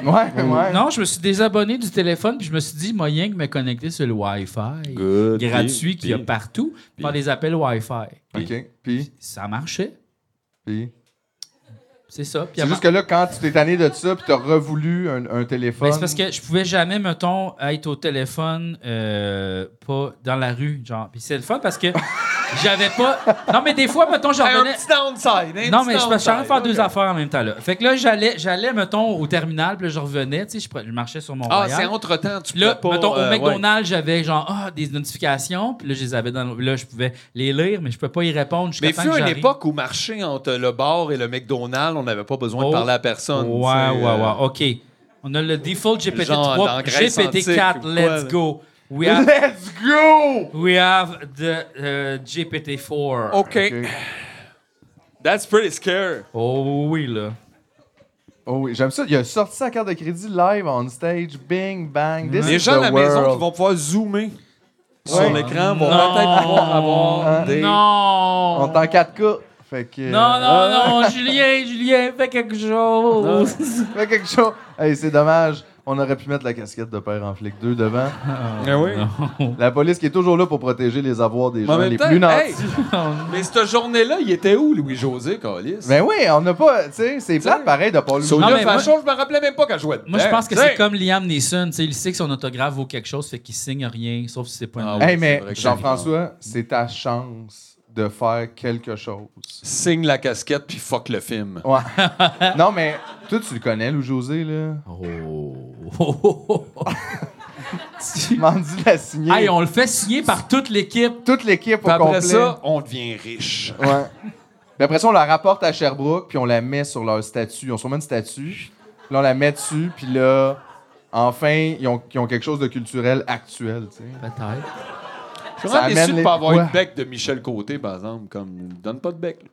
Speaker 4: Ouais, ouais.
Speaker 1: Non, je me suis désabonné du téléphone puis je me suis dit moyen que me connecter sur le Wi-Fi
Speaker 3: Good.
Speaker 1: gratuit qu'il y a
Speaker 3: Puis-
Speaker 1: partout par des appels Wi-Fi.
Speaker 4: OK. Puis,
Speaker 1: Ça marchait.
Speaker 4: puis.
Speaker 1: C'est ça. Puis à
Speaker 4: C'est
Speaker 1: un
Speaker 4: juste que là, quand tu t'es tanné de ça, puis t'as revoulu un, un téléphone.
Speaker 1: Ben, c'est parce que je pouvais jamais, mettons, être au téléphone euh, pas dans la rue, genre. Puis c'est le fun parce que j'avais pas. Non, mais des fois, mettons, j'en
Speaker 3: Hey,
Speaker 1: revenais.
Speaker 3: Un petit downside. hein, un
Speaker 1: Non,
Speaker 3: petit
Speaker 1: mais je suis en train de
Speaker 3: downside.
Speaker 1: faire deux
Speaker 3: Ok.
Speaker 1: affaires en même temps, là. Fait que là, j'allais, j'allais mettons, au terminal, puis là, je revenais, tu sais, je, pre- je marchais sur mon
Speaker 3: Ah,
Speaker 1: Royal.
Speaker 3: c'est entre-temps, tu
Speaker 1: Puis Là,
Speaker 3: peux pas...
Speaker 1: mettons,
Speaker 3: euh,
Speaker 1: au
Speaker 3: ouais.
Speaker 1: McDonald's, j'avais genre ah, des notifications, puis là, je les avais dans le- Là, je pouvais les lire, mais je pouvais pas y répondre jusqu'à
Speaker 3: Mais
Speaker 1: temps
Speaker 3: fut
Speaker 1: que
Speaker 3: une
Speaker 1: j'arrive.
Speaker 3: époque où marcher entre le bar et le McDonald's, on n'avait pas besoin
Speaker 1: Oh.
Speaker 3: de parler à personne. euh.
Speaker 1: Ouais, ouais, ouais. OK. On a le default
Speaker 3: Genre,
Speaker 1: GPT-3,
Speaker 3: dans Grèce
Speaker 1: GPT-4,
Speaker 3: antique ou quoi,
Speaker 1: let's
Speaker 3: là.
Speaker 1: go. We have
Speaker 4: Let's go!
Speaker 1: We have the euh, GPT-4.
Speaker 3: OK. That's pretty scary.
Speaker 1: Oh oui, là.
Speaker 4: Oh oui, j'aime ça. Il a sorti sa carte de crédit live on stage. Bing, bang. This
Speaker 3: Les
Speaker 4: is
Speaker 3: gens à
Speaker 4: the
Speaker 3: la maison qui
Speaker 4: world.
Speaker 3: vont pouvoir zoomer sur
Speaker 4: Ouais.
Speaker 3: l'écran vont
Speaker 1: Non.
Speaker 3: peut-être pouvoir avoir des...
Speaker 1: Non!
Speaker 4: Hein? On est en 4K. Fait que. euh,
Speaker 1: Non, non, non, Julien, Julien, fais quelque chose!
Speaker 4: Fait quelque chose. Hey, c'est dommage. on aurait pu mettre la casquette de père en flic 2 devant.
Speaker 3: Eh oui.
Speaker 1: Non.
Speaker 4: La police qui est toujours là pour protéger les avoirs des
Speaker 3: Mais en
Speaker 4: gens
Speaker 3: même
Speaker 4: les
Speaker 3: temps,
Speaker 4: plus nantis.
Speaker 3: hey, mais cette journée-là, il était où, Louis-José, Calis?
Speaker 4: Ben oui, on n'a pas. Tu sais, c'est plate pareil de pas lui.
Speaker 3: Sur
Speaker 1: Non,
Speaker 3: le
Speaker 1: mais moi-
Speaker 3: Vachon, je me rappelais même pas qu'elle jouait dedans.
Speaker 1: Moi, je pense que
Speaker 3: Eh, Tu sais.
Speaker 1: c'est comme Liam Neeson. tu sais, Il sait que son autographe vaut quelque chose, fait qu'il signe rien, sauf si c'est pas
Speaker 3: Ah
Speaker 1: une
Speaker 3: ouais.
Speaker 4: Hey, mais
Speaker 3: c'est vrai que
Speaker 4: Jean-François, c'est ta chance de faire quelque chose.
Speaker 3: Signe la casquette, puis fuck le film.
Speaker 4: Ouais. non, mais toi, tu le connais, Lou José, là.
Speaker 1: Oh. Oh, oh, oh, oh.
Speaker 4: Tu m'en dis de la signer.
Speaker 1: Hey, on le fait signer par toute l'équipe.
Speaker 4: Toute l'équipe au
Speaker 3: Puis après
Speaker 4: complet.
Speaker 3: ça, on devient riche.
Speaker 4: Ouais. Puis après ça, on la rapporte à Sherbrooke, puis on la met sur leur statue. On se remet une statue, puis là, on la met dessus, puis là, enfin, ils ont, ils ont quelque chose de culturel actuel, tu sais.
Speaker 1: Peut-être.
Speaker 3: Je suis vraiment
Speaker 4: amène
Speaker 3: déçu de
Speaker 4: les-
Speaker 3: pas avoir
Speaker 4: Ouais.
Speaker 3: une bec de Michel Côté, par exemple. Comme, donne pas de bec. là.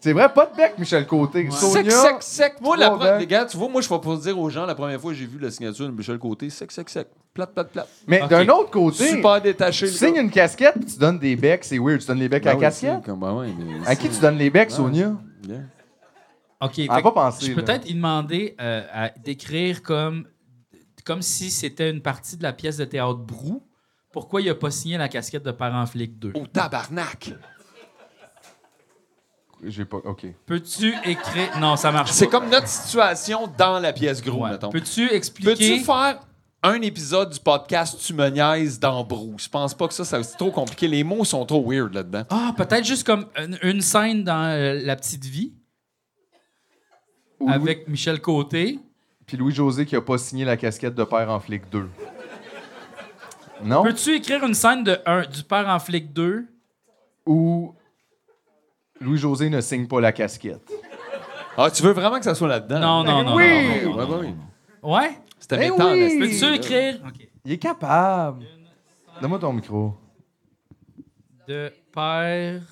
Speaker 4: C'est vrai, pas de bec, Michel Côté.
Speaker 3: Sec,
Speaker 4: Sonia,
Speaker 3: sec, sec. Moi, la
Speaker 4: trois
Speaker 3: première,
Speaker 4: becs.
Speaker 3: les gars, tu vois, moi, je vais pas dire aux gens la première fois que j'ai vu la signature de Michel Côté, sec, sec, sec. Plate, plate, plate.
Speaker 4: Mais
Speaker 1: Ok.
Speaker 4: d'un autre côté,
Speaker 3: Super
Speaker 4: tu
Speaker 3: détaché. le
Speaker 4: signes
Speaker 3: gars.
Speaker 4: une casquette, puis tu donnes des becs, c'est weird. Tu donnes les becs à
Speaker 3: Ben
Speaker 4: la
Speaker 3: oui,
Speaker 4: casquette.
Speaker 3: c'est comme- ben ouais, mais
Speaker 4: À qui tu donnes les becs, Sonia?
Speaker 3: c'est bien.
Speaker 1: OK.
Speaker 4: On
Speaker 1: fait
Speaker 4: va pas
Speaker 1: que
Speaker 4: penser,
Speaker 1: Je
Speaker 4: là.
Speaker 1: peux peut-être lui demander euh, à d'écrire comme, comme si c'était une partie de la pièce de théâtre Brou. Pourquoi il a pas signé la casquette de Parent Flic 2?
Speaker 3: Oh, tabarnak!
Speaker 4: J'ai pas. OK.
Speaker 1: Peux-tu écrire. Non, ça marche
Speaker 3: C'est
Speaker 1: pas.
Speaker 3: comme notre situation dans la pièce gros,
Speaker 1: Ouais.
Speaker 3: mettons.
Speaker 1: Peux-tu
Speaker 3: Peux-tu
Speaker 1: expliquer.
Speaker 3: faire un épisode du podcast Tu me niaises dans Brou? Je pense pas que ça, ça c'est trop compliqué. Les mots sont trop weird là-dedans.
Speaker 1: Ah, peut-être juste comme une, une scène dans euh, La Petite Vie
Speaker 4: Ou Louis-
Speaker 1: avec Michel Côté.
Speaker 4: Puis Louis-José qui a pas signé la casquette de père en flic 2. Non?
Speaker 1: Peux-tu écrire une scène de un, du Père en Flic 2?
Speaker 4: Ou Louis-José ne signe pas la casquette.
Speaker 3: Ah, tu veux vraiment que ça soit là-dedans?
Speaker 1: Non, non, non.
Speaker 4: oui!
Speaker 1: non, non,
Speaker 3: Ouais,
Speaker 1: non, non.
Speaker 3: ouais.
Speaker 1: Ouais?
Speaker 3: C'était
Speaker 4: Ben
Speaker 3: mettant,
Speaker 4: oui!
Speaker 3: là, c'était-
Speaker 1: Peux-tu écrire. OK.
Speaker 4: Il est capable. Donne-moi ton micro.
Speaker 1: De père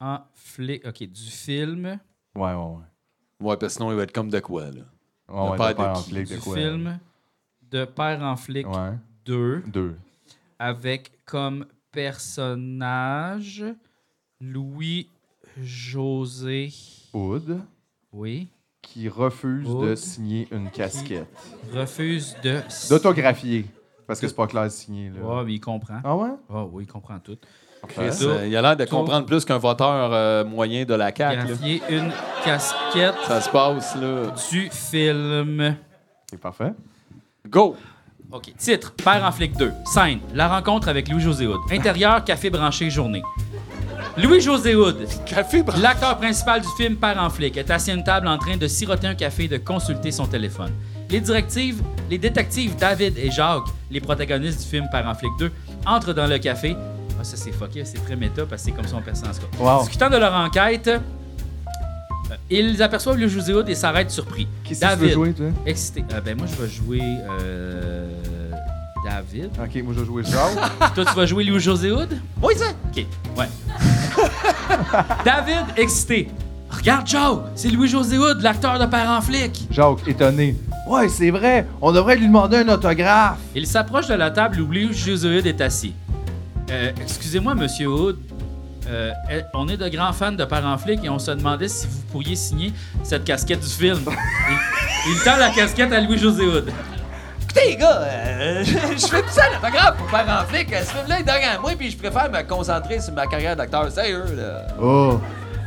Speaker 1: en flic. OK, du film.
Speaker 4: Ouais, ouais, ouais.
Speaker 3: Ouais, parce que sinon, il va être comme de quoi, là?
Speaker 4: Ouais, ouais,
Speaker 3: père
Speaker 4: de père
Speaker 3: de
Speaker 4: en
Speaker 3: qui?
Speaker 4: flic, de
Speaker 1: Du
Speaker 4: quoi?
Speaker 1: film de père en flic
Speaker 4: Ouais.
Speaker 1: 2
Speaker 4: Deux.
Speaker 1: avec comme personnage Louis José.
Speaker 4: Hood
Speaker 1: Oui.
Speaker 4: qui refuse
Speaker 1: Hood.
Speaker 4: de signer une casquette.
Speaker 1: Refuse de. s-
Speaker 4: D'autographier. Parce que c'est pas clair de signer, là.
Speaker 1: Ouais, mais il comprend.
Speaker 4: Ah ouais?
Speaker 1: Ah oui, il comprend tout.
Speaker 3: Chris,
Speaker 1: Ça.
Speaker 3: euh, il a l'air de
Speaker 1: Tout.
Speaker 3: comprendre plus qu'un voteur euh, moyen de la CAQ. là.
Speaker 1: Graphier une casquette
Speaker 3: Ça se passe, là.
Speaker 1: du film.
Speaker 4: C'est parfait.
Speaker 3: Go!
Speaker 1: OK. Titre Père en flic 2. Scène La rencontre avec Louis-José Hood. Intérieur, café branché, journée. Louis-José Hood,
Speaker 3: Café bra-
Speaker 1: l'acteur principal du film Père en flic, est assis à une table en train de siroter un café et de consulter son téléphone. Les directives, les détectives David et Jacques, les protagonistes du film Père en flic 2, entrent dans le café. Ah, ça c'est fucké, c'est très méta parce que c'est comme son personnage.
Speaker 4: Wow.
Speaker 1: Discutant de leur enquête, euh, ils aperçoivent Louis-José Hood et s'arrêtent surpris.
Speaker 4: Qui c'est que tu veux
Speaker 1: David,
Speaker 4: jouer, toi?
Speaker 1: Excité. Euh, ben moi je vais jouer euh, David.
Speaker 4: Ok, moi je vais jouer Charles.
Speaker 1: Toi tu vas jouer Louis José Hood? Ah! Oui ça. Ok. Ouais. David excité. Regarde Joe, c'est Louis José Hood, l'acteur de Père en flic.
Speaker 4: Jacques, étonné. Ouais, c'est vrai, on devrait lui demander un autographe.
Speaker 1: Il s'approche de la table où Louis José Hood est assis. Euh, excusez-moi Monsieur Hood. euh, eh, on est de grands fans de Père en flic et on se demandait si vous pourriez signer cette casquette du film. il, il tend la casquette à Louis José Hood.
Speaker 9: Écoutez, les gars, euh, je fais plus ça l'orthographe pour faire en flic. Ce film-là est derrière moi, puis je préfère me concentrer sur ma carrière d'acteur sérieux, là.
Speaker 4: Oh,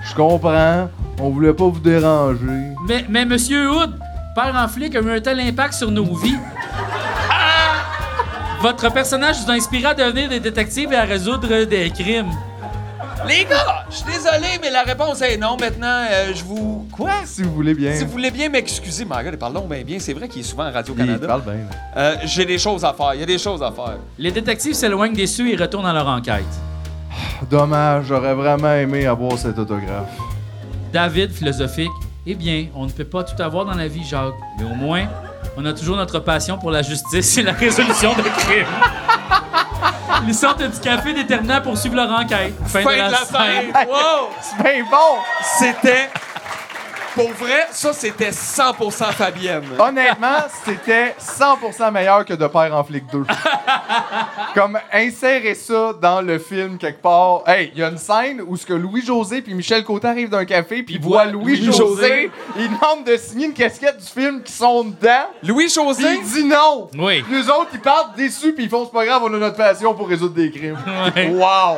Speaker 4: je comprends. On voulait pas vous déranger.
Speaker 1: Mais, mais Monsieur Hood, père en flic a eu un tel impact sur nos vies. Ah! Votre personnage vous a inspiré à devenir des détectives et à résoudre des crimes.
Speaker 9: Les gars, je suis désolé, mais la réponse est non. Maintenant, euh, je vous... Quoi?
Speaker 4: Si vous voulez bien.
Speaker 9: Si vous voulez bien m'excuser, my God, parlons bien bien. C'est vrai qu'il est souvent à
Speaker 4: Il
Speaker 9: Radio-Canada.
Speaker 4: parle bien. là.
Speaker 9: Euh, J'ai des choses à faire. Il y a des choses à faire.
Speaker 1: Les détectives s'éloignent déçus et retournent à leur enquête.
Speaker 4: Dommage, j'aurais vraiment aimé avoir cet autographe.
Speaker 1: David, philosophique, eh bien, on ne peut pas tout avoir dans la vie, Jacques, mais au moins, on a toujours notre passion pour la justice et la résolution de crimes. Ils sortent du café déterminant pour suivre leur enquête. Fin,
Speaker 9: Fin de la
Speaker 1: scène.
Speaker 9: scène. Wow!
Speaker 4: C'est bien bon!
Speaker 9: C'était
Speaker 3: Pour vrai, ça, c'était 100% Fabienne.
Speaker 4: Honnêtement, c'était 100% meilleur que De Père en flic 2. Comme insérer ça dans le film quelque part. Hey, il y a une scène où ce que Louis José puis Michel Côté arrivent d'un café puis voient Louis José, ils demandent de signer une casquette du film qui sont dedans.
Speaker 3: Louis
Speaker 4: Puis
Speaker 3: José,
Speaker 4: il dit non.
Speaker 1: Oui.
Speaker 4: Puis Les autres ils partent déçus puis ils font c'est pas grave, on a notre passion pour résoudre des crimes.
Speaker 1: Ouais.
Speaker 4: Wow.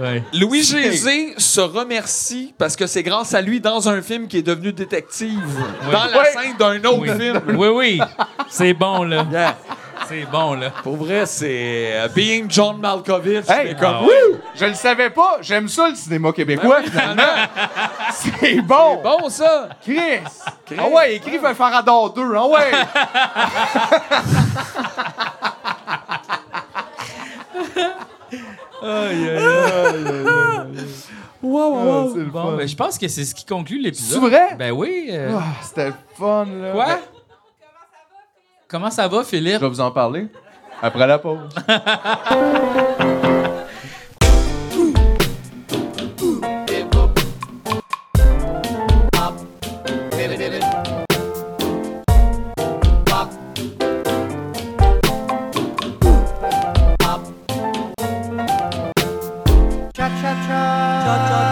Speaker 1: Ouais.
Speaker 3: Louis
Speaker 10: C'est-
Speaker 3: José se remercie parce que c'est grâce à lui dans un film qui est devenu détective. Dans la
Speaker 4: Ouais.
Speaker 3: scène d'un autre
Speaker 1: Oui.
Speaker 3: film.
Speaker 1: oui, oui. C'est bon, là.
Speaker 3: Yeah.
Speaker 1: C'est bon, là.
Speaker 3: Pour vrai, c'est euh, Being John Malkovich.
Speaker 4: Hey,
Speaker 3: mais comme
Speaker 1: ah
Speaker 4: wouh! Je le savais pas, j'aime ça le cinéma
Speaker 1: Ben
Speaker 4: québécois finalement. c'est bon.
Speaker 3: bon, ça.
Speaker 4: Chris! Ah ouais, écrive un Farador 2, ah ouais!
Speaker 3: Wow, wow.
Speaker 4: c'est le
Speaker 1: Bon,
Speaker 4: fun.
Speaker 1: ben, je pense que c'est ce qui conclut
Speaker 4: C'est
Speaker 1: l'épisode.
Speaker 4: vrai?
Speaker 1: Ben oui. euh,
Speaker 4: Ah, C'était le fun, là.
Speaker 1: Quoi?
Speaker 4: Ben,
Speaker 1: Comment ça va, Philippe?
Speaker 4: je vais vous en parler après la pause.
Speaker 11: Cha cha cha. Cha cha